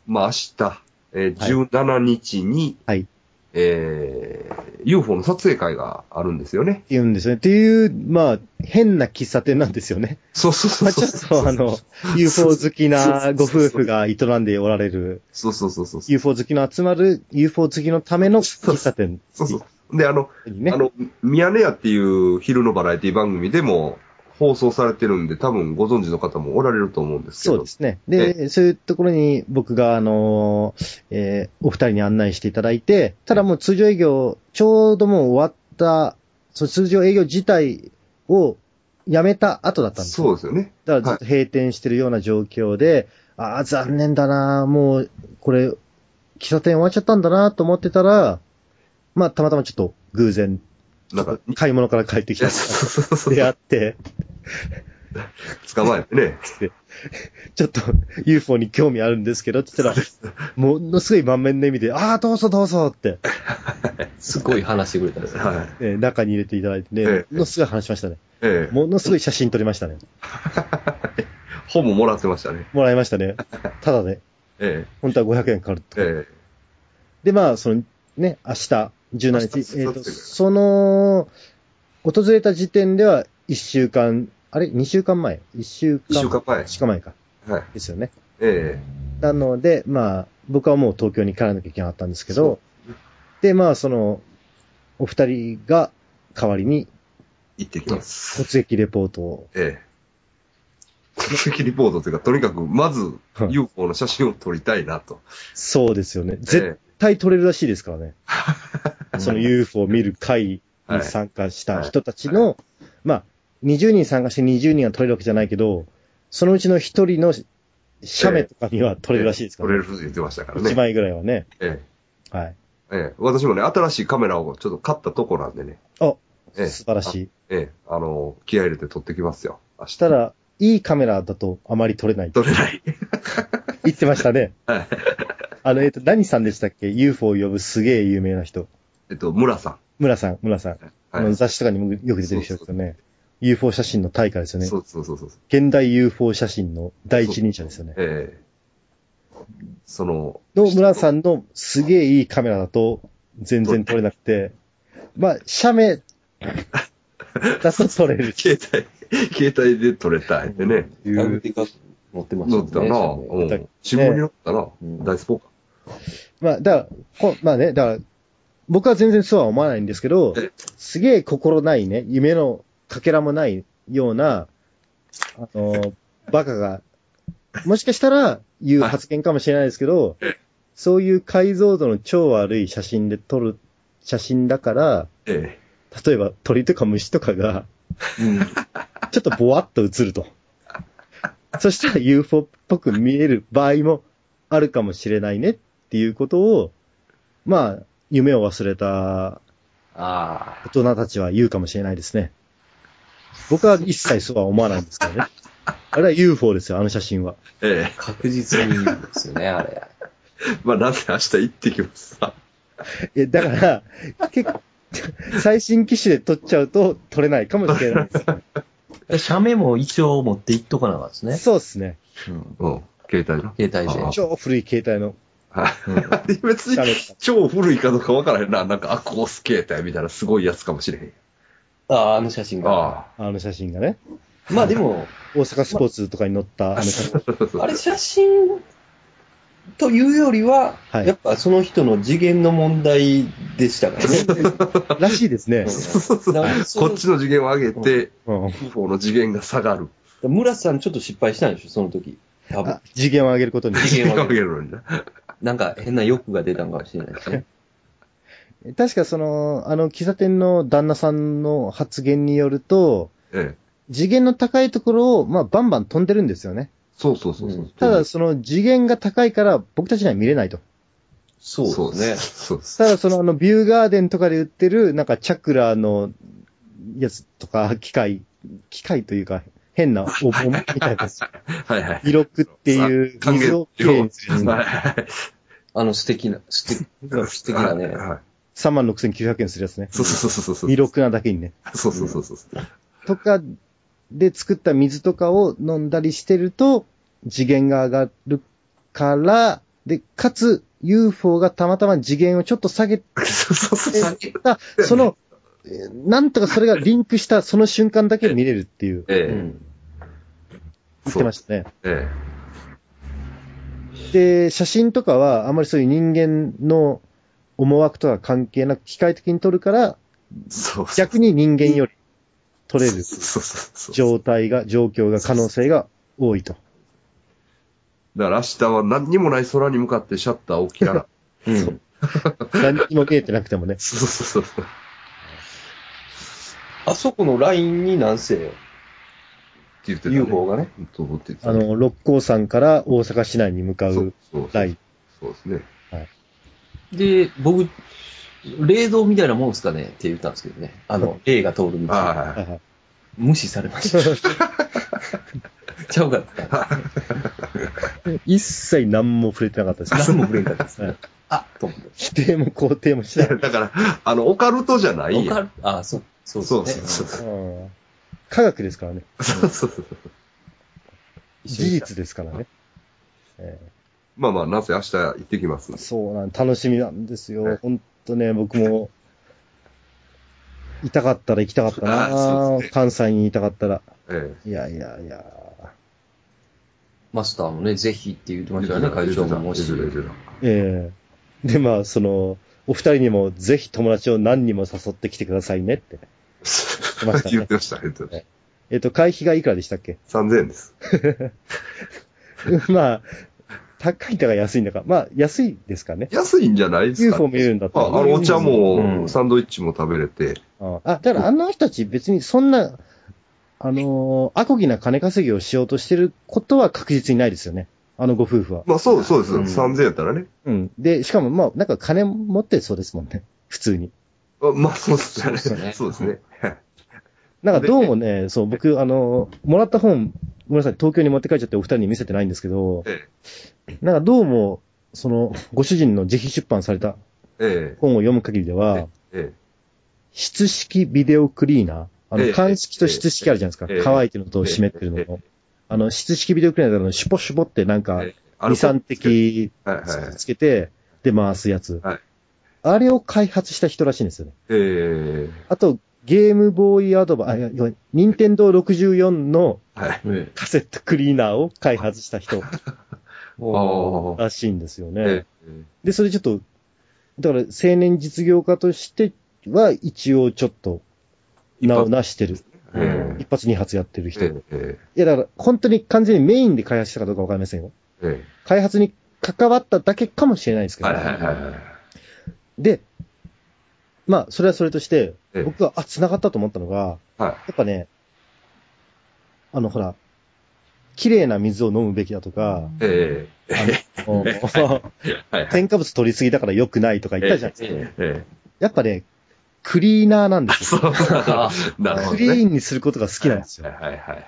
[SPEAKER 1] まあ明日、えー17日に、
[SPEAKER 5] はい
[SPEAKER 1] えー UFO の撮影会があるんですよね
[SPEAKER 5] っ。ていうんですね。っていう、まあ、変な喫茶店なんですよね。
[SPEAKER 1] そうそうそ
[SPEAKER 5] ま
[SPEAKER 1] う
[SPEAKER 5] あ、ち
[SPEAKER 1] そ
[SPEAKER 5] ょっ
[SPEAKER 1] うそう。
[SPEAKER 5] とあの、UFO 好きなご夫婦が営んでおられる、
[SPEAKER 1] そうそうそうそう。
[SPEAKER 5] UFO 好きの集まる、UFO 好きのための喫茶店
[SPEAKER 1] そうそう。で、あの、
[SPEAKER 5] にね
[SPEAKER 1] あ。の、ミヤネ屋っていう昼のバラエティ番組でも、放送されてるんで、多分ご存知の方もおられると思うんですけ
[SPEAKER 3] そ
[SPEAKER 1] ど。
[SPEAKER 3] うですね。で、そういうところに僕が、あのー、えーお二人に案内していただいて、ただもう通常営業、ちょうどもう終わった、そう通常営業自体をやめた後だったんですよ
[SPEAKER 1] そうですよね。
[SPEAKER 3] だからずっと閉店してるような状況で、ああ、残念だな、もう、これ、喫茶店終わっちゃったんだなと思ってたら、まあ、たまたまちょっと偶然、
[SPEAKER 1] なんか、
[SPEAKER 3] 買い物から帰ってき
[SPEAKER 1] いや
[SPEAKER 3] た。
[SPEAKER 1] そうそうそう
[SPEAKER 3] 出
[SPEAKER 1] そ
[SPEAKER 3] 会
[SPEAKER 1] う。
[SPEAKER 3] って、
[SPEAKER 1] 捕まえてね。
[SPEAKER 3] ちょっと UFO に興味あるんですけど、って言ったら、ものすごい満面の意味で、ああ、どうぞどうぞって、
[SPEAKER 2] すごい話してくれたんですよ。
[SPEAKER 1] はい。
[SPEAKER 3] ね中に入れていただいてね、
[SPEAKER 1] え
[SPEAKER 3] ものすごい話しましたね。
[SPEAKER 1] ええ。
[SPEAKER 3] ものすごい写真撮りましたね。
[SPEAKER 1] 本ももらってましたね。
[SPEAKER 3] もらいましたね。ただね、
[SPEAKER 1] え
[SPEAKER 3] 本当は500円かかると
[SPEAKER 1] え。ええ。
[SPEAKER 3] で、まあ、その、ね、明日、
[SPEAKER 1] 明
[SPEAKER 3] 17
[SPEAKER 1] 日
[SPEAKER 3] 日、えっ、
[SPEAKER 1] 明
[SPEAKER 3] と、
[SPEAKER 1] 後日
[SPEAKER 3] その、訪れた時点では1週間、あれ ?2 週間前 ?1 週間。
[SPEAKER 1] 一週間前
[SPEAKER 3] 一週間前か。
[SPEAKER 1] はい。
[SPEAKER 3] ですよね。
[SPEAKER 1] え
[SPEAKER 3] なので、まあ、僕はもう東京に帰らなきゃいけなかったんですけど、で、まあ、その、お二人が代わりに
[SPEAKER 1] え。行ってきます。
[SPEAKER 3] 突撃レポートを、
[SPEAKER 1] ええ。突撃リポートというか、とにかく、まず
[SPEAKER 3] は、い
[SPEAKER 1] UFO の写真を撮りたいなと。
[SPEAKER 3] そうですよね。
[SPEAKER 1] え
[SPEAKER 3] 絶対撮れるらしいですか らね。その UFO を見る会
[SPEAKER 1] は
[SPEAKER 3] に
[SPEAKER 1] い
[SPEAKER 3] 参加した人たちの、まあ、20人参加して20人は撮れるわけじゃないけど、そのうちの1人の写メとかには撮
[SPEAKER 1] 撮
[SPEAKER 3] れるらしいですか
[SPEAKER 1] 撮
[SPEAKER 3] ら
[SPEAKER 1] れ
[SPEAKER 3] ね。
[SPEAKER 1] るって言ってましたからね。
[SPEAKER 3] 1枚ぐらいはね。
[SPEAKER 1] ええ。
[SPEAKER 3] はい。
[SPEAKER 1] ええ、私もね、新しいカメラをちょっと買ったとこなんでね。
[SPEAKER 3] あ、
[SPEAKER 1] ええ、
[SPEAKER 3] 素晴らしい。
[SPEAKER 1] ええ、あの、気合入れて撮ってきますよ。明日
[SPEAKER 3] したら、いいカメラだとあまり撮れない。
[SPEAKER 1] 撮れない。
[SPEAKER 3] 言ってましたね。
[SPEAKER 1] はい
[SPEAKER 3] あの、えっと、何さんでしたっけ ?UFO を呼ぶすげえ有名な人。
[SPEAKER 1] えっと、村さ
[SPEAKER 3] 村さん、村さん。
[SPEAKER 1] ん。
[SPEAKER 3] あの雑誌とかにもよく出てる人ですよね。UFO 写真の大家ですよね。
[SPEAKER 1] そうそうそうそう。
[SPEAKER 3] 現代 UFO 写真の第一人者ですよね。
[SPEAKER 1] ええその、
[SPEAKER 3] の村さんのすげえいいカメラだと全然撮れなくて、まあ、写メだと撮れる
[SPEAKER 1] 携帯、 携帯で撮れたいってね。
[SPEAKER 3] ってい
[SPEAKER 2] ラグ
[SPEAKER 3] う。
[SPEAKER 2] ティが乗ってました
[SPEAKER 1] 乗っ
[SPEAKER 2] もんね。
[SPEAKER 1] てたな。う
[SPEAKER 2] 写メ
[SPEAKER 1] ん。新聞に載ったな。
[SPEAKER 2] うん
[SPEAKER 1] 大スポー
[SPEAKER 3] まあ、だから、こまあね、だから、僕は全然そうは思わないんですけど
[SPEAKER 1] え、
[SPEAKER 3] すげえ心ないね、夢のかけらもないような、あの、バカが、もしかしたら言う発言かもしれないですけど、そういう解像度の超悪い写真で撮る写真だから、
[SPEAKER 1] え
[SPEAKER 3] 例えば鳥とか虫とかが、ちょっとぼわっと映ると。そしたら UFO っぽく見える場合もあるかもしれないねっていうことを、まあ、夢を忘れた
[SPEAKER 2] ああ。
[SPEAKER 3] 大人たちは言うかもしれないですね。僕は一切そうは思わないんですけどね。あれは UFO ですよ、あの写真は。
[SPEAKER 1] え。ええ。
[SPEAKER 2] 確実にですよね、あれ。
[SPEAKER 1] まあ、なんで明日行ってきます。
[SPEAKER 3] え、だから、結構、最新機種で撮っちゃうと撮れないかもしれないです
[SPEAKER 6] 写メも一応持っていっとかなあかんです
[SPEAKER 3] ね。
[SPEAKER 6] ね。
[SPEAKER 3] そうですね。
[SPEAKER 6] うん。
[SPEAKER 1] うん。携帯な。
[SPEAKER 6] 携帯
[SPEAKER 1] あ
[SPEAKER 6] で。
[SPEAKER 3] 超古い携帯の。
[SPEAKER 1] はい。別に、超古いかどうかわからへんな。なんか、アコース携帯みたいなすごいやつかもしれへん。
[SPEAKER 2] ああ、あの写真が。
[SPEAKER 1] あ
[SPEAKER 3] あの写真がね。
[SPEAKER 2] まあでも、
[SPEAKER 3] 大阪スポーツとかに載ったあの写真。
[SPEAKER 2] あれ写真というよりは、
[SPEAKER 3] はい
[SPEAKER 2] やっぱその人の次元の問題でしたからね。
[SPEAKER 3] らしいです
[SPEAKER 2] なん
[SPEAKER 3] ね。
[SPEAKER 2] か
[SPEAKER 1] あ。こっちの次元を上げて、
[SPEAKER 3] うん、
[SPEAKER 1] UFO の次元が下がる。
[SPEAKER 2] 村瀬さんちょっと失敗したんでしょ、その時。多分
[SPEAKER 3] あ。次元を上げることに。
[SPEAKER 2] 次
[SPEAKER 1] 次
[SPEAKER 2] 元
[SPEAKER 1] 元
[SPEAKER 2] を
[SPEAKER 1] を上
[SPEAKER 2] 上げ
[SPEAKER 1] げ
[SPEAKER 2] る
[SPEAKER 1] るのにな。
[SPEAKER 2] なんか変な欲が出たんかもしれないですね。。
[SPEAKER 3] 確かその、あの、喫茶店の旦那さんの発言によると、
[SPEAKER 1] ええ。
[SPEAKER 3] 次元の高いところを、まあ、バンバン飛んでるんですよね。
[SPEAKER 1] そうそうそうそううん
[SPEAKER 3] ただ、その次元が高いから、僕たちには見れないと。
[SPEAKER 2] そうですね。
[SPEAKER 1] そうです。
[SPEAKER 3] ただ、その、あの、ビューガーデンとかで売ってる、なんか、チャクラのやつとか、機械、機械というか、変なお盆み たいなやつ。
[SPEAKER 1] はいはい。
[SPEAKER 3] 色くっていう、
[SPEAKER 1] 還
[SPEAKER 3] 水
[SPEAKER 1] 元
[SPEAKER 3] をきれいにするやつね。
[SPEAKER 1] はい
[SPEAKER 2] あの素敵な、素敵な、素敵なね。
[SPEAKER 1] はい。
[SPEAKER 3] 36,900円するやつね。
[SPEAKER 1] そうそうそうそうそう。
[SPEAKER 3] 魅力なだけにね。
[SPEAKER 1] そうそうそうそうそう。
[SPEAKER 3] とかで作った水とかを飲んだりしてると、次元が上がるから、で、かつ UFO がたまたま次元をちょっと下げて
[SPEAKER 1] そうそうそう。
[SPEAKER 3] た、その、えーなんとかそれがリンクしたその瞬間だけ見れるっていう、
[SPEAKER 1] ええ
[SPEAKER 2] う。ん
[SPEAKER 3] 言ってましたね。
[SPEAKER 1] え
[SPEAKER 3] で、写真とかはあまりそういう人間の思惑とは関係なく機械的に撮るから、
[SPEAKER 1] え。そう。
[SPEAKER 3] 逆に人間より取れる
[SPEAKER 1] そうそうそうそう。
[SPEAKER 3] 状態が、状況が、可能性が多いと。
[SPEAKER 1] だから明日は何にもない空に向かってシャッターを切らない。
[SPEAKER 7] うん。
[SPEAKER 3] 何にも見えてなくてもね。
[SPEAKER 1] そうそうそう。
[SPEAKER 7] あそこのラインになんせよ。
[SPEAKER 1] って言ってた、ね。
[SPEAKER 7] UFO がね。
[SPEAKER 1] と思ってた
[SPEAKER 3] あの、六甲山から大阪市内に向か
[SPEAKER 1] そう
[SPEAKER 3] う
[SPEAKER 1] そうそ
[SPEAKER 3] ラ
[SPEAKER 1] う
[SPEAKER 3] イン。
[SPEAKER 1] そうですね。
[SPEAKER 2] で、僕、霊道みたいなもんですかねって言ったんですけどね。あの、霊が通るみたいな。
[SPEAKER 1] はいはい。
[SPEAKER 2] 無視されました。ちゃうかった。
[SPEAKER 3] 一切何も触れてなかったです。
[SPEAKER 2] 何も触れんかったですね。あ、と思って。
[SPEAKER 3] 否定も肯定もしない。
[SPEAKER 1] だから、あの、オカルトじゃないん
[SPEAKER 2] わか
[SPEAKER 1] や。
[SPEAKER 2] るあ、そう、そう
[SPEAKER 1] そう
[SPEAKER 2] です
[SPEAKER 1] そう
[SPEAKER 2] ね。
[SPEAKER 1] そう。
[SPEAKER 3] うん科学ですからね。
[SPEAKER 1] そうそうそう。
[SPEAKER 3] 事実ですからね。え
[SPEAKER 1] まあまあ、なぜ明日行ってきます
[SPEAKER 3] ー。そうなん、楽しみなんです
[SPEAKER 1] は
[SPEAKER 3] よ
[SPEAKER 1] い。
[SPEAKER 3] ほんとね、僕も、痛かったら行きたかっ
[SPEAKER 1] あ
[SPEAKER 3] た
[SPEAKER 1] ーそう
[SPEAKER 3] な
[SPEAKER 1] ですね
[SPEAKER 3] 関西にいたかったら。
[SPEAKER 1] え
[SPEAKER 3] いやいやいや。
[SPEAKER 2] マスターもね、ぜひって言って
[SPEAKER 1] え。
[SPEAKER 2] ましたよね、会長ももし。
[SPEAKER 1] いるいる
[SPEAKER 3] ええで、まあ、その、お二人にも、ぜひ友達を何人も誘ってきてくださいねって。まし たね
[SPEAKER 1] 言ってました、言ってまし
[SPEAKER 3] えっ、と、会費がいくらでしたっけ
[SPEAKER 1] た。3000円です。
[SPEAKER 3] まあ、高いんだか安いんだか。まあ、安いですかね。
[SPEAKER 1] 安いんじゃないですか、
[SPEAKER 3] UFO 見れるんだった
[SPEAKER 1] あ
[SPEAKER 3] ら
[SPEAKER 1] あの、お茶
[SPEAKER 2] う
[SPEAKER 1] も、
[SPEAKER 2] ん
[SPEAKER 1] サンドイッチも食べれて、
[SPEAKER 3] ああ、だからあの人たち別にそんな、あのーアコギな金稼ぎをしようとしてることは確実にないですよね。あのご夫婦は。
[SPEAKER 1] まあそう、そうです。
[SPEAKER 2] うん
[SPEAKER 1] 3000円やったらね。
[SPEAKER 3] うん。で、しかもまあ、なんか金持ってそうですもんね。普通に。
[SPEAKER 1] あまあそうですね。
[SPEAKER 2] そうですね
[SPEAKER 1] そうですね。はい
[SPEAKER 3] なんかどうもね、そう、僕、あのーもらった本、ごめんなさい、東京に持って帰っちゃってお二人に見せてないんですけど、
[SPEAKER 1] え
[SPEAKER 3] なんかどうも、その、ご主人の自費出版された
[SPEAKER 1] え。え
[SPEAKER 3] 本を読む限りでは、
[SPEAKER 1] え。え
[SPEAKER 3] 湿式ビデオクリーナー。あ
[SPEAKER 1] ええ
[SPEAKER 3] の、乾式と湿式あるじゃないですか
[SPEAKER 1] えええ。え
[SPEAKER 3] 乾いてるのと湿ってる
[SPEAKER 1] え
[SPEAKER 3] の
[SPEAKER 1] え
[SPEAKER 3] と。あの、湿式ビデオクリーナーのシュポシュポってなん
[SPEAKER 1] え。
[SPEAKER 3] か
[SPEAKER 1] え、えあの
[SPEAKER 3] 二三。滴
[SPEAKER 1] はいはい。
[SPEAKER 3] つけて、で回すやつ
[SPEAKER 1] はい。
[SPEAKER 3] あれを開発した人らしいんですよね。
[SPEAKER 1] ええ。
[SPEAKER 3] あと、ゲームボーイアドバン、あ、いや、ごめん任天堂64の
[SPEAKER 1] はい。
[SPEAKER 2] ええ
[SPEAKER 3] カセットクリーナーを開発した人
[SPEAKER 1] お
[SPEAKER 3] らしいんですよ
[SPEAKER 1] え
[SPEAKER 3] ね。
[SPEAKER 1] ええ
[SPEAKER 3] で、それちょっと、だから青年実業家としては一応ちょっと名を成してる。
[SPEAKER 1] ええ
[SPEAKER 3] 一発二発やってる人。い
[SPEAKER 1] ええ。
[SPEAKER 3] や、だから本当に完全にメインで開発したかどうかわかりませんよ。
[SPEAKER 1] ええ。
[SPEAKER 3] 開発に関わっただけかもしれないですけど。
[SPEAKER 1] はいはいはいはい。
[SPEAKER 3] で、まあ、それはそれとして
[SPEAKER 1] ええ、
[SPEAKER 3] 僕は、あ、繋がったと思ったのが、
[SPEAKER 1] は
[SPEAKER 3] やっぱね、あの、ほら、綺麗な水を飲むべきだとか、
[SPEAKER 1] え
[SPEAKER 3] あの
[SPEAKER 1] え。はいはい。
[SPEAKER 3] 添加物取りすぎだから良くないとか言ったじゃないですか。
[SPEAKER 1] ええ。
[SPEAKER 3] やっぱね、クリーナーなんです
[SPEAKER 1] そう。
[SPEAKER 3] よ。
[SPEAKER 1] なるほど
[SPEAKER 3] ク
[SPEAKER 1] ね。
[SPEAKER 3] リーンにすることが好きなんですよ。
[SPEAKER 1] はいはいはいはい。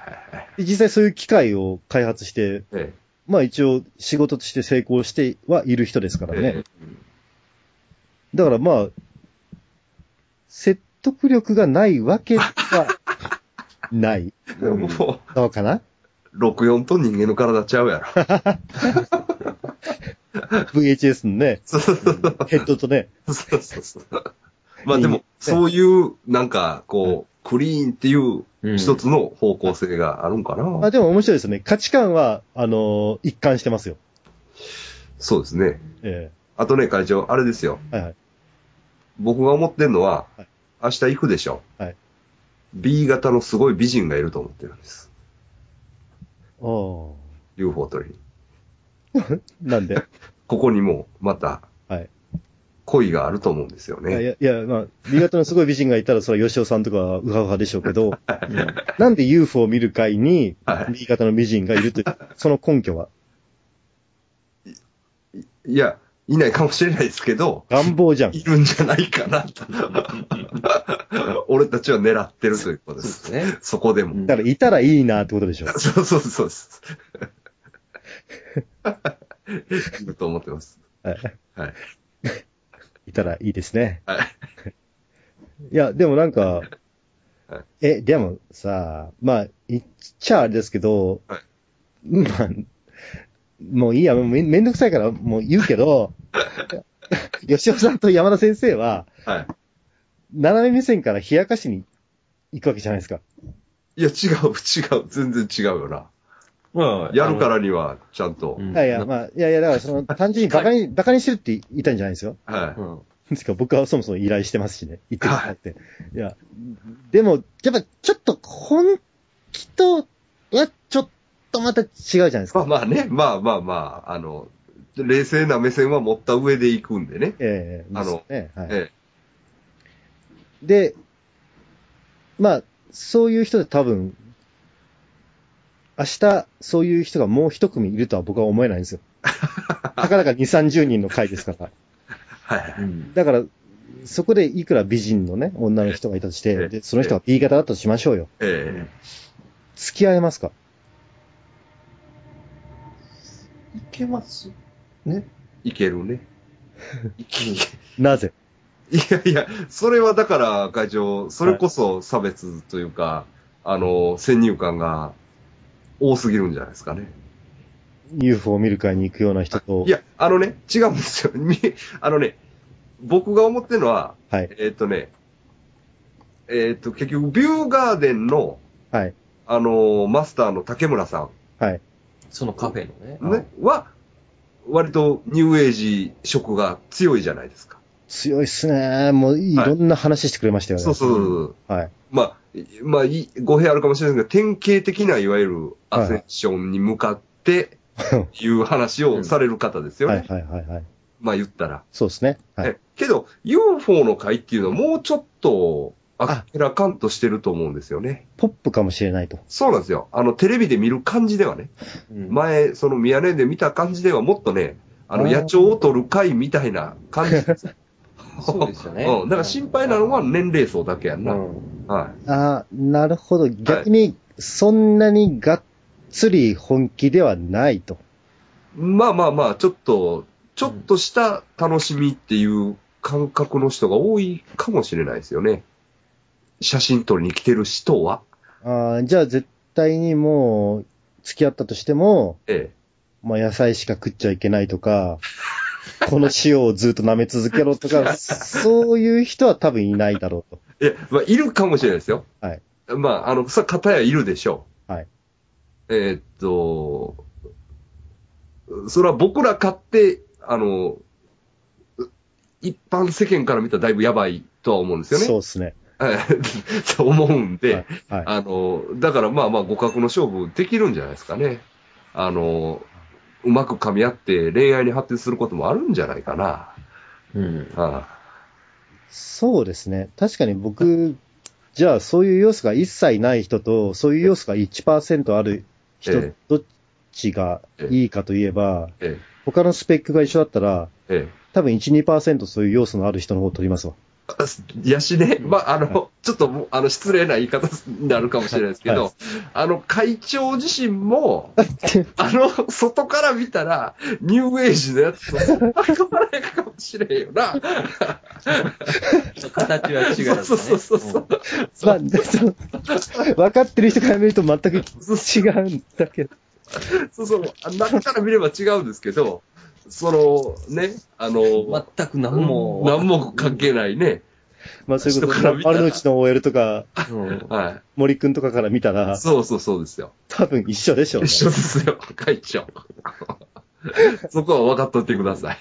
[SPEAKER 3] で実際そういう機械を開発して、
[SPEAKER 1] え
[SPEAKER 3] まあ一応仕事として成功してはいる人ですから
[SPEAKER 1] え。
[SPEAKER 3] ね。だからまあ、説得力がないわけはない。
[SPEAKER 1] でもも
[SPEAKER 3] どうかな
[SPEAKER 1] う、64と人間の体ちゃうやろ。
[SPEAKER 3] ?VHS のね、
[SPEAKER 1] そうそうそう
[SPEAKER 3] ヘッドとね、
[SPEAKER 1] そうそうそう。まあでも、そういう、なんか、こう、クリーンっていう
[SPEAKER 2] うん
[SPEAKER 1] 一つの方向性があるんかな。
[SPEAKER 3] まあでも面白いですよね。価値観は、あのー一貫してますよ。
[SPEAKER 1] そうですね。
[SPEAKER 3] え
[SPEAKER 1] あとね、会長、あれですよ。
[SPEAKER 3] えはいはい。
[SPEAKER 1] 僕が思ってんのは
[SPEAKER 3] はい、
[SPEAKER 1] 明日行くでしょ。
[SPEAKER 3] はい。
[SPEAKER 1] B 型のすごい美人がいると思ってるんです。
[SPEAKER 3] お
[SPEAKER 1] UFO 取りに。
[SPEAKER 3] なんで、
[SPEAKER 1] ここにも、また、
[SPEAKER 3] はい。
[SPEAKER 1] 恋があると思うんですよ
[SPEAKER 3] いや、い
[SPEAKER 1] ね。
[SPEAKER 3] や、いやまあ、B 型のすごい美人がいたら、それは吉尾さんとかはウハウハでしょうけ ど、なんで UFO を見る会に
[SPEAKER 1] は、
[SPEAKER 3] B 型の美人がいるという、その根拠は、
[SPEAKER 1] いや、いないかもしれないですけど、
[SPEAKER 3] 願望じゃん。
[SPEAKER 1] いるんじゃないかな と。俺たちは狙ってるということで。
[SPEAKER 2] そうですすね。
[SPEAKER 1] そこでも。
[SPEAKER 3] だから、いたらいいなってことでしょ。
[SPEAKER 1] そうそうそうです。 いると思ってます。
[SPEAKER 3] はい
[SPEAKER 1] はい。
[SPEAKER 3] いたらいいですね。
[SPEAKER 1] はい。
[SPEAKER 3] いや、でもなんか
[SPEAKER 1] はい、
[SPEAKER 3] え、でもさ、まあ、言っちゃあれですけど、
[SPEAKER 1] はい
[SPEAKER 3] まあ、もういいや、もうめめんどくさいからもう言うけど、 吉尾さんと山田先生は、
[SPEAKER 1] はい。
[SPEAKER 3] 斜め目線から冷やかしに行くわけじゃないですか。
[SPEAKER 1] いや、違う、違う。全然違うよな。
[SPEAKER 2] まあ
[SPEAKER 1] やるからには、ちゃんと。
[SPEAKER 2] うん
[SPEAKER 3] いやいや、まあ、いやいや、だからその、単純にバカに、バカにしてるって言いたいんじゃないんですよ。
[SPEAKER 1] は
[SPEAKER 2] うん
[SPEAKER 3] ですか僕はそもそも依頼してますしね。言ってくださいって。い、や、でも、やっぱちょっと本気とはちょっとまた違うじゃないです
[SPEAKER 1] ま
[SPEAKER 3] か。
[SPEAKER 1] あまあね、まあまあまあ、あの、冷静な目線は持った上で行くんでね。
[SPEAKER 3] ええ
[SPEAKER 1] あの
[SPEAKER 3] ですね、はい。
[SPEAKER 1] え
[SPEAKER 3] で、まあ、そういう人で多分、明日、そういう人がもう一組いるとは僕は思えないんで すよ。たかだか2、30人の会ですから。
[SPEAKER 1] えはい。
[SPEAKER 2] うん。
[SPEAKER 3] だから、そこでいくら美人のね、女の人がいたとし
[SPEAKER 1] え
[SPEAKER 3] て、
[SPEAKER 1] え
[SPEAKER 3] でその人が B 型だとしましょうよ。
[SPEAKER 1] え
[SPEAKER 3] 付き合えますか
[SPEAKER 2] いけますね。
[SPEAKER 1] えいけるね。いけい
[SPEAKER 3] なぜ
[SPEAKER 1] やいや、それはだから、会長、それこそ差別というか、あの、先入観が多すぎるんじゃないですかね。
[SPEAKER 3] ?UFO を見る会に行くような人と
[SPEAKER 1] い、や、あのね、違うんですよ。 みあのね、僕が思ってるのは、
[SPEAKER 3] はい、
[SPEAKER 1] えーっ、とね、えーっ、と、結局、ビューガーデンの、
[SPEAKER 3] はい、
[SPEAKER 1] あのーマスターの竹村さ
[SPEAKER 3] はい。
[SPEAKER 2] そのカフェのね。
[SPEAKER 1] ん、ね、は、割とニューエイジ色が強いじゃないですか。
[SPEAKER 3] 強いっすね。もうい
[SPEAKER 1] はい
[SPEAKER 3] ろんな話してくれましたよね。
[SPEAKER 1] そうそうそうそう。
[SPEAKER 3] はい。
[SPEAKER 1] まあ、いまあ、いい語弊あるかもしれないですけど、典型的ないわゆるアセッションに向かって、いう話をされる方ですよ
[SPEAKER 3] は
[SPEAKER 1] ね。
[SPEAKER 3] い、はい、はい、はい。
[SPEAKER 1] まあ言ったら。
[SPEAKER 3] そうですね。はい。
[SPEAKER 1] えけど、UFO の回っていうのはもうちょっと、あっけらかんとしてると思うんですよね。
[SPEAKER 3] ポップかもしれないと。
[SPEAKER 1] そうなんですよ。あの、テレビで見る感じではね。
[SPEAKER 2] うん
[SPEAKER 1] 前、そのミヤネ屋で見た感じではもっとね、あの、
[SPEAKER 3] あー
[SPEAKER 1] 野鳥を取る会みたいな感じです。
[SPEAKER 2] そうですよね
[SPEAKER 1] うん。だから心配なのは年齢層だけやん
[SPEAKER 2] う
[SPEAKER 1] な。
[SPEAKER 2] ん。
[SPEAKER 1] は
[SPEAKER 3] ああ、なるほど。逆に、そんなにがっつり本気ではないと。
[SPEAKER 1] い。まあまあまあ、ちょっと、ちょっとした楽しみっていう感覚の人が多いかもしれないですよね。写真撮りに来てる人は。
[SPEAKER 3] ああ、じゃあ絶対にもう、付き合ったとしても、
[SPEAKER 1] え
[SPEAKER 3] まあ野菜しか食っちゃいけない とか、この塩をずっと舐め続けろとか、そういう人は多分いないだろうと。
[SPEAKER 1] え。いや、まあ、いるかもしれないですよ。
[SPEAKER 3] はい。
[SPEAKER 1] まあ、あの、さ、方やいるでしょう。
[SPEAKER 3] はい。
[SPEAKER 1] えーっと、それは僕ら買って、あの、う一般世間から見たらだいぶやばいとは思うんですよね。
[SPEAKER 3] そうですね。
[SPEAKER 1] はい そう思うんで、
[SPEAKER 3] はい。はい
[SPEAKER 1] あの、だからまあまあ互角の勝負できるんじゃないですかね。あの、うまく噛み合って恋愛に発展することもあるんじゃないかな。
[SPEAKER 2] うん。
[SPEAKER 1] は
[SPEAKER 3] そうですね。確かに僕、じゃあそういう要素が一切ない人と、そういう要素が1%ある人、
[SPEAKER 1] ええ
[SPEAKER 3] どっちがいいかといえば、
[SPEAKER 1] いえ
[SPEAKER 3] 他のスペックが一緒だったら、
[SPEAKER 1] え、ええ。
[SPEAKER 3] 多分1、2%そういう要素のある人の方を取りますわ。
[SPEAKER 1] あすいやしね、まあ、あの、ちょっともう、あの、失礼な言い方になるかもしれないですけど、
[SPEAKER 3] はい
[SPEAKER 1] あの、会長自身も、あの、外から見たら、ニューエイジのやつとそんな変わらないかもしれんよな。
[SPEAKER 2] ちょっと形は違う、ね。
[SPEAKER 1] そうそうそう そう。
[SPEAKER 3] まあ、 そう分かってる人から見ると全く違うんだけど。
[SPEAKER 1] そうそう。あ中から見れば違うんですけど、その、ね、あの、
[SPEAKER 2] うん全く何も。
[SPEAKER 1] 何も関係ないね。
[SPEAKER 3] まあそういうこ
[SPEAKER 1] 人
[SPEAKER 3] と
[SPEAKER 1] から
[SPEAKER 3] で、
[SPEAKER 1] 見たら
[SPEAKER 3] 丸の内の OL とか、
[SPEAKER 2] うん。
[SPEAKER 1] は
[SPEAKER 3] 森くんとかから見た
[SPEAKER 1] い。
[SPEAKER 3] ら、
[SPEAKER 1] そうそうそうですよ。
[SPEAKER 3] 多分一緒でしょうね
[SPEAKER 1] 一。緒ですよ、会長。そこは分かっといてください。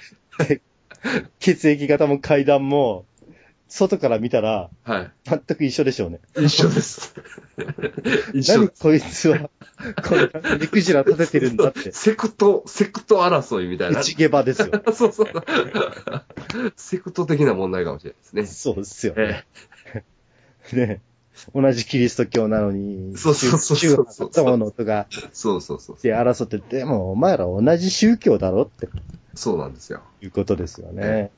[SPEAKER 3] 血液型も階段も、外から見たら、
[SPEAKER 1] はい。
[SPEAKER 3] 全く一緒でしょうね。
[SPEAKER 1] 一緒です。 一緒
[SPEAKER 3] 何
[SPEAKER 1] です。
[SPEAKER 3] こいつは、 この目くじら立ててるんだって。
[SPEAKER 1] セクト、セクト争いみたいな。
[SPEAKER 3] 内ゲバですよ。
[SPEAKER 1] そうそう。セクト的な問題かもしれないです
[SPEAKER 3] そうですよ
[SPEAKER 1] ね。。え
[SPEAKER 3] ね。同じキリスト教なのに、
[SPEAKER 1] そうそうそう
[SPEAKER 3] 宗
[SPEAKER 1] そう
[SPEAKER 3] 派だったものとか
[SPEAKER 1] えそうそうそう。
[SPEAKER 3] で争って、でもお前ら同じ宗教だろって
[SPEAKER 1] そうなんですよ。
[SPEAKER 3] いうことですよね。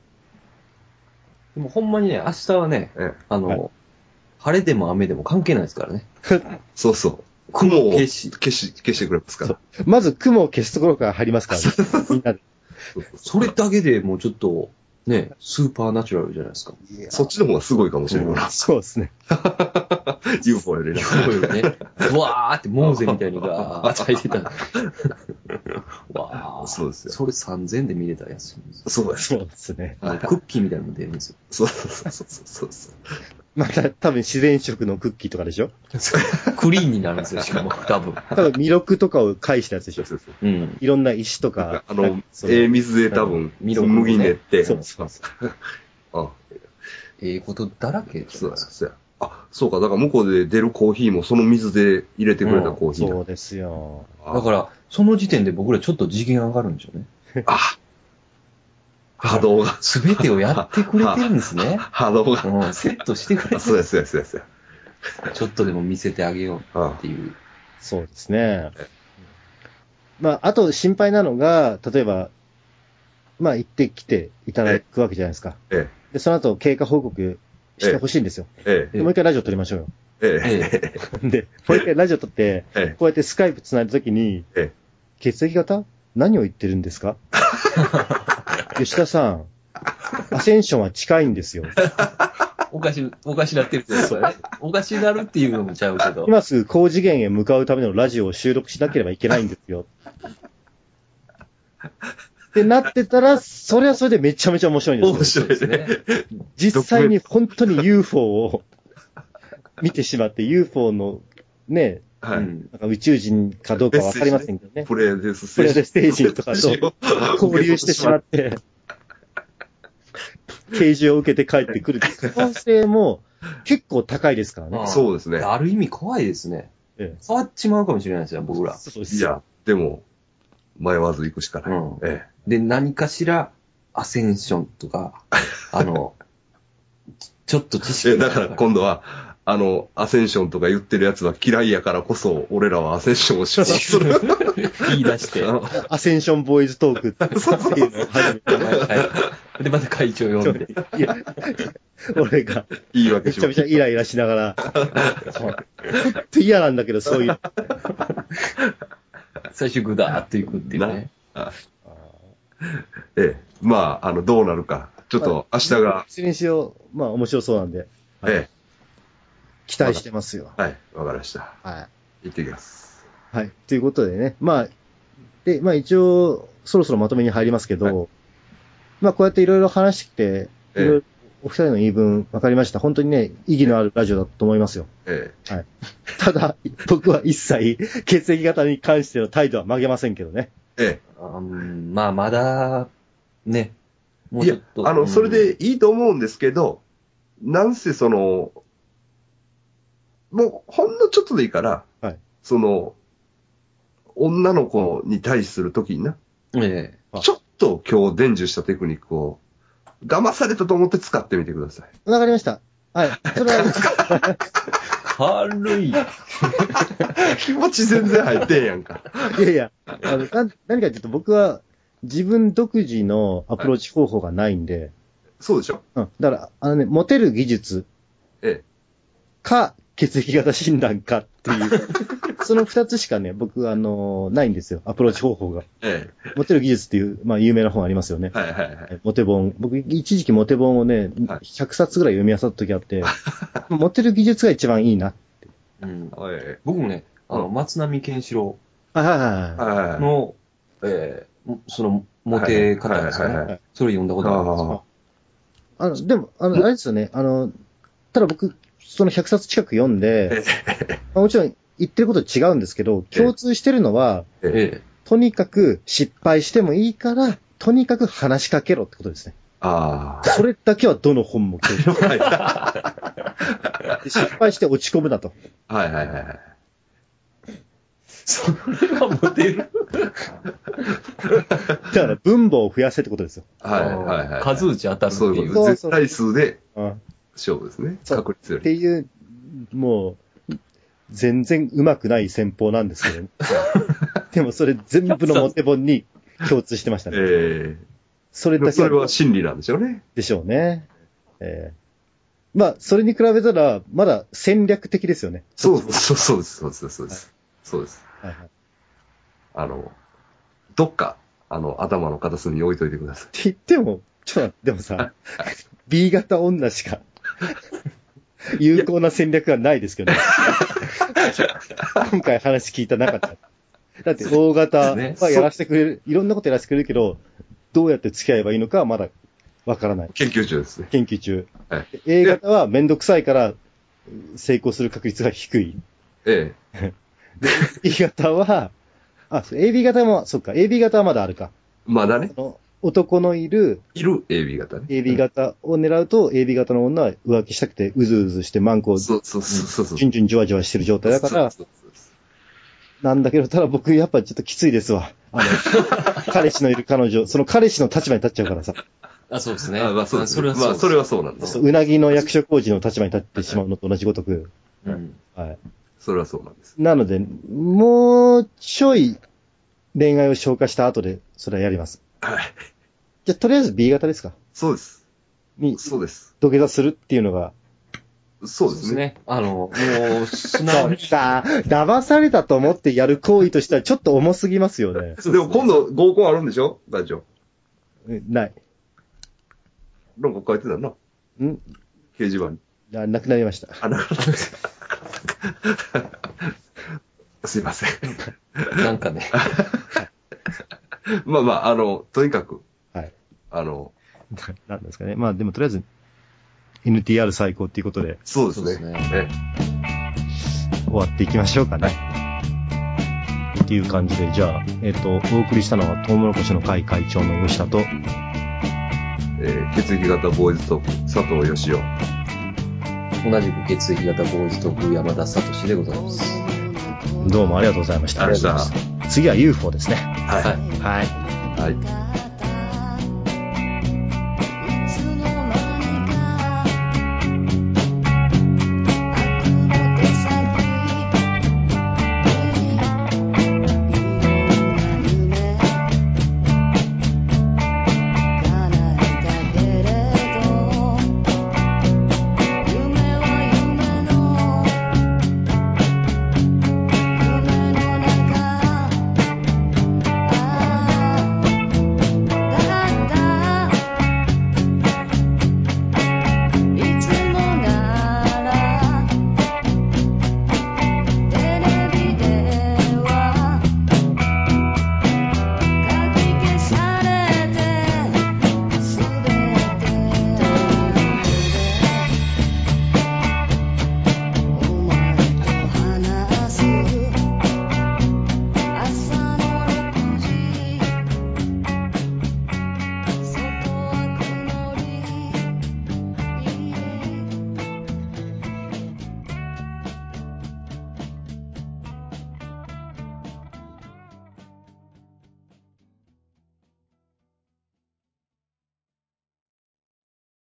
[SPEAKER 2] でもほんまにね、明日はね、
[SPEAKER 1] ええ
[SPEAKER 2] あの、
[SPEAKER 3] はい
[SPEAKER 2] 晴れでも雨でも関係ないですからね。
[SPEAKER 1] そうそう。雲を消
[SPEAKER 2] 消し
[SPEAKER 1] し、消し、消してくれますから。
[SPEAKER 3] まず雲を消すところから入りますから ね。みんなで。
[SPEAKER 1] そうそうそ
[SPEAKER 2] それだけでもうちょっと、ね、スーパーナチュラルじゃないですか。
[SPEAKER 1] うそっちの方がすごいかもしれないな。
[SPEAKER 3] そうですね。
[SPEAKER 1] UFO よりな。
[SPEAKER 2] すごい よね。うわーってモーゼみたいにガーッて入 ってた。わー。
[SPEAKER 1] そうですよ
[SPEAKER 2] それ3000で見れたやつなんですよ。
[SPEAKER 1] そうです。
[SPEAKER 3] そうですね。
[SPEAKER 2] あのクッキーみたいなのも出るんですよ。
[SPEAKER 1] そうそうそうそうそう。
[SPEAKER 3] また多分自然食のクッキーとかでしょ
[SPEAKER 2] クリーンになるんですよ、し かも、多分。
[SPEAKER 3] 多分弥勒とかを介したやつでし
[SPEAKER 1] そ
[SPEAKER 3] ょ
[SPEAKER 1] うそうそう
[SPEAKER 2] うん。
[SPEAKER 3] いろんな石とか
[SPEAKER 1] あ。の、
[SPEAKER 3] そう
[SPEAKER 1] ええ水で多分、
[SPEAKER 2] 緑のね
[SPEAKER 1] 麦練って、
[SPEAKER 3] そうそうそう
[SPEAKER 1] あ、
[SPEAKER 2] ええことだらけです
[SPEAKER 1] そう
[SPEAKER 2] よ
[SPEAKER 1] や、そうや。あ、そうか、だから向こうで出るコーヒーもその水で入れてくれたコーヒー
[SPEAKER 3] そ
[SPEAKER 1] だ
[SPEAKER 3] う。ですよ。
[SPEAKER 2] だから、その時点で僕らちょっと次元上がるんでしょうね。
[SPEAKER 1] ら、あ、波動が、。
[SPEAKER 2] すべてをやってくれてるんですね
[SPEAKER 1] 波動が。
[SPEAKER 2] うん、セットしてくれ
[SPEAKER 1] あ
[SPEAKER 2] て
[SPEAKER 1] そう
[SPEAKER 2] る。
[SPEAKER 1] や、そうや、そうや、そうや。
[SPEAKER 2] ちょっとでも見せてあげよう
[SPEAKER 1] あ
[SPEAKER 2] っていう。
[SPEAKER 3] そうですね。まあ、あと心配なのが、例えば、まあ、行ってきていただくわけじゃないですか。
[SPEAKER 1] え
[SPEAKER 3] で、その後、経過報告してほしいんですよ。
[SPEAKER 1] え、え
[SPEAKER 2] え
[SPEAKER 3] でもう一回ラジオ撮りま しょうよ。
[SPEAKER 1] え、ええ、
[SPEAKER 2] ええ、
[SPEAKER 3] で、もう一回ラジオ撮って、
[SPEAKER 1] ええ、
[SPEAKER 3] こうやってスカイプ繋いだときに、
[SPEAKER 1] え
[SPEAKER 3] 血液型何を言ってるんで すか吉田さん、アセンションは近いんですよ。
[SPEAKER 2] おかし、おかしなってるってことだね。おかしなるっていうのもちゃうけど。
[SPEAKER 3] 今すぐ高次元へ向かうためのラジオを収録しなければいけないんです よ。ってなってたら、それはそれでめちゃめちゃ面白いんですよ
[SPEAKER 1] 面白い
[SPEAKER 2] そう
[SPEAKER 1] ね
[SPEAKER 2] で。
[SPEAKER 3] 実際に本当に UFO を見てしまって、UFO のね、
[SPEAKER 1] は
[SPEAKER 2] う
[SPEAKER 1] い。
[SPEAKER 2] ん
[SPEAKER 3] なんか宇宙人かどうかわかりませんけどね、
[SPEAKER 1] プレイデスス
[SPEAKER 3] プレデステージとか
[SPEAKER 1] を
[SPEAKER 3] と交流してしまって、啓示を受けて帰ってくる可能性も結構高いですからね。
[SPEAKER 2] あ
[SPEAKER 1] そうですね。
[SPEAKER 2] ある意味怖いですね。
[SPEAKER 3] ええ
[SPEAKER 2] 変わっちまうかもしれないですよ、僕ら。
[SPEAKER 3] そうで
[SPEAKER 1] い
[SPEAKER 3] すよ
[SPEAKER 1] や、でも、迷わず行くしか
[SPEAKER 2] う
[SPEAKER 1] ない。
[SPEAKER 2] ん。
[SPEAKER 1] ええ。
[SPEAKER 2] で、何かしら、アセンション とか、あの、ちょちょっと知識
[SPEAKER 1] え
[SPEAKER 2] が
[SPEAKER 1] だから今度は、あの、アセンションとか言ってるやつは嫌いやからこそ、俺らはアセンションを主張す る。
[SPEAKER 2] 言い出して、は
[SPEAKER 3] アセンションボーイズトークっていうのを初めて
[SPEAKER 2] いで、また会長呼 んで、
[SPEAKER 3] いや、俺が
[SPEAKER 1] いいわけ
[SPEAKER 3] め
[SPEAKER 1] し
[SPEAKER 3] ちゃ
[SPEAKER 1] ま
[SPEAKER 3] め
[SPEAKER 1] す
[SPEAKER 3] ちゃイライラしながら、本当嫌なんだけど、そういう。
[SPEAKER 2] 最終グダーっていくっていうね。
[SPEAKER 1] ええ。まあ、あの、どうなるか。ちょっと明日が
[SPEAKER 3] い、ずれにしよう、まあ面白そうなんで、はい
[SPEAKER 1] え
[SPEAKER 3] 期待してますよ。
[SPEAKER 1] え。はい、わかりました。
[SPEAKER 3] は
[SPEAKER 1] 行ってきます。
[SPEAKER 3] い。はい。ということでね、まあ、で、まあ一応、そろそろまとめに入りますけど、まあこうやっていろいろ話してき
[SPEAKER 1] え
[SPEAKER 3] て、
[SPEAKER 1] え
[SPEAKER 3] いろいろお二人の言い分分かりました。本当にね、意義のあるラジオだと思いますよ。
[SPEAKER 1] え
[SPEAKER 3] ただ、僕は一切、血液型に関しての態度は曲げませんけどね。
[SPEAKER 1] え。え
[SPEAKER 2] うんまあ、まだ、ね。も
[SPEAKER 1] え。いや、あ
[SPEAKER 2] う
[SPEAKER 1] の、
[SPEAKER 2] ん
[SPEAKER 1] それでいいと思うんですけど、なんせその、もう、ほんのちょっとでいいから、
[SPEAKER 3] はい
[SPEAKER 1] その、女の子に対するときにな、
[SPEAKER 2] ええ。
[SPEAKER 3] あ
[SPEAKER 1] ちょっと今日伝授したテクニックを、騙されたと思って使ってみてください。
[SPEAKER 3] わかりました。はい。それは、
[SPEAKER 2] 軽い。
[SPEAKER 1] 気持ち全然入ってんやん か。
[SPEAKER 3] いやいや、あのな何かというと僕は自分独自のアプローチ方法がないんで、
[SPEAKER 1] そうでしょ
[SPEAKER 3] うん。だから、あのね、モテる技術
[SPEAKER 1] え
[SPEAKER 3] か、血液型診断かって いう、その二つしかね、僕、あのないんですよ。アプローチ方法が。
[SPEAKER 1] え。え
[SPEAKER 3] モテる技術っていう、まあ、有名な本ありますよね
[SPEAKER 1] え。。はいはいはい。
[SPEAKER 3] モテ本。僕、一時期モテ本をね、
[SPEAKER 1] はい
[SPEAKER 3] 100冊ぐらい読み漁った時あ って、モテる技術が一番いいな。
[SPEAKER 2] うん
[SPEAKER 1] え
[SPEAKER 2] 僕もね、あの、松並健志郎
[SPEAKER 3] あはい
[SPEAKER 1] え。
[SPEAKER 3] はい。
[SPEAKER 1] はいはい。
[SPEAKER 2] の、ええ、その、モテ方です
[SPEAKER 1] はいはいはいは
[SPEAKER 2] よね。それ読んだことあるんですよ。
[SPEAKER 1] あ
[SPEAKER 3] あの、でも、あの、あれですよね。あの、ただ僕、その100冊近く読んで、まあもちろん言ってること違うんですけど、
[SPEAKER 1] え
[SPEAKER 3] 共通してるのは、
[SPEAKER 2] え
[SPEAKER 3] とにかく失敗してもいいから、とにかく話しかけろってこ とですね。
[SPEAKER 1] あ
[SPEAKER 3] それだけはどの本も共通。
[SPEAKER 1] あ。 はいは
[SPEAKER 3] で失敗して落ち込むなと。
[SPEAKER 1] いはいはい。
[SPEAKER 2] え。今 モテる。
[SPEAKER 3] だから分母を増やせってことですよ。
[SPEAKER 1] はいはいはい。
[SPEAKER 2] 数打ち当たるって
[SPEAKER 1] そうい
[SPEAKER 2] いう
[SPEAKER 1] こ
[SPEAKER 2] う。
[SPEAKER 1] と
[SPEAKER 3] そう
[SPEAKER 1] 絶対数で
[SPEAKER 3] うん
[SPEAKER 1] 勝負ですね。
[SPEAKER 3] そう
[SPEAKER 1] 確率よ
[SPEAKER 3] っ
[SPEAKER 1] り。
[SPEAKER 3] ていう、もう、全然うまくない戦法なんですけ ど、ね、でもそれ全部のモテ本に共通してましたね。
[SPEAKER 1] え
[SPEAKER 3] そ
[SPEAKER 1] え
[SPEAKER 3] れだけ
[SPEAKER 1] そ
[SPEAKER 3] は
[SPEAKER 1] れは真理なんでしょうね。
[SPEAKER 3] でしょうね。えーまあ、それに比べたら、まだ戦略的ですよね。
[SPEAKER 1] そうそうそうです。そうです。そうです。そうです。
[SPEAKER 3] はいはい、っ
[SPEAKER 1] あの、どっか、あの、頭の片隅に置いといてください。
[SPEAKER 3] て言っても、ちょっと待って、でもさ、B 型女しか、有効な戦略はないですけどね。今回話聞いた中で。だって、大型
[SPEAKER 2] ね
[SPEAKER 3] はやらせてくれる、いろんなことやらせてくれるけど、どうやって付き合えばいいのかはまだわからない。
[SPEAKER 1] 研究中ですね。
[SPEAKER 3] 研究中。
[SPEAKER 1] はい
[SPEAKER 3] A 型はめんどくさいから、成功する確率が低い。
[SPEAKER 1] え
[SPEAKER 3] B 型は、あ、そう AB 型も、そっか、AB 型はまだあるか。
[SPEAKER 1] え。まだ
[SPEAKER 3] あ
[SPEAKER 1] ね。
[SPEAKER 3] の、男のいる
[SPEAKER 1] いる AB 型ね。
[SPEAKER 3] AB 型を狙うと、AB 型の女は浮気したくて、うずうずしてマンコをじ
[SPEAKER 1] そうそうそうそう。
[SPEAKER 3] ゅんじゅんじゅわじゅわしてる状態だから、
[SPEAKER 1] そうそうそう
[SPEAKER 3] なんだけど、ただ僕やっぱちょっときついですわ。あの、 彼氏のいる彼女、その彼氏の立場に立っちゃうからさ、
[SPEAKER 2] あ、そうです
[SPEAKER 1] そう
[SPEAKER 2] ね。
[SPEAKER 1] あまあそうです
[SPEAKER 2] そ
[SPEAKER 1] ね
[SPEAKER 2] れは
[SPEAKER 1] まあそれ
[SPEAKER 2] は。
[SPEAKER 1] はそうなんだ。
[SPEAKER 3] そううなぎの役所工事の立場に立ってしまうのと同じごとく、
[SPEAKER 2] うん。
[SPEAKER 3] はい。
[SPEAKER 1] それはそうなんです。
[SPEAKER 3] なので、もうちょい恋愛を消化した後で、それはやります。
[SPEAKER 1] はい。
[SPEAKER 3] じゃあ、とりあえず B 型ですか
[SPEAKER 1] そうです。
[SPEAKER 3] に
[SPEAKER 1] そうです。
[SPEAKER 3] 土下座するっていうのが。
[SPEAKER 1] そう
[SPEAKER 2] そう
[SPEAKER 1] で
[SPEAKER 2] ですす
[SPEAKER 1] ね。
[SPEAKER 2] ね。あの、もう、しな
[SPEAKER 3] そうだ、騙されたと思ってやる行為としてはちょっと重すぎますよね。
[SPEAKER 1] でも今度合コンあるんでしょ大丈
[SPEAKER 3] えない。
[SPEAKER 1] 夫。なんか書いてたな。
[SPEAKER 3] ん
[SPEAKER 1] 掲示板に。
[SPEAKER 3] ななくなりました。
[SPEAKER 1] あ、なるほど。 すいません。
[SPEAKER 2] なんかね、
[SPEAKER 1] まあまあ、あの、とにかく、
[SPEAKER 3] はい。
[SPEAKER 1] あの、
[SPEAKER 4] なんですかね。まあでもとりあえず、NTR 最高っていうことで
[SPEAKER 1] そうですね。
[SPEAKER 2] そうです
[SPEAKER 1] ね
[SPEAKER 4] 終わっていきましょうかね。っていう感じで、じゃあ、えっ、と、お送りしたのは、トウモロコシの会会長の吉田と、
[SPEAKER 1] えー血液型ボーイズトーク、佐藤義雄。
[SPEAKER 2] 同じく血液型ボーイズとグー山田聡でございます。
[SPEAKER 4] どうもありがとうございまし
[SPEAKER 1] あ
[SPEAKER 4] た
[SPEAKER 1] りがとうございました。
[SPEAKER 4] 次は UFO ですね。
[SPEAKER 1] はい。
[SPEAKER 4] はい。
[SPEAKER 1] はい。